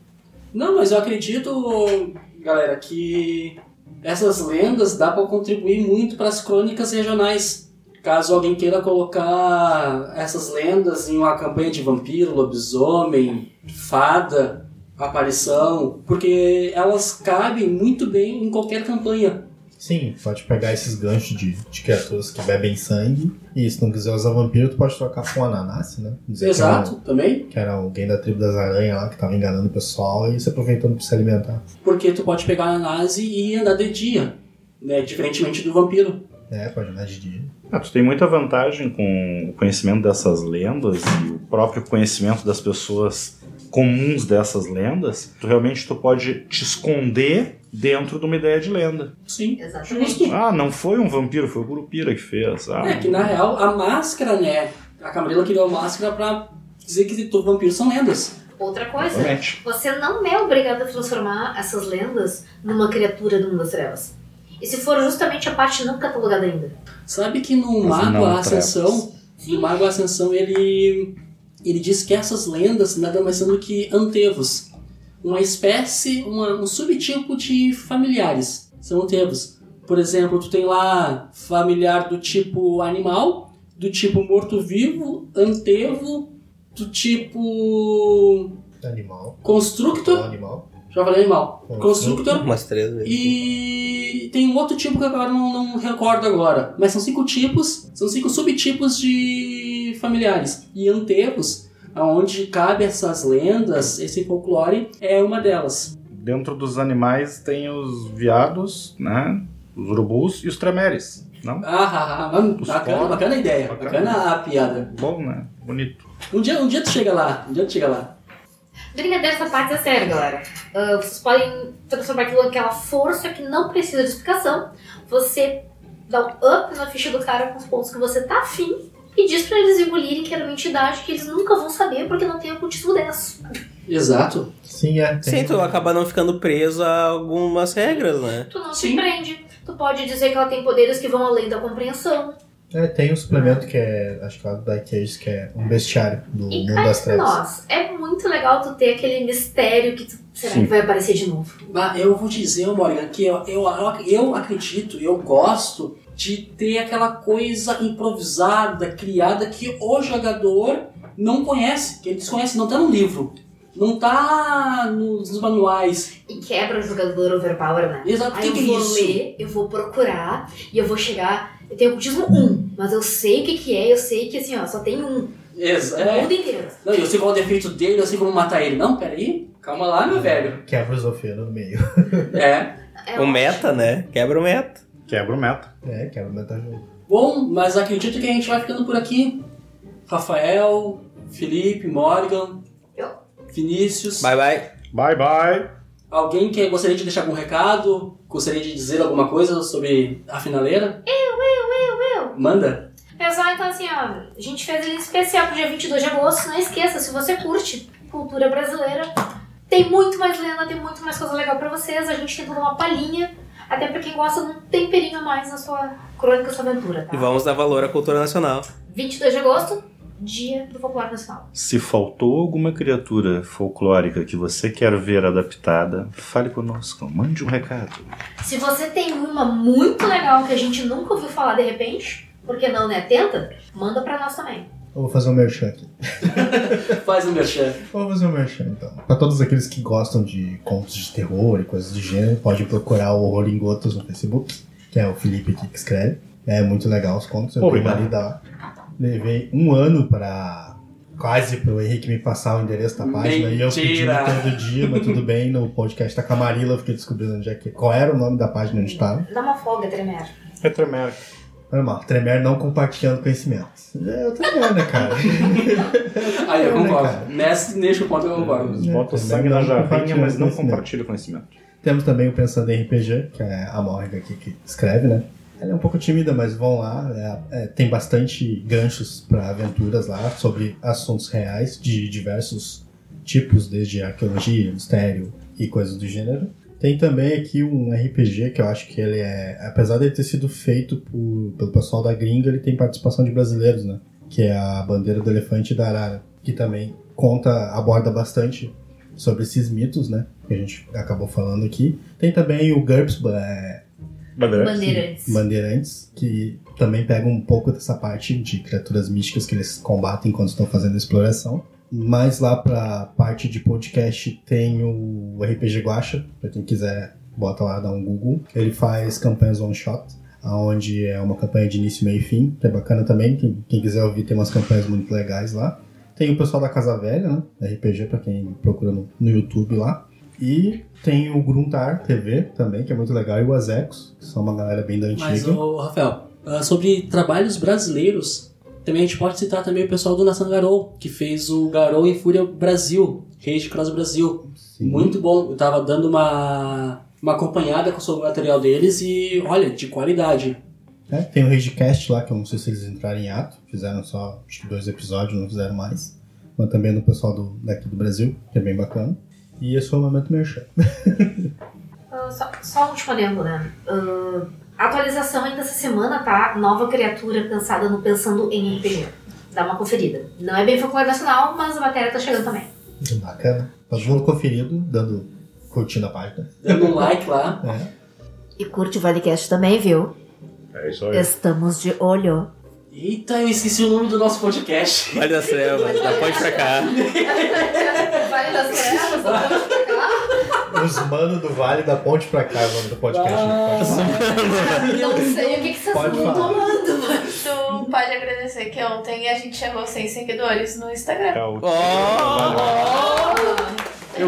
[SPEAKER 7] Não, mas eu acredito, galera, que essas lendas dá para contribuir muito para as crônicas regionais. Caso alguém queira colocar essas lendas em uma campanha de vampiro, lobisomem, fada, aparição, porque elas cabem muito bem em qualquer campanha.
[SPEAKER 2] Sim, pode pegar esses ganchos de, de criaturas que bebem sangue. E se não quiser usar vampiro, tu pode trocar com um ananás, né? Dizer que é um-
[SPEAKER 7] Exato, também,
[SPEAKER 2] que era alguém da tribo das aranhas lá que tava enganando o pessoal e se aproveitando pra se alimentar.
[SPEAKER 7] porque tu pode pegar a análise e andar de dia, né, diferentemente do vampiro.
[SPEAKER 2] É, pode andar de dia.
[SPEAKER 6] Ah, tu tem muita vantagem com o conhecimento dessas lendas e o próprio conhecimento das pessoas comuns dessas lendas. Tu realmente tu pode te esconder dentro de uma ideia de lenda.
[SPEAKER 7] Sim,
[SPEAKER 4] Exatamente.
[SPEAKER 7] justo.
[SPEAKER 6] Ah, não foi um vampiro, foi o Curupira que fez. Ah,
[SPEAKER 7] É que na real a máscara, né? A Camila criou a máscara pra dizer que todos vampiros são lendas.
[SPEAKER 4] Outra coisa.
[SPEAKER 6] realmente.
[SPEAKER 4] Você não é obrigado a transformar essas lendas numa criatura do mundo das trevas. E se for justamente a parte não catalogada ainda?
[SPEAKER 7] Sabe que no
[SPEAKER 6] Mas
[SPEAKER 7] Mago
[SPEAKER 6] não
[SPEAKER 7] a Ascensão,
[SPEAKER 4] Sim.
[SPEAKER 7] no Mago à Ascensão ele ele diz que essas lendas nada mais são do que antevos, uma espécie, uma- um subtipo de familiares, são antevos. Por exemplo, tu tem lá familiar do tipo animal, do tipo morto-vivo, antevo, do tipo
[SPEAKER 2] Animal. Não
[SPEAKER 7] constructor,
[SPEAKER 2] animal.
[SPEAKER 7] já falei animal,
[SPEAKER 2] Constructor.
[SPEAKER 7] constructor,
[SPEAKER 8] Umas três vezes.
[SPEAKER 7] E tem um outro tipo que eu agora não, não recordo agora. Mas são cinco tipos, são cinco subtipos de familiares. E antepos, aonde cabe essas lendas, esse folclore, é uma delas.
[SPEAKER 6] Dentro dos animais tem os viados, né? Os urubus e os tremeres. Não?
[SPEAKER 7] Ah, ah, ah, ah, bacana,
[SPEAKER 6] fora.
[SPEAKER 7] bacana a ideia,
[SPEAKER 6] Bacana.
[SPEAKER 7] bacana a piada.
[SPEAKER 6] Bom, né? Bonito.
[SPEAKER 7] Um dia, um dia tu chega lá, um dia tu chega lá.
[SPEAKER 4] Brincadeira essa parte é sério, galera. Ah, vocês podem transformar aquilo naquela força que não precisa de explicação. Você dá um up na ficha do cara com os pontos que você tá afim e diz pra eles engolirem que era uma entidade que eles nunca vão saber porque não tem ocultismo 10.
[SPEAKER 7] Exato.
[SPEAKER 2] Sim, é.
[SPEAKER 8] Sim, tu acaba não ficando preso a algumas regras, né?
[SPEAKER 4] Tu não
[SPEAKER 7] Sim.
[SPEAKER 4] se prende. Tu pode dizer que ela tem poderes que vão além da compreensão.
[SPEAKER 2] É, tem um suplemento que é, acho que lá do Dark Ages, que é um bestiário do
[SPEAKER 4] E
[SPEAKER 2] mundo das
[SPEAKER 4] cá entre
[SPEAKER 2] trevas.
[SPEAKER 4] nós, é muito legal tu ter aquele mistério que tu Será
[SPEAKER 6] Sim.
[SPEAKER 4] que vai aparecer de novo?
[SPEAKER 7] Bah, eu vou dizer, Morgan, que eu, eu, eu acredito, eu gosto de ter aquela coisa improvisada, criada, que o jogador não conhece, que ele desconhece, não tá no livro, não tá nos, nos manuais.
[SPEAKER 4] E quebra o jogador overpower, né?
[SPEAKER 7] Exato, o
[SPEAKER 4] Aí
[SPEAKER 7] que,
[SPEAKER 4] eu
[SPEAKER 7] que
[SPEAKER 4] vou
[SPEAKER 7] é isso?
[SPEAKER 4] ler, eu vou procurar e eu vou chegar. Eu tenho ocultismo 1, mas eu sei o que, que é, eu sei que assim, ó, só tem um.
[SPEAKER 7] Ex-
[SPEAKER 4] O
[SPEAKER 7] é.
[SPEAKER 4] mundo inteiro.
[SPEAKER 7] Não, eu sei qual é o defeito dele, eu sei como matar ele. Não, peraí, calma lá, meu velho.
[SPEAKER 2] Quebra o Zofeira é no meio.
[SPEAKER 7] É.
[SPEAKER 4] É
[SPEAKER 8] O meta, né? Quebra o meta.
[SPEAKER 6] Quebra o meta.
[SPEAKER 2] É, quebra o metajogo.
[SPEAKER 7] Bom, mas acredito que a gente vai ficando por aqui. Rafael, Felipe, Morgan,
[SPEAKER 4] Eu.
[SPEAKER 7] Vinícius.
[SPEAKER 8] Bye
[SPEAKER 7] Tá.
[SPEAKER 8] bye.
[SPEAKER 6] Bye bye.
[SPEAKER 7] Alguém que gostaria de deixar algum recado? Gostaria de dizer alguma coisa sobre a finaleira?
[SPEAKER 4] Eu, eu.
[SPEAKER 7] Manda.
[SPEAKER 4] Pessoal, então assim, ó, a gente fez ele especial pro dia 22 de agosto. Não esqueça, se você curte cultura brasileira, tem muito mais lenda, tem muito mais coisa legal pra vocês. A gente tentou dar uma palhinha, até pra quem gosta de um temperinho a mais na sua crônica, sua aventura,
[SPEAKER 8] E
[SPEAKER 4] tá?
[SPEAKER 8] vamos dar valor à cultura nacional.
[SPEAKER 4] 22 de agosto, dia do Popular Nacional.
[SPEAKER 6] Se faltou alguma criatura folclórica que você quer ver adaptada, fale conosco, mande um recado.
[SPEAKER 4] Se você tem uma muito legal que a gente nunca ouviu falar de repente, por que não, né? Tenta, manda pra nós também.
[SPEAKER 2] Eu vou fazer um merchan aqui.
[SPEAKER 7] Faz um merchan.
[SPEAKER 2] Vou fazer um merchan então. Pra todos aqueles que gostam de contos de terror e coisas do gênero, pode procurar o Horror em Gotas no Facebook, que é o Felipe aqui que escreve. É muito legal os contos. Eu
[SPEAKER 6] Obrigado.
[SPEAKER 2] trabalhei da. Levei um ano pra. Quase pro Henrique me passar o endereço da página e eu pedi
[SPEAKER 7] Mentira!
[SPEAKER 2] todo dia, mas tudo bem. No podcast da Camarilla eu fiquei descobrindo onde é que. Qual era o nome da página onde tava.
[SPEAKER 4] Dá uma folga, Tremer.
[SPEAKER 6] É tremendo.
[SPEAKER 2] Normal, Tremer não compartilhando conhecimentos. É, eu tremer, né, cara?
[SPEAKER 7] Aí eu
[SPEAKER 2] Não, né,
[SPEAKER 7] concordo.
[SPEAKER 2] cara?
[SPEAKER 7] Nesse, neste ponto eu concordo.
[SPEAKER 6] Bota o sangue na jarrinha, mas não compartilha conhecimento.
[SPEAKER 2] Temos também o Pensando em RPG, que é a Morgan aqui que escreve, né? Ela é um pouco tímida, mas vão lá. é, é, tem bastante ganchos para aventuras lá sobre assuntos reais de diversos tipos, desde arqueologia, mistério e coisas do gênero. Tem também aqui um RPG que eu acho que ele é, apesar de ele ter sido feito por- pelo pessoal da gringa, ele tem participação de brasileiros, né? Que é a Bandeira do Elefante e da Arara, que também conta, aborda bastante sobre esses mitos, né? Que a gente acabou falando aqui. Tem também o GURPS é,
[SPEAKER 6] Bandeira.
[SPEAKER 4] Bandeirantes.
[SPEAKER 2] Bandeirantes, que também pega um pouco dessa parte de criaturas místicas que eles combatem quando estão fazendo a exploração. Mas lá pra parte de podcast tem o RPG Guacha, pra quem quiser, bota lá, dá um Google. Ele faz campanhas one shot, aonde é uma campanha de início, meio e fim, que é bacana também. Quem, quem quiser ouvir, tem umas campanhas muito legais lá. Tem o pessoal da Casa Velha, né? RPG, pra quem procura no, no YouTube lá. E tem o Gruntar TV também, que é muito legal, e o Azecos, que são uma galera bem da antiga.
[SPEAKER 7] Mas, ô, Rafael, ah, sobre trabalhos brasileiros, também a gente pode citar também o pessoal do Nathan Garou, que fez o Garou em Fúria Brasil, Rage Cross Brasil.
[SPEAKER 2] Sim.
[SPEAKER 7] Muito bom. Eu tava dando uma, uma acompanhada com sobre o material deles e, olha, de qualidade.
[SPEAKER 2] É, tem o Regicast lá, que eu não sei se eles entraram em ato, fizeram só acho que dois episódios, não fizeram mais. Mas também é do pessoal do, daqui do Brasil, que é bem bacana. E esse foi o momento merchan.
[SPEAKER 4] Ah, só, só um último adendo, né? Ah, atualização ainda essa semana, tá? Nova criatura pensada no Pensando em RPG. Dá uma conferida. Não é bem folclore nacional, mas a matéria tá chegando também.
[SPEAKER 2] Bacana. Todo mundo conferido, dando curtindo a página.
[SPEAKER 7] Dando um like lá.
[SPEAKER 2] É.
[SPEAKER 11] E curte o Valecast também, viu?
[SPEAKER 6] É isso aí.
[SPEAKER 11] Estamos de olho.
[SPEAKER 7] Eita, eu esqueci o nome do nosso podcast.
[SPEAKER 8] Vale das trevas, dá pode pra cá.
[SPEAKER 4] Vale das Trevas,
[SPEAKER 2] Os manos do Vale da Ponte pra cá, o nome do podcast. né?
[SPEAKER 7] Nossa.
[SPEAKER 4] Não sei o que, que vocês
[SPEAKER 2] Pode
[SPEAKER 4] estão
[SPEAKER 2] falar.
[SPEAKER 4] tomando, mas.
[SPEAKER 12] Tu pode agradecer que ontem a gente chegou a 100 seguidores no Instagram.
[SPEAKER 6] É o-
[SPEAKER 8] Oh!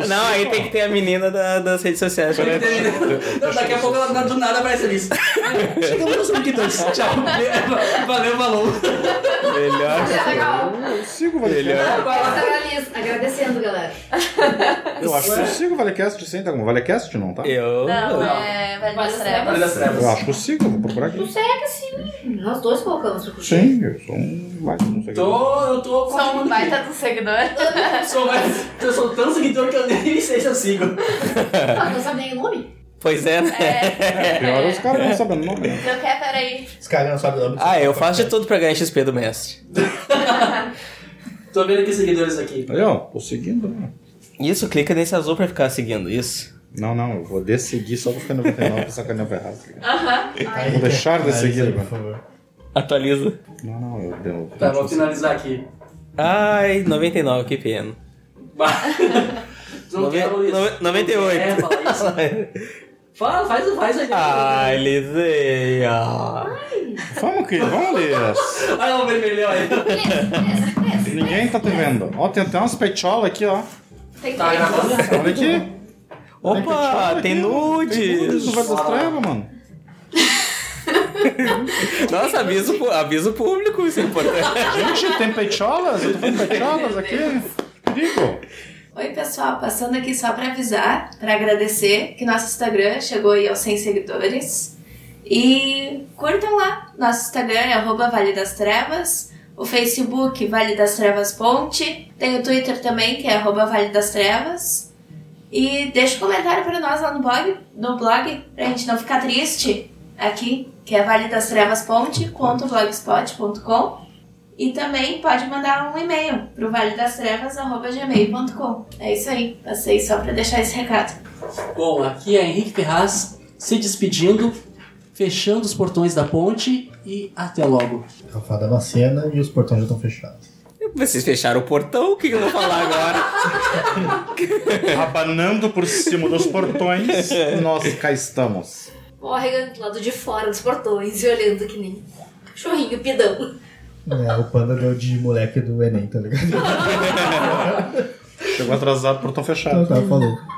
[SPEAKER 8] Não, aí tem que ter a menina da- das redes sociais. né?
[SPEAKER 7] Não, daqui a pouco ela na- do nada aparece ali. Chegamos nos seguidores. Tchau. Valeu, valor.
[SPEAKER 8] Melhor.
[SPEAKER 4] Tá legal.
[SPEAKER 6] Sigo o Valecast.
[SPEAKER 4] Agora tá na lista. Agradecendo, galera.
[SPEAKER 6] Eu acho que eu sigo o Valecast de 100, tá com Valecast, não tá?
[SPEAKER 8] Eu.
[SPEAKER 12] Não,
[SPEAKER 7] Não.
[SPEAKER 12] é
[SPEAKER 4] Vale
[SPEAKER 12] Vale das
[SPEAKER 4] das
[SPEAKER 12] Trevas.
[SPEAKER 7] Vale das
[SPEAKER 6] Eu
[SPEAKER 7] trevas.
[SPEAKER 6] acho que eu sigo, eu vou procurar aqui.
[SPEAKER 4] É assim, Nós dois colocamos pra curtir.
[SPEAKER 6] Sim, eu sou um mais um seguidor.
[SPEAKER 7] Tô, eu tô com
[SPEAKER 12] Sou um baita do seguidor.
[SPEAKER 7] Sou mais- Eu sou tão seguidor que eu nem sei se eu sigo.
[SPEAKER 4] Ah, não sabe nem o nome?
[SPEAKER 8] Pois é, né?
[SPEAKER 6] Pior é os
[SPEAKER 12] É.
[SPEAKER 6] caras que não sabem o nome. né?
[SPEAKER 12] Não quer, peraí.
[SPEAKER 2] Os caras não sabem o nome do
[SPEAKER 8] Ah, eu faço de tudo pra ganhar XP do mestre.
[SPEAKER 7] Tô vendo que seguidores aqui.
[SPEAKER 6] Aí, ó, tô seguindo. né?
[SPEAKER 5] Isso, clica nesse azul pra ficar seguindo, isso.
[SPEAKER 6] Não, não, eu vou desseguir só pra ficar 99 pra sacanear o tá errado.
[SPEAKER 12] Aham.
[SPEAKER 6] Eu Vou deixar de seguir
[SPEAKER 2] por
[SPEAKER 6] agora.
[SPEAKER 2] favor.
[SPEAKER 5] Atualiza.
[SPEAKER 6] Não, não, eu deu.
[SPEAKER 7] Tá, vamos finalizar aqui.
[SPEAKER 5] Ai, 99, que pena.
[SPEAKER 7] Bah. Tu não
[SPEAKER 5] Nove-
[SPEAKER 7] quer, Luiz?
[SPEAKER 5] nove- 98.
[SPEAKER 7] É, fala isso. Fala, faz, faz aí.
[SPEAKER 5] Ai, Lisei, ó.
[SPEAKER 6] Vamos, querido, vamos, Elias.
[SPEAKER 7] Olha lá o vermelhão aí.
[SPEAKER 6] Ninguém tá te vendo. Ó, tem até umas petiolas aqui, ó.
[SPEAKER 12] Tem que
[SPEAKER 7] Tá
[SPEAKER 4] um
[SPEAKER 7] gravando?
[SPEAKER 6] Olha aqui.
[SPEAKER 5] Opa, tem
[SPEAKER 6] Tem nudes
[SPEAKER 5] nudes.
[SPEAKER 6] do Vale das Trevas, mano.
[SPEAKER 5] Nossa, aviso, pu- aviso público, isso é importante.
[SPEAKER 6] Gente, tem petiolas? Eu tô vendo petiolas aqui. Perigo.
[SPEAKER 12] Oi, pessoal. Passando aqui só pra avisar, pra agradecer que nosso Instagram chegou aí aos 100 seguidores. E curtam lá. Nosso Instagram é arroba Vale das Trevas. O Facebook, Vale das Trevas Ponte. Tem o Twitter também, que é arroba Vale das Trevas. E deixa um comentário pra nós lá no blog, no blog, pra gente não ficar triste aqui, que é Vale das Trevas Ponte, blogspot.com. E também pode mandar um e-mail pro vale das trevas, É isso aí, passei só pra deixar esse recado.
[SPEAKER 3] Bom, aqui é Henrique Ferraz se despedindo, fechando os portões da ponte e até logo.
[SPEAKER 2] Rafa Damascena e os portões já estão fechados.
[SPEAKER 5] Vocês fecharam o portão, o que que eu vou falar agora?
[SPEAKER 6] Abanando por cima dos portões, nós cá estamos.
[SPEAKER 4] Morregan do lado de fora dos portões e olhando que nem cachorrinho pidão.
[SPEAKER 2] É, o panda deu de moleque do Enem, tá ligado?
[SPEAKER 6] Chegou atrasado, portão fechado.
[SPEAKER 2] Então tá, falou.